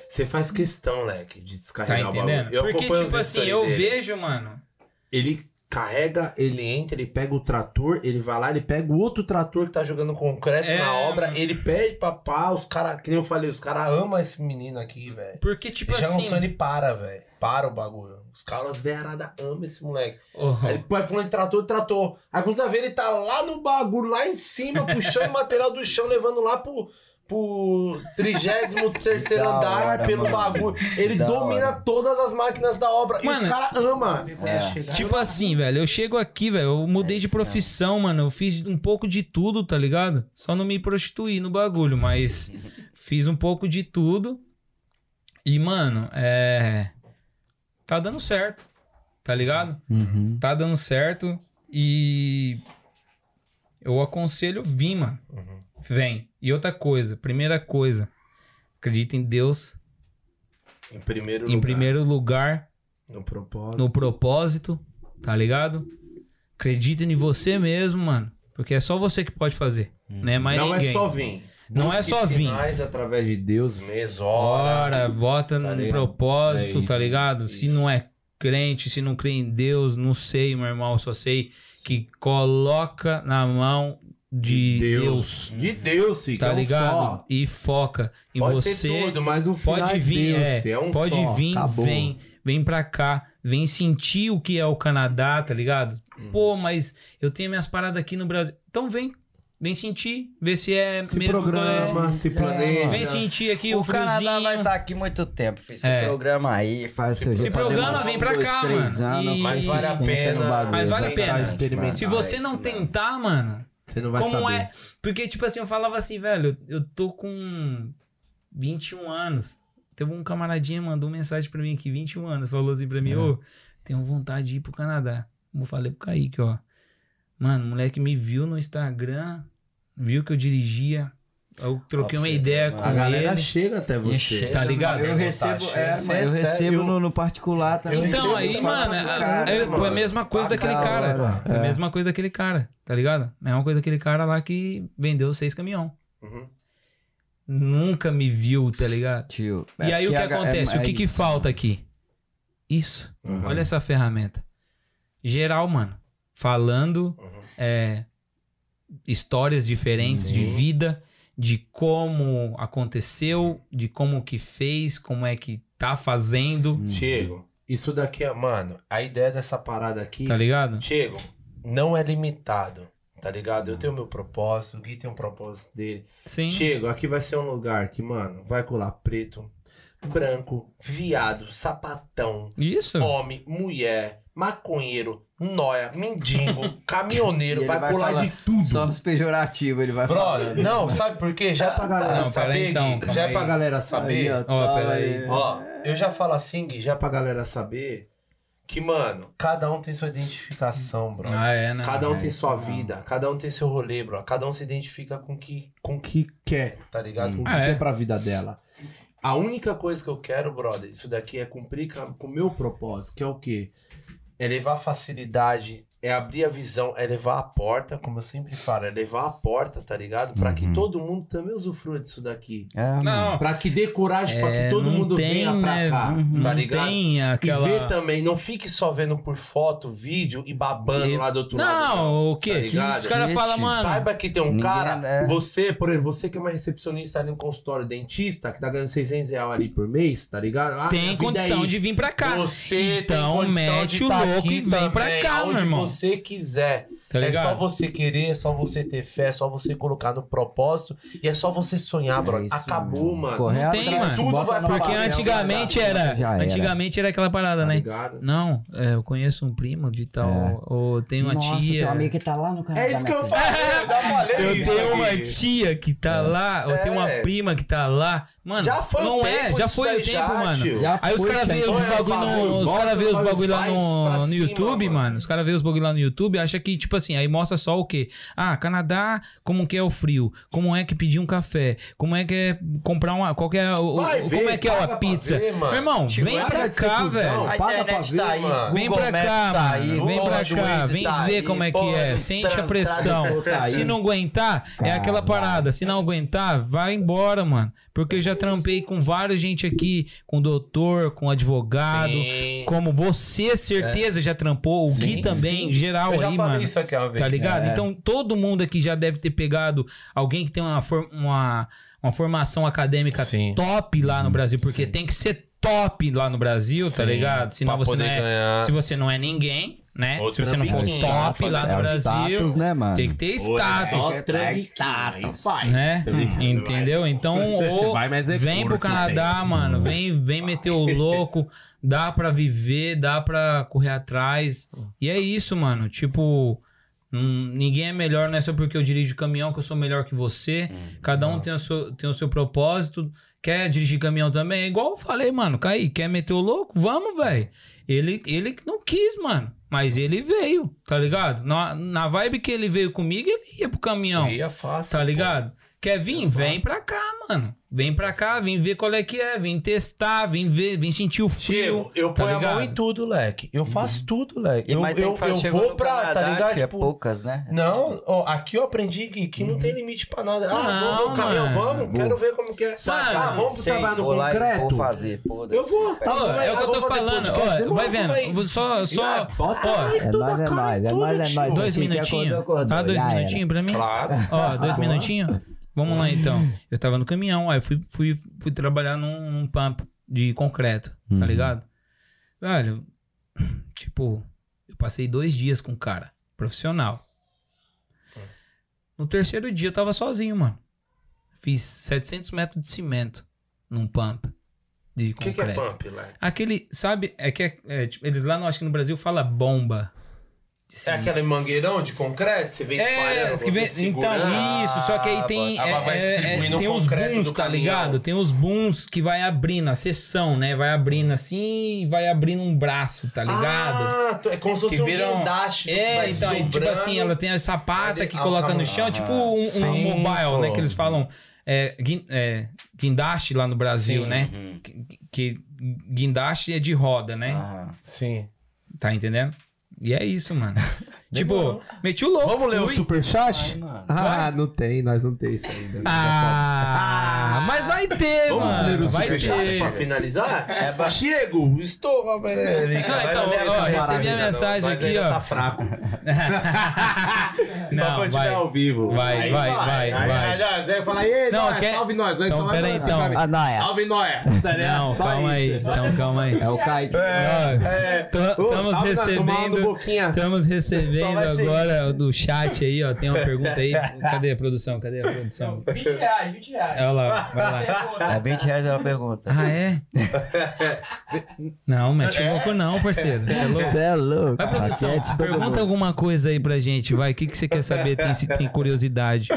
[SPEAKER 2] Você faz questão, leque, de
[SPEAKER 3] Tá
[SPEAKER 2] descarregar o
[SPEAKER 3] entendendo?
[SPEAKER 2] um bagulho. Eu
[SPEAKER 3] Porque,
[SPEAKER 2] acompanho
[SPEAKER 3] tipo
[SPEAKER 2] os
[SPEAKER 3] assim,
[SPEAKER 2] stories
[SPEAKER 3] eu
[SPEAKER 2] dele.
[SPEAKER 3] vejo, mano.
[SPEAKER 2] Ele carrega, ele entra, ele pega o trator, ele vai lá, ele pega o outro trator que tá jogando concreto
[SPEAKER 3] É,
[SPEAKER 2] na obra,
[SPEAKER 3] mano.
[SPEAKER 2] ele pede pra pá, os caras, que nem eu falei, os caras amam esse menino aqui, velho.
[SPEAKER 3] Porque, tipo
[SPEAKER 2] Ele um já
[SPEAKER 3] assim.
[SPEAKER 2] lançou, ele para, velho. Para o bagulho. Os caras velharada amam esse moleque.
[SPEAKER 3] Oh,
[SPEAKER 2] Aí ele põe põe trator, trator. Aí quando você vê, ele tá lá no bagulho, lá em cima, puxando o material do chão, levando lá pro. Pro 33
[SPEAKER 1] Da
[SPEAKER 2] andar
[SPEAKER 1] hora,
[SPEAKER 2] pelo
[SPEAKER 1] mano.
[SPEAKER 2] bagulho. Ele
[SPEAKER 1] Da
[SPEAKER 2] domina
[SPEAKER 1] hora.
[SPEAKER 2] todas as máquinas da obra. e
[SPEAKER 3] Mano,
[SPEAKER 2] os caras amam.
[SPEAKER 1] É.
[SPEAKER 3] Tipo assim, velho, eu chego aqui, velho, eu mudei
[SPEAKER 1] É
[SPEAKER 3] de
[SPEAKER 1] isso mesmo.
[SPEAKER 3] profissão, mano. Eu fiz um pouco de tudo, tá ligado? Só não me prostituí no bagulho,
[SPEAKER 1] <laughs>
[SPEAKER 3] mas fiz um pouco de tudo. E, mano, é. Tá dando certo, tá ligado?
[SPEAKER 1] Uhum.
[SPEAKER 3] Tá dando certo e. Eu aconselho vir, mano.
[SPEAKER 1] Uhum.
[SPEAKER 3] Vem. E outra coisa, primeira coisa, acredita em Deus É.
[SPEAKER 2] Em primeiro
[SPEAKER 3] em primeiro lugar.
[SPEAKER 2] No propósito.
[SPEAKER 3] no propósito, tá ligado? Acredita em você mesmo, mano. Porque é só você que pode fazer. Não é mais
[SPEAKER 2] não
[SPEAKER 3] ninguém.
[SPEAKER 2] é só vir.
[SPEAKER 3] Não é
[SPEAKER 2] Busque
[SPEAKER 3] só vir.
[SPEAKER 2] sinais através de Deus mesmo. Ora.
[SPEAKER 3] Ora, bota
[SPEAKER 2] Tá
[SPEAKER 3] no
[SPEAKER 2] ligado?
[SPEAKER 3] propósito,
[SPEAKER 2] É
[SPEAKER 3] tá
[SPEAKER 2] isso,
[SPEAKER 3] ligado? Se
[SPEAKER 2] isso.
[SPEAKER 3] não é crente, se não crê em Deus, não sei, meu irmão, só sei que coloca na mão de Deus,
[SPEAKER 2] De Deus, filho.
[SPEAKER 3] tá
[SPEAKER 2] é um
[SPEAKER 3] ligado?
[SPEAKER 2] só.
[SPEAKER 3] E foca em
[SPEAKER 2] Pode
[SPEAKER 3] você.
[SPEAKER 2] ser tudo, mas o final
[SPEAKER 3] Pode vir,
[SPEAKER 2] Deus,
[SPEAKER 3] é,
[SPEAKER 2] filho, um
[SPEAKER 3] pode
[SPEAKER 2] só.
[SPEAKER 3] vir,
[SPEAKER 2] Acabou.
[SPEAKER 3] vem, vem pra cá, vem sentir o que é o Canadá, tá ligado? Pô, mas eu tenho minhas paradas aqui no Brasil. Então vem, vem sentir, vê se é
[SPEAKER 4] Se
[SPEAKER 3] mesmo. qual é.
[SPEAKER 4] programa, se planeja.
[SPEAKER 3] Vem sentir aqui o,
[SPEAKER 1] o Canadá
[SPEAKER 3] friozinho.
[SPEAKER 1] vai tá- estar aqui muito tempo, filho. Se
[SPEAKER 3] É.
[SPEAKER 1] programa aí, faz seu
[SPEAKER 3] Se
[SPEAKER 1] jeito. Vai
[SPEAKER 3] programa,
[SPEAKER 1] demorar
[SPEAKER 3] vem
[SPEAKER 1] um,
[SPEAKER 3] pra
[SPEAKER 1] dois,
[SPEAKER 3] cá,
[SPEAKER 1] três
[SPEAKER 3] mano.
[SPEAKER 1] anos,
[SPEAKER 3] E-
[SPEAKER 1] mas
[SPEAKER 2] vale a pena.
[SPEAKER 3] Mas vale a pena.
[SPEAKER 4] experimentar.
[SPEAKER 3] Se você não
[SPEAKER 2] tem
[SPEAKER 3] tentar, mano,
[SPEAKER 4] Você não vai
[SPEAKER 3] como
[SPEAKER 4] saber.
[SPEAKER 3] é? Porque, tipo assim, eu falava assim, velho, eu tô com 21 anos. Teve um camaradinha mandou mensagem pra mim aqui, 21 anos, falou assim pra mim,
[SPEAKER 4] É.
[SPEAKER 3] ô, tenho vontade de ir pro Canadá. Como eu falei pro Kaique, ó. Mano, o moleque me viu no Instagram, viu que eu dirigia. Eu troquei
[SPEAKER 6] Ó, pra
[SPEAKER 3] uma
[SPEAKER 6] você
[SPEAKER 3] ideia
[SPEAKER 6] ver,
[SPEAKER 3] com
[SPEAKER 6] mano.
[SPEAKER 4] A galera é
[SPEAKER 3] ele.
[SPEAKER 4] chega até você.
[SPEAKER 6] Enche-
[SPEAKER 3] Tá ligado?
[SPEAKER 1] Eu recebo, é,
[SPEAKER 4] Você
[SPEAKER 1] mano, eu
[SPEAKER 4] recebe
[SPEAKER 1] recebo
[SPEAKER 4] o-
[SPEAKER 1] no, no particular também.
[SPEAKER 3] Então,
[SPEAKER 4] recebo,
[SPEAKER 3] aí,
[SPEAKER 4] eu
[SPEAKER 3] mano,
[SPEAKER 4] falo né? assim,
[SPEAKER 3] a-
[SPEAKER 4] cara,
[SPEAKER 3] é,
[SPEAKER 4] mano,
[SPEAKER 3] foi a mesma coisa
[SPEAKER 4] tá
[SPEAKER 3] daquele
[SPEAKER 4] da
[SPEAKER 3] cara.
[SPEAKER 4] hora.
[SPEAKER 3] Foi a
[SPEAKER 1] É.
[SPEAKER 3] mesma coisa daquele cara, tá ligado? Mesma coisa daquele cara lá que vendeu seis caminhão.
[SPEAKER 2] Uhum.
[SPEAKER 3] Nunca me viu, tá ligado?
[SPEAKER 1] Tio,
[SPEAKER 3] e
[SPEAKER 1] é
[SPEAKER 3] aí o que
[SPEAKER 1] porque a- é-
[SPEAKER 3] acontece?
[SPEAKER 1] é
[SPEAKER 3] o que que
[SPEAKER 1] isso.
[SPEAKER 3] falta aqui? Isso. Olha essa ferramenta. Geral, mano. Falando é, histórias diferentes de
[SPEAKER 2] Sim.
[SPEAKER 3] vida, de como aconteceu, de como que fez, como é que tá fazendo,
[SPEAKER 2] Diego, isso daqui é, mano, a ideia dessa parada aqui.
[SPEAKER 3] tá ligado?
[SPEAKER 2] Diego, não é limitado, tá ligado? Eu tenho meu propósito, o Gui tem um propósito dele.
[SPEAKER 3] Sim.
[SPEAKER 2] Diego, aqui vai ser um lugar que, mano, vai colar preto, branco, viado, sapatão,
[SPEAKER 3] Isso.
[SPEAKER 2] homem, mulher, maconheiro, noia, mendigo, caminhoneiro,
[SPEAKER 1] E ele
[SPEAKER 2] vai,
[SPEAKER 1] vai
[SPEAKER 2] colar
[SPEAKER 1] falar
[SPEAKER 2] de tudo.
[SPEAKER 1] Só nos pejorativos ele vai falar.
[SPEAKER 2] Brother, não, sabe por quê? Já é pra galera
[SPEAKER 3] Não, pera
[SPEAKER 2] saber,
[SPEAKER 3] aí, então,
[SPEAKER 2] Gui,
[SPEAKER 3] calma
[SPEAKER 2] já é
[SPEAKER 3] aí.
[SPEAKER 2] pra galera
[SPEAKER 1] Aí,
[SPEAKER 2] saber.
[SPEAKER 1] ó,
[SPEAKER 3] Ó,
[SPEAKER 1] tava
[SPEAKER 3] peraí.
[SPEAKER 1] tá aí.
[SPEAKER 2] Ó, eu já falo assim, Gui, já pra galera saber que, mano, cada um tem sua identificação, bro.
[SPEAKER 3] Ah, é, né?
[SPEAKER 2] Cada um
[SPEAKER 1] é
[SPEAKER 2] tem
[SPEAKER 1] isso
[SPEAKER 2] sua
[SPEAKER 1] não.
[SPEAKER 2] vida, cada um tem seu rolê, bro. Cada um se identifica com que, com
[SPEAKER 4] O que quer, hum.
[SPEAKER 2] tá ligado?
[SPEAKER 4] o
[SPEAKER 2] Com
[SPEAKER 4] que
[SPEAKER 2] que-
[SPEAKER 3] Ah, é.
[SPEAKER 4] quer pra vida dela.
[SPEAKER 2] A única coisa que eu quero, brother,
[SPEAKER 4] Isso daqui é cumprir ca- com o meu propósito, que é o quê?
[SPEAKER 2] é levar facilidade, é abrir a visão, é levar a porta, como eu sempre falo, é levar a porta, tá ligado? Pra que
[SPEAKER 1] Uhum.
[SPEAKER 2] todo mundo também usufrua disso daqui.
[SPEAKER 1] É, mano.
[SPEAKER 2] um, tá
[SPEAKER 3] Não,
[SPEAKER 4] Pra que dê coragem, pra
[SPEAKER 3] É,
[SPEAKER 4] que todo
[SPEAKER 3] não
[SPEAKER 4] mundo
[SPEAKER 3] tem,
[SPEAKER 4] venha pra
[SPEAKER 3] né?
[SPEAKER 4] cá.
[SPEAKER 1] Uhum.
[SPEAKER 2] tá
[SPEAKER 3] não
[SPEAKER 2] ligado?
[SPEAKER 3] tem aquela...
[SPEAKER 2] E ver também, não fique só vendo por foto, vídeo e babando
[SPEAKER 3] E-
[SPEAKER 2] lá do outro lado.
[SPEAKER 3] Não, o
[SPEAKER 2] Tá
[SPEAKER 3] quê?
[SPEAKER 2] ligado?
[SPEAKER 3] Os caras
[SPEAKER 1] Gente,
[SPEAKER 3] falam, mano...
[SPEAKER 2] Saiba que tem um
[SPEAKER 1] Ninguém
[SPEAKER 2] cara,
[SPEAKER 1] é-
[SPEAKER 2] você, por exemplo, você que é uma recepcionista ali no consultório dentista, que tá ganhando 600 reais ali por mês, tá ligado? Ah, minha
[SPEAKER 3] Tem
[SPEAKER 2] vida
[SPEAKER 3] condição
[SPEAKER 2] é
[SPEAKER 3] de vir pra cá.
[SPEAKER 2] Você
[SPEAKER 3] então
[SPEAKER 2] tem condição
[SPEAKER 3] mete
[SPEAKER 2] de
[SPEAKER 3] o
[SPEAKER 2] tá
[SPEAKER 3] louco
[SPEAKER 2] aqui
[SPEAKER 3] e vem pra
[SPEAKER 2] também,
[SPEAKER 3] cá, meu
[SPEAKER 2] aonde
[SPEAKER 3] irmão.
[SPEAKER 2] você quiser.
[SPEAKER 3] Tá
[SPEAKER 2] é só
[SPEAKER 3] ligado?
[SPEAKER 2] você querer, é só você ter fé, é só você colocar no propósito e é só você sonhar, bro.
[SPEAKER 1] É isso,
[SPEAKER 2] Acabou, mano.
[SPEAKER 1] Correr
[SPEAKER 3] Não tem,
[SPEAKER 1] atrás, bota
[SPEAKER 3] mano.
[SPEAKER 2] Tudo vai
[SPEAKER 1] no
[SPEAKER 2] falar
[SPEAKER 3] Porque
[SPEAKER 1] papel,
[SPEAKER 3] antigamente
[SPEAKER 1] já
[SPEAKER 3] era,
[SPEAKER 1] Já era.
[SPEAKER 3] Antigamente era aquela parada,
[SPEAKER 2] Tá
[SPEAKER 3] né?
[SPEAKER 2] ligado?
[SPEAKER 3] Não, é, eu conheço um primo de tal.
[SPEAKER 1] É.
[SPEAKER 3] Ou tenho uma
[SPEAKER 1] Nossa,
[SPEAKER 3] tia.
[SPEAKER 1] teu amigo que tá lá no canal.
[SPEAKER 2] É isso que eu falei, eu já falei
[SPEAKER 3] Eu
[SPEAKER 2] É isso
[SPEAKER 3] tenho uma
[SPEAKER 2] aqui.
[SPEAKER 3] tia que tá lá, eu tenho uma
[SPEAKER 2] É.
[SPEAKER 3] prima que tá lá. Mano,
[SPEAKER 2] Já foi
[SPEAKER 3] não
[SPEAKER 2] o tempo
[SPEAKER 3] é, já
[SPEAKER 2] disso
[SPEAKER 3] foi o
[SPEAKER 2] daí
[SPEAKER 3] tempo,
[SPEAKER 2] já,
[SPEAKER 3] mano.
[SPEAKER 2] tio.
[SPEAKER 3] Aí os caras veem
[SPEAKER 2] Só
[SPEAKER 3] os
[SPEAKER 2] é
[SPEAKER 3] bagulho
[SPEAKER 2] bagulho,
[SPEAKER 3] no. Os
[SPEAKER 2] bota
[SPEAKER 3] caras veem os
[SPEAKER 2] bagulho,
[SPEAKER 3] bagulho lá
[SPEAKER 2] faz
[SPEAKER 3] no,
[SPEAKER 2] pra
[SPEAKER 3] no
[SPEAKER 2] cima,
[SPEAKER 3] YouTube,
[SPEAKER 2] mano.
[SPEAKER 3] mano. Os caras veem os bagulho lá no YouTube e acham que, tipo assim, aí mostra só o quê? Ah, Canadá, como que é o frio? Como é que pedir um café? Como é que é comprar uma. Qual que é o,
[SPEAKER 2] Vai
[SPEAKER 3] o-
[SPEAKER 2] ver,
[SPEAKER 3] como é que é
[SPEAKER 2] paga
[SPEAKER 3] a
[SPEAKER 2] pra
[SPEAKER 3] pizza?
[SPEAKER 2] ver, mano.
[SPEAKER 3] Meu irmão,
[SPEAKER 2] Tio,
[SPEAKER 3] vem
[SPEAKER 2] para
[SPEAKER 3] pra
[SPEAKER 2] de ser
[SPEAKER 3] cá,
[SPEAKER 2] cuzão.
[SPEAKER 3] velho.
[SPEAKER 5] A
[SPEAKER 2] Não, paga pra
[SPEAKER 5] internet
[SPEAKER 2] ver,
[SPEAKER 5] tá aí,
[SPEAKER 2] mano.
[SPEAKER 5] Google
[SPEAKER 3] Vem pra
[SPEAKER 5] Maps
[SPEAKER 3] cá,
[SPEAKER 5] tá
[SPEAKER 3] mano.
[SPEAKER 5] aí,
[SPEAKER 3] Vem
[SPEAKER 5] Google
[SPEAKER 3] pra cá,
[SPEAKER 5] Waze
[SPEAKER 3] vem
[SPEAKER 5] tá
[SPEAKER 3] ver
[SPEAKER 5] aí,
[SPEAKER 3] como é que é.
[SPEAKER 5] pode
[SPEAKER 3] Sente a
[SPEAKER 5] trans-
[SPEAKER 3] pressão.
[SPEAKER 1] tá aí.
[SPEAKER 3] Se não aguentar, é aquela
[SPEAKER 1] Caralho.
[SPEAKER 3] parada. Se não aguentar, vai embora, mano. Porque eu já trampei com várias gente aqui, com doutor, com advogado.
[SPEAKER 2] Sim.
[SPEAKER 3] Como você, certeza, já trampou. O Gui
[SPEAKER 2] Sim,
[SPEAKER 3] também,
[SPEAKER 2] sim.
[SPEAKER 3] em geral,
[SPEAKER 2] Eu já
[SPEAKER 3] aí,
[SPEAKER 2] falei
[SPEAKER 3] mano.
[SPEAKER 2] isso aqui uma vez.
[SPEAKER 3] Tá ligado?
[SPEAKER 1] É.
[SPEAKER 3] Então, todo mundo aqui já deve ter pegado alguém que tem uma, for- uma, uma formação acadêmica
[SPEAKER 2] Sim. Uhum.
[SPEAKER 3] top lá no Brasil, porque tem que ser top lá no Brasil, tá
[SPEAKER 2] Sim,
[SPEAKER 3] ligado? Senão
[SPEAKER 2] pra
[SPEAKER 3] você
[SPEAKER 2] poder
[SPEAKER 3] não é,
[SPEAKER 2] ganhar.
[SPEAKER 3] se você não é ninguém, né?
[SPEAKER 2] Outro
[SPEAKER 3] se você não for
[SPEAKER 2] trambiquinho,
[SPEAKER 3] top
[SPEAKER 2] né?
[SPEAKER 3] lá
[SPEAKER 1] É
[SPEAKER 3] no
[SPEAKER 1] o
[SPEAKER 3] Brasil,
[SPEAKER 1] status, né, mano?
[SPEAKER 3] tem que ter status,
[SPEAKER 2] é
[SPEAKER 4] Só tramitar, pai.
[SPEAKER 3] né?
[SPEAKER 4] Hum,
[SPEAKER 3] Entendeu? Então, ou
[SPEAKER 4] Vai, mas é
[SPEAKER 3] vem pro
[SPEAKER 4] curto,
[SPEAKER 3] Canadá, mano, vem, vem meter o louco, dá pra viver, dá pra correr atrás. E é isso, mano, tipo... hum, Ninguém é melhor, não é só porque eu dirijo caminhão que eu sou melhor que você. Cada um tem o, seu, tem o seu propósito. Quer dirigir caminhão também? É igual eu falei, mano. Caí, quer meter o louco? Vamos, velho. Ele, ele que não quis, mano. Mas ele veio, tá ligado? Na, na vibe que ele veio comigo, ele ia pro caminhão.
[SPEAKER 2] Aí é fácil.
[SPEAKER 3] Tá
[SPEAKER 2] pô.
[SPEAKER 3] ligado? Quer vir? Vem pra cá, mano. Vem pra cá, vem ver qual é que é, vem testar, vem ver, vem sentir o frio.
[SPEAKER 2] Tio, eu
[SPEAKER 3] tá
[SPEAKER 2] ponho a mão
[SPEAKER 3] ligado? Uhum.
[SPEAKER 2] em tudo, leque. Eu faço tudo, leque.
[SPEAKER 5] E
[SPEAKER 2] Eu,
[SPEAKER 5] mas tem
[SPEAKER 2] eu,
[SPEAKER 5] que fazer-
[SPEAKER 2] eu
[SPEAKER 5] chegou
[SPEAKER 2] vou
[SPEAKER 5] no
[SPEAKER 2] pra, tá
[SPEAKER 5] Canadá,
[SPEAKER 2] ligado?
[SPEAKER 1] Que é
[SPEAKER 2] Tipo,
[SPEAKER 1] poucas, né?
[SPEAKER 2] não, ó, aqui eu aprendi Gui, que não tem limite pra nada. Ah,
[SPEAKER 3] Uhum. Não,
[SPEAKER 2] vamos, caminhão,
[SPEAKER 3] mano.
[SPEAKER 2] vamos. Quero ver como que é.
[SPEAKER 3] Sabe,
[SPEAKER 2] ah, vamos
[SPEAKER 5] Sei,
[SPEAKER 2] trabalhar no
[SPEAKER 5] vou lá e
[SPEAKER 2] concreto.
[SPEAKER 5] Vou fazer, foda-se.
[SPEAKER 2] Eu vou, tá
[SPEAKER 3] Ó,
[SPEAKER 2] bom,
[SPEAKER 3] é
[SPEAKER 2] eu
[SPEAKER 3] o que eu
[SPEAKER 2] vou
[SPEAKER 3] tô
[SPEAKER 2] fazer
[SPEAKER 3] falando.
[SPEAKER 2] podcast,
[SPEAKER 3] ó,
[SPEAKER 2] demorou,
[SPEAKER 3] vai vendo.
[SPEAKER 2] vamos aí.
[SPEAKER 3] Vou Só, só.
[SPEAKER 2] Ah, bota
[SPEAKER 3] ó,
[SPEAKER 2] aí
[SPEAKER 1] É
[SPEAKER 2] tudo,
[SPEAKER 1] nós, é
[SPEAKER 2] cara,
[SPEAKER 1] nós, é
[SPEAKER 2] tudo,
[SPEAKER 1] nós, é
[SPEAKER 2] tio.
[SPEAKER 1] nós.
[SPEAKER 3] dois
[SPEAKER 1] Quem quer acordou,
[SPEAKER 3] minutinhos.
[SPEAKER 1] acordou,
[SPEAKER 3] Tá dois
[SPEAKER 1] já era.
[SPEAKER 3] minutinhos pra mim?
[SPEAKER 2] Claro.
[SPEAKER 3] Ó, dois minutinhos? Vamos lá então. Eu tava no caminhão, aí fui, fui, fui trabalhar num, num pump de concreto, tá
[SPEAKER 1] Uhum.
[SPEAKER 3] ligado? Velho, tipo, eu passei dois dias com um cara, profissional. No terceiro dia eu tava sozinho, mano. Fiz 700 metros de cimento num pump de
[SPEAKER 2] O que, que é
[SPEAKER 3] concreto.
[SPEAKER 2] pump, leque?
[SPEAKER 3] Aquele, sabe, é que é- é, tipo, eles lá, no, acho que no Brasil fala bomba. de
[SPEAKER 2] É aquele mangueirão de concreto? Você vem
[SPEAKER 3] É,
[SPEAKER 2] espalhando,
[SPEAKER 3] que vem,
[SPEAKER 2] você segura.
[SPEAKER 3] então, isso, só que aí tem,
[SPEAKER 2] Ah,
[SPEAKER 3] é,
[SPEAKER 2] vai
[SPEAKER 3] é,
[SPEAKER 2] distribuindo
[SPEAKER 3] é, tem
[SPEAKER 2] o
[SPEAKER 3] os
[SPEAKER 2] concreto
[SPEAKER 3] booms,
[SPEAKER 2] do
[SPEAKER 3] tá
[SPEAKER 2] caminhão.
[SPEAKER 3] ligado? Tem os booms que vai abrindo, a sessão, né? Vai abrindo assim e vai abrindo um braço, tá ligado?
[SPEAKER 2] Ah, tu- é como se fosse
[SPEAKER 3] Que
[SPEAKER 2] um
[SPEAKER 3] viram-
[SPEAKER 2] guindaste. que
[SPEAKER 3] é,
[SPEAKER 2] vai
[SPEAKER 3] então, e tipo
[SPEAKER 2] dobrando.
[SPEAKER 3] assim, ela tem a sapata
[SPEAKER 2] Aí-
[SPEAKER 3] que
[SPEAKER 2] ah,
[SPEAKER 3] coloca
[SPEAKER 2] calma.
[SPEAKER 3] no chão, tipo um, um
[SPEAKER 2] Sim,
[SPEAKER 3] mobile, né?
[SPEAKER 2] pô.
[SPEAKER 3] Que eles falam é, guin- é, guindaste lá no Brasil,
[SPEAKER 2] Sim.
[SPEAKER 3] né?
[SPEAKER 1] Uhum.
[SPEAKER 3] Que, que guindaste é de roda, né?
[SPEAKER 2] Ah.
[SPEAKER 1] Aham.
[SPEAKER 2] Sim.
[SPEAKER 3] Tá entendendo? E é
[SPEAKER 2] <laughs>
[SPEAKER 3] isso, mano. tipo, meti o louco.
[SPEAKER 4] Vamos ler o
[SPEAKER 3] fui.
[SPEAKER 1] Ai,
[SPEAKER 4] superchat?
[SPEAKER 1] mano.
[SPEAKER 4] Ah, não tem, nós não tem isso
[SPEAKER 3] é
[SPEAKER 4] ainda.
[SPEAKER 3] Ah, mas vai ter,
[SPEAKER 2] Vamos
[SPEAKER 3] mano.
[SPEAKER 2] ler o
[SPEAKER 3] vai
[SPEAKER 2] superchat
[SPEAKER 3] ter. É
[SPEAKER 2] pra finalizar? Chego, estou, Roberto.
[SPEAKER 3] Não,
[SPEAKER 2] Vai,
[SPEAKER 3] então,
[SPEAKER 2] vai,
[SPEAKER 3] ó,
[SPEAKER 2] vai,
[SPEAKER 3] recebi
[SPEAKER 2] vai,
[SPEAKER 3] a
[SPEAKER 2] vai,
[SPEAKER 3] mensagem
[SPEAKER 2] mas
[SPEAKER 3] aqui,
[SPEAKER 2] ainda
[SPEAKER 3] ó.
[SPEAKER 2] Tá
[SPEAKER 3] <laughs>
[SPEAKER 2] fraco. Só
[SPEAKER 3] Não,
[SPEAKER 2] quando
[SPEAKER 3] vai.
[SPEAKER 2] tiver ao vivo.
[SPEAKER 3] Vai,
[SPEAKER 2] Aí
[SPEAKER 3] vai, vai,
[SPEAKER 2] Aí,
[SPEAKER 3] vai.
[SPEAKER 2] aliás, aí eu falo, ei,
[SPEAKER 3] Não,
[SPEAKER 2] Noia,
[SPEAKER 3] quer-
[SPEAKER 2] salve nós. Aí
[SPEAKER 3] Então,
[SPEAKER 2] só vai
[SPEAKER 3] pera aí,
[SPEAKER 2] nós,
[SPEAKER 3] então.
[SPEAKER 2] vai.
[SPEAKER 1] Ah, não, é.
[SPEAKER 2] Salve Noia. Tá ligado?
[SPEAKER 3] Não,
[SPEAKER 2] Só
[SPEAKER 3] calma aí.
[SPEAKER 2] isso.
[SPEAKER 3] Então, calma aí.
[SPEAKER 1] É o Kaique.
[SPEAKER 3] é.
[SPEAKER 2] Ô,
[SPEAKER 3] Estamos
[SPEAKER 2] salve, Noia, tomar uma do
[SPEAKER 3] recebendo.
[SPEAKER 2] Boquinha.
[SPEAKER 3] Estamos
[SPEAKER 2] Só
[SPEAKER 3] recebendo
[SPEAKER 2] vai ser
[SPEAKER 3] agora do chat aí, ó. Tem uma pergunta aí. Cadê a produção? Cadê a produção?
[SPEAKER 6] 20 reais, 20 reais.
[SPEAKER 3] Olha lá, vai lá.
[SPEAKER 1] É 20 reais a pergunta.
[SPEAKER 3] Ah, <laughs> é? Não, mete o louco não, parceiro. Você é louco?
[SPEAKER 7] Você é louco.
[SPEAKER 3] Vai, produção,
[SPEAKER 7] Aqui é de todo
[SPEAKER 3] pergunta
[SPEAKER 7] mundo.
[SPEAKER 3] alguma coisa aí pra gente, vai. O que, que você quer saber? Tem, se tem curiosidade.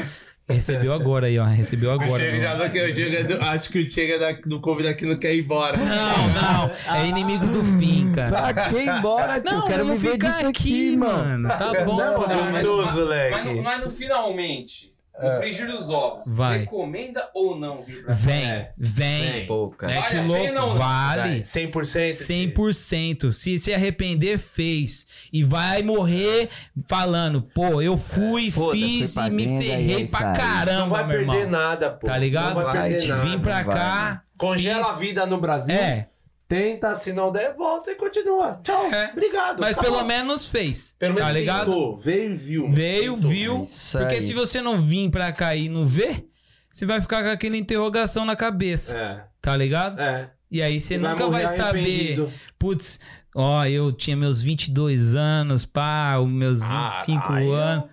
[SPEAKER 3] Recebeu agora aí, ó. Recebeu
[SPEAKER 2] O
[SPEAKER 3] agora.
[SPEAKER 2] Diego já não quer- o Diego é do- acho que o Diego é da- do convidado aqui não quer ir embora.
[SPEAKER 3] Não, não. É inimigos do fim, cara.
[SPEAKER 7] Pra que ir embora, tio?
[SPEAKER 3] um. Não,
[SPEAKER 7] quero
[SPEAKER 3] não
[SPEAKER 7] me ver
[SPEAKER 3] fica
[SPEAKER 7] disso aqui, mano. É
[SPEAKER 3] Tá bom,
[SPEAKER 2] Não, é
[SPEAKER 3] cara.
[SPEAKER 6] mas-
[SPEAKER 2] gostoso,
[SPEAKER 6] Mas,
[SPEAKER 2] leque.
[SPEAKER 6] no, mas no finalmente, no frigir dos ovos,
[SPEAKER 3] Vai.
[SPEAKER 6] recomenda ou não vir pra cá?
[SPEAKER 3] Vem,
[SPEAKER 2] É.
[SPEAKER 3] vem.
[SPEAKER 1] Pô, cara.
[SPEAKER 3] Mete
[SPEAKER 6] Vale a
[SPEAKER 3] louco,
[SPEAKER 6] pena ou não?
[SPEAKER 3] vale.
[SPEAKER 2] 100%.
[SPEAKER 3] 100%. Se se arrepender, fez. E vai morrer falando, pô, eu fui,
[SPEAKER 1] Foda-se,
[SPEAKER 3] fiz
[SPEAKER 1] foi
[SPEAKER 3] e
[SPEAKER 1] pra
[SPEAKER 3] me
[SPEAKER 1] gringa e
[SPEAKER 3] ferrei
[SPEAKER 1] é isso
[SPEAKER 3] pra
[SPEAKER 1] aí.
[SPEAKER 3] caramba,
[SPEAKER 2] Não vai
[SPEAKER 3] meu
[SPEAKER 2] perder
[SPEAKER 3] irmão.
[SPEAKER 2] nada, pô.
[SPEAKER 3] Tá ligado?
[SPEAKER 2] Não vai
[SPEAKER 1] Vai,
[SPEAKER 2] perder nada.
[SPEAKER 3] Vim pra
[SPEAKER 1] Vai.
[SPEAKER 3] cá.
[SPEAKER 2] Congela a
[SPEAKER 3] fiz-
[SPEAKER 2] vida no Brasil.
[SPEAKER 3] É,
[SPEAKER 2] Tenta, se não der, volta e continua. Tchau.
[SPEAKER 3] É.
[SPEAKER 2] Obrigado.
[SPEAKER 3] mas
[SPEAKER 2] acabou.
[SPEAKER 3] pelo menos fez.
[SPEAKER 2] Pelo menos
[SPEAKER 3] tá ligado?
[SPEAKER 2] tentou. Veio e viu. mano.
[SPEAKER 3] Veio,
[SPEAKER 2] Tentou.
[SPEAKER 3] viu.
[SPEAKER 1] Isso
[SPEAKER 3] Porque
[SPEAKER 1] aí.
[SPEAKER 3] se você não vir pra cá e não ver, você vai ficar com aquela interrogação na cabeça,
[SPEAKER 2] É.
[SPEAKER 3] tá ligado?
[SPEAKER 2] É.
[SPEAKER 3] E aí você nunca
[SPEAKER 2] morrer
[SPEAKER 3] vai saber.
[SPEAKER 2] arrependido.
[SPEAKER 3] Putz, ó, eu tinha meus 22 anos, pá, os meus 25
[SPEAKER 2] Ah, aí eu-
[SPEAKER 3] anos.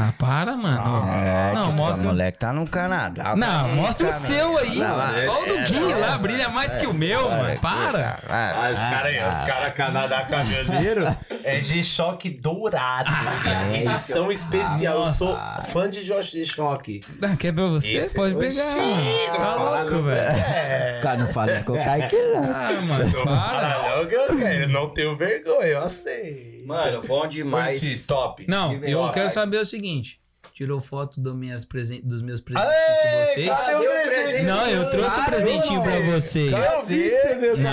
[SPEAKER 3] Ah, para, mano.
[SPEAKER 1] É, não,
[SPEAKER 3] Não, mostra-
[SPEAKER 1] mostra... moleque tá no Canadá.
[SPEAKER 3] não,
[SPEAKER 1] Tá
[SPEAKER 3] mostra o
[SPEAKER 1] no
[SPEAKER 3] seu aí.
[SPEAKER 1] Canadá. Lá,
[SPEAKER 2] É,
[SPEAKER 3] Olha o do Gui lá, brilha mais que o meu, mano.
[SPEAKER 1] é,
[SPEAKER 3] Para.
[SPEAKER 1] Para.
[SPEAKER 2] Ah, os caras aí,
[SPEAKER 1] tá.
[SPEAKER 2] os caras Canadá Caminhoneiro é G-Shock dourado. <laughs>
[SPEAKER 1] É
[SPEAKER 2] Edição especial. Eu sou fã de G-Shock.
[SPEAKER 3] Ah, quer pra você?
[SPEAKER 2] Esse-
[SPEAKER 3] Pode pegar.
[SPEAKER 2] Oxi,
[SPEAKER 3] mano.
[SPEAKER 2] tô
[SPEAKER 3] Tá
[SPEAKER 2] falando,
[SPEAKER 3] louco, velho.
[SPEAKER 2] É.
[SPEAKER 7] Cara, não fala isso com o Kaique, não.
[SPEAKER 3] Ah, mano,
[SPEAKER 2] Eu
[SPEAKER 3] para.
[SPEAKER 2] falo, Ah, não, que eu quero, não tenho vergonha, eu aceito.
[SPEAKER 5] Mano, bom
[SPEAKER 2] Curti,
[SPEAKER 5] demais.
[SPEAKER 2] top.
[SPEAKER 3] Não,
[SPEAKER 5] Que
[SPEAKER 3] eu
[SPEAKER 5] velho.
[SPEAKER 3] quero saber o seguinte. Tirou foto do minhas presen- dos meus presentes pra
[SPEAKER 2] Aê,
[SPEAKER 3] vocês?
[SPEAKER 2] cadê o
[SPEAKER 5] Cadê o
[SPEAKER 2] presente?
[SPEAKER 5] presente?
[SPEAKER 3] Não, eu trouxe um
[SPEAKER 2] Claro,
[SPEAKER 3] presentinho pra
[SPEAKER 2] velho.
[SPEAKER 3] vocês.
[SPEAKER 2] Cadê? Deixa
[SPEAKER 3] Não, eu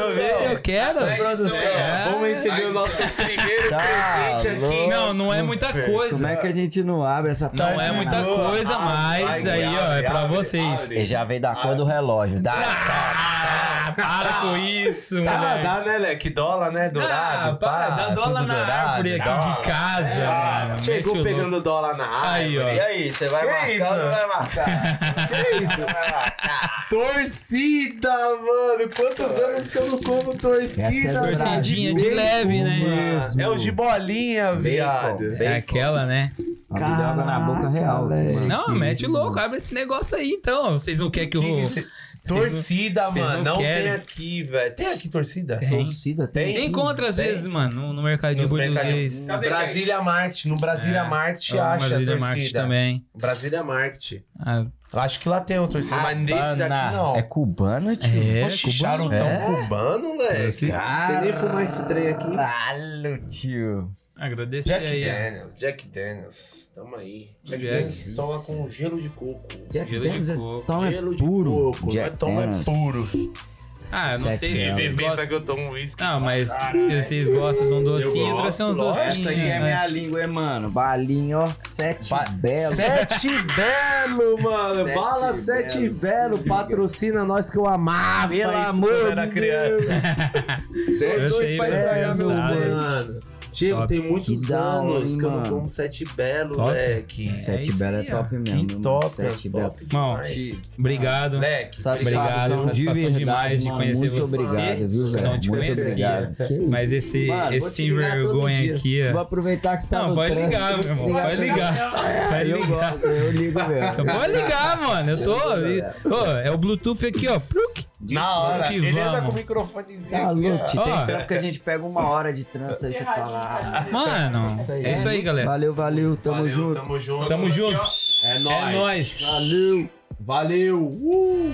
[SPEAKER 3] não
[SPEAKER 2] eu
[SPEAKER 3] sei,
[SPEAKER 2] ver.
[SPEAKER 3] eu quero.
[SPEAKER 6] Produção,
[SPEAKER 3] É.
[SPEAKER 2] Vamos receber o nosso primeiro
[SPEAKER 1] Tá
[SPEAKER 2] presente aqui.
[SPEAKER 1] louco.
[SPEAKER 3] Não, não é muita
[SPEAKER 7] Como
[SPEAKER 3] coisa.
[SPEAKER 7] é que a gente não abre essa né?
[SPEAKER 3] Não é muita
[SPEAKER 2] Boa.
[SPEAKER 3] coisa,
[SPEAKER 2] Abre,
[SPEAKER 3] mas
[SPEAKER 2] abre,
[SPEAKER 3] aí, ó, é
[SPEAKER 2] abre,
[SPEAKER 3] pra
[SPEAKER 2] abre,
[SPEAKER 3] vocês.
[SPEAKER 2] abre.
[SPEAKER 1] Ele já veio da cor do relógio. Dá.
[SPEAKER 3] Ah, para com isso, mano.
[SPEAKER 2] Canadá, né, Leque? Dólar, né? Dourado.
[SPEAKER 3] Ah,
[SPEAKER 2] pá,
[SPEAKER 3] para, dá dólar
[SPEAKER 2] tudo
[SPEAKER 3] na
[SPEAKER 2] dourado, né?
[SPEAKER 3] árvore aqui
[SPEAKER 2] dólar.
[SPEAKER 3] de casa,
[SPEAKER 2] Ah,
[SPEAKER 3] mano.
[SPEAKER 2] Chegou
[SPEAKER 3] Mete o
[SPEAKER 2] pegando dólar na
[SPEAKER 3] Aí,
[SPEAKER 2] árvore.
[SPEAKER 3] ó.
[SPEAKER 2] E aí, você vai
[SPEAKER 1] Que
[SPEAKER 2] marcar
[SPEAKER 1] isso?
[SPEAKER 2] ou não vai
[SPEAKER 3] <laughs>
[SPEAKER 2] marcar? que isso? Vai marcar? Torcida, mano! Quantos anos que eu não como
[SPEAKER 7] Essa é
[SPEAKER 2] torcida,
[SPEAKER 3] louco.
[SPEAKER 7] do
[SPEAKER 2] mano?
[SPEAKER 3] Torcidinha de leve, né?
[SPEAKER 2] É o de bolinha, viado.
[SPEAKER 3] É aquela, né?
[SPEAKER 1] Caraca, na boca real.
[SPEAKER 7] velho.
[SPEAKER 1] mano.
[SPEAKER 3] Não, mete o louco, abre esse negócio aí então. Vocês não querem que eu. <laughs> Vocês não-
[SPEAKER 2] Torcida,
[SPEAKER 3] vocês
[SPEAKER 2] mano.
[SPEAKER 3] não
[SPEAKER 2] Não tem
[SPEAKER 3] querem.
[SPEAKER 2] aqui, velho. Tem aqui torcida?
[SPEAKER 3] Tem.
[SPEAKER 1] Torcida tem.
[SPEAKER 3] Tem contra às
[SPEAKER 2] Tem.
[SPEAKER 3] vezes, mano, no- no mercadinho
[SPEAKER 2] Nos mercadinhos.
[SPEAKER 3] português.
[SPEAKER 6] Cadê,
[SPEAKER 2] Brasília Marte. No Brasília Marte
[SPEAKER 3] Ah,
[SPEAKER 2] acha
[SPEAKER 3] Brasília
[SPEAKER 2] a torcida.
[SPEAKER 3] Marte também.
[SPEAKER 2] Brasília Marte.
[SPEAKER 3] Ah,
[SPEAKER 2] Acho que lá tem um torcida, mas nesse daqui
[SPEAKER 1] Habana.
[SPEAKER 2] não.
[SPEAKER 1] É cubano, tio?
[SPEAKER 3] É,
[SPEAKER 2] Oxe,
[SPEAKER 3] cubano.
[SPEAKER 2] charutão
[SPEAKER 1] É.
[SPEAKER 2] cubano, moleque.
[SPEAKER 1] Cara.
[SPEAKER 2] Você nem fumar esse trem aqui.
[SPEAKER 1] Alô, tio.
[SPEAKER 3] Agradecer
[SPEAKER 2] Jack
[SPEAKER 3] aí. ó.
[SPEAKER 2] Daniels, Jack Daniels, tamo aí. Jack,
[SPEAKER 3] É, Jack.
[SPEAKER 2] Daniels toma com gelo de coco.
[SPEAKER 1] Jack
[SPEAKER 3] Gelo de
[SPEAKER 1] Daniels
[SPEAKER 3] coco.
[SPEAKER 1] é tão é
[SPEAKER 2] gelo
[SPEAKER 1] puro.
[SPEAKER 2] de coco,
[SPEAKER 1] Jack
[SPEAKER 2] mas toma é
[SPEAKER 1] Daniels.
[SPEAKER 2] puro.
[SPEAKER 3] Ah, eu não
[SPEAKER 1] Sete
[SPEAKER 3] sei se
[SPEAKER 1] reais.
[SPEAKER 3] vocês gostam. Ah,
[SPEAKER 2] que eu tomo uísque?
[SPEAKER 3] Não, mas se vocês gostam de um docinho, eu
[SPEAKER 2] gosto,
[SPEAKER 3] trouxe uns
[SPEAKER 2] lógico.
[SPEAKER 1] Essa
[SPEAKER 3] docinhos.
[SPEAKER 1] aqui é
[SPEAKER 3] né?
[SPEAKER 1] minha língua, hein, mano. Balinho, ó. Sete belo.
[SPEAKER 2] Sete Belo, É, mano.
[SPEAKER 1] Sete
[SPEAKER 2] Bala
[SPEAKER 1] Belo,
[SPEAKER 2] Sete
[SPEAKER 1] se
[SPEAKER 2] Belo,
[SPEAKER 1] liga.
[SPEAKER 2] patrocina nós que eu amava.
[SPEAKER 1] Pelo
[SPEAKER 2] isso
[SPEAKER 1] amor
[SPEAKER 2] quando era
[SPEAKER 1] de
[SPEAKER 2] criança. Cê é
[SPEAKER 3] Eu
[SPEAKER 2] doido
[SPEAKER 3] sei,
[SPEAKER 2] pra
[SPEAKER 3] mas
[SPEAKER 2] ensaiar,
[SPEAKER 3] é
[SPEAKER 2] meu
[SPEAKER 3] usado.
[SPEAKER 2] mano. Diego,
[SPEAKER 3] Top.
[SPEAKER 2] tem muitos
[SPEAKER 1] Que da hora,
[SPEAKER 2] anos
[SPEAKER 1] hein,
[SPEAKER 2] que eu não
[SPEAKER 1] mano.
[SPEAKER 2] como Sete Belo,
[SPEAKER 3] Top.
[SPEAKER 2] moleque.
[SPEAKER 1] Sete
[SPEAKER 3] isso
[SPEAKER 1] belo é
[SPEAKER 3] aí, ó.
[SPEAKER 1] top mesmo.
[SPEAKER 2] Que
[SPEAKER 1] mano.
[SPEAKER 2] top,
[SPEAKER 1] Sete
[SPEAKER 2] é
[SPEAKER 1] belo.
[SPEAKER 2] top
[SPEAKER 3] Bom,
[SPEAKER 2] demais.
[SPEAKER 3] Obrigado.
[SPEAKER 1] Né?
[SPEAKER 2] Moleque,
[SPEAKER 3] Obrigado,
[SPEAKER 1] Satisfação de
[SPEAKER 3] satisfação
[SPEAKER 1] verdade,
[SPEAKER 3] demais de
[SPEAKER 1] mano.
[SPEAKER 3] conhecer
[SPEAKER 1] Muito
[SPEAKER 3] você.
[SPEAKER 1] obrigado, viu, velho?
[SPEAKER 3] Não te
[SPEAKER 1] Muito
[SPEAKER 3] conhecia.
[SPEAKER 1] obrigado. Que isso?
[SPEAKER 3] Mas esse,
[SPEAKER 1] Mano, vou
[SPEAKER 3] esse
[SPEAKER 1] te
[SPEAKER 3] sem
[SPEAKER 1] ligar todo
[SPEAKER 3] vergonha
[SPEAKER 1] dia.
[SPEAKER 3] aqui,
[SPEAKER 1] Vou
[SPEAKER 3] ó.
[SPEAKER 1] aproveitar que você tá
[SPEAKER 3] Não,
[SPEAKER 1] no
[SPEAKER 3] pode
[SPEAKER 1] trânsito,
[SPEAKER 3] ligar,
[SPEAKER 1] vou
[SPEAKER 3] meu
[SPEAKER 1] te
[SPEAKER 3] irmão. Pode ligar. Pode
[SPEAKER 1] Eu
[SPEAKER 3] ligar. Tá
[SPEAKER 1] gosto, eu ligo mesmo.
[SPEAKER 3] Pode ligar, mano. Eu tô. Ô, é o Bluetooth aqui, ó. Pluc.
[SPEAKER 2] Na hora.
[SPEAKER 3] que
[SPEAKER 2] Ele anda
[SPEAKER 3] vamos.
[SPEAKER 2] com o microfonezinho.
[SPEAKER 1] Tá
[SPEAKER 2] aqui,
[SPEAKER 1] louco, tio.
[SPEAKER 3] Ó.
[SPEAKER 1] Tem trampo que a gente pega uma hora de trança aí você fala. ah,
[SPEAKER 3] Mano,
[SPEAKER 1] Isso aí.
[SPEAKER 3] é isso aí, galera.
[SPEAKER 1] Valeu, valeu, tamo
[SPEAKER 8] Valeu,
[SPEAKER 1] junto.
[SPEAKER 8] Tamo junto.
[SPEAKER 3] Tamo junto.
[SPEAKER 9] É
[SPEAKER 3] É
[SPEAKER 9] nóis.
[SPEAKER 3] nóis.
[SPEAKER 1] Valeu.
[SPEAKER 9] Valeu. Uh!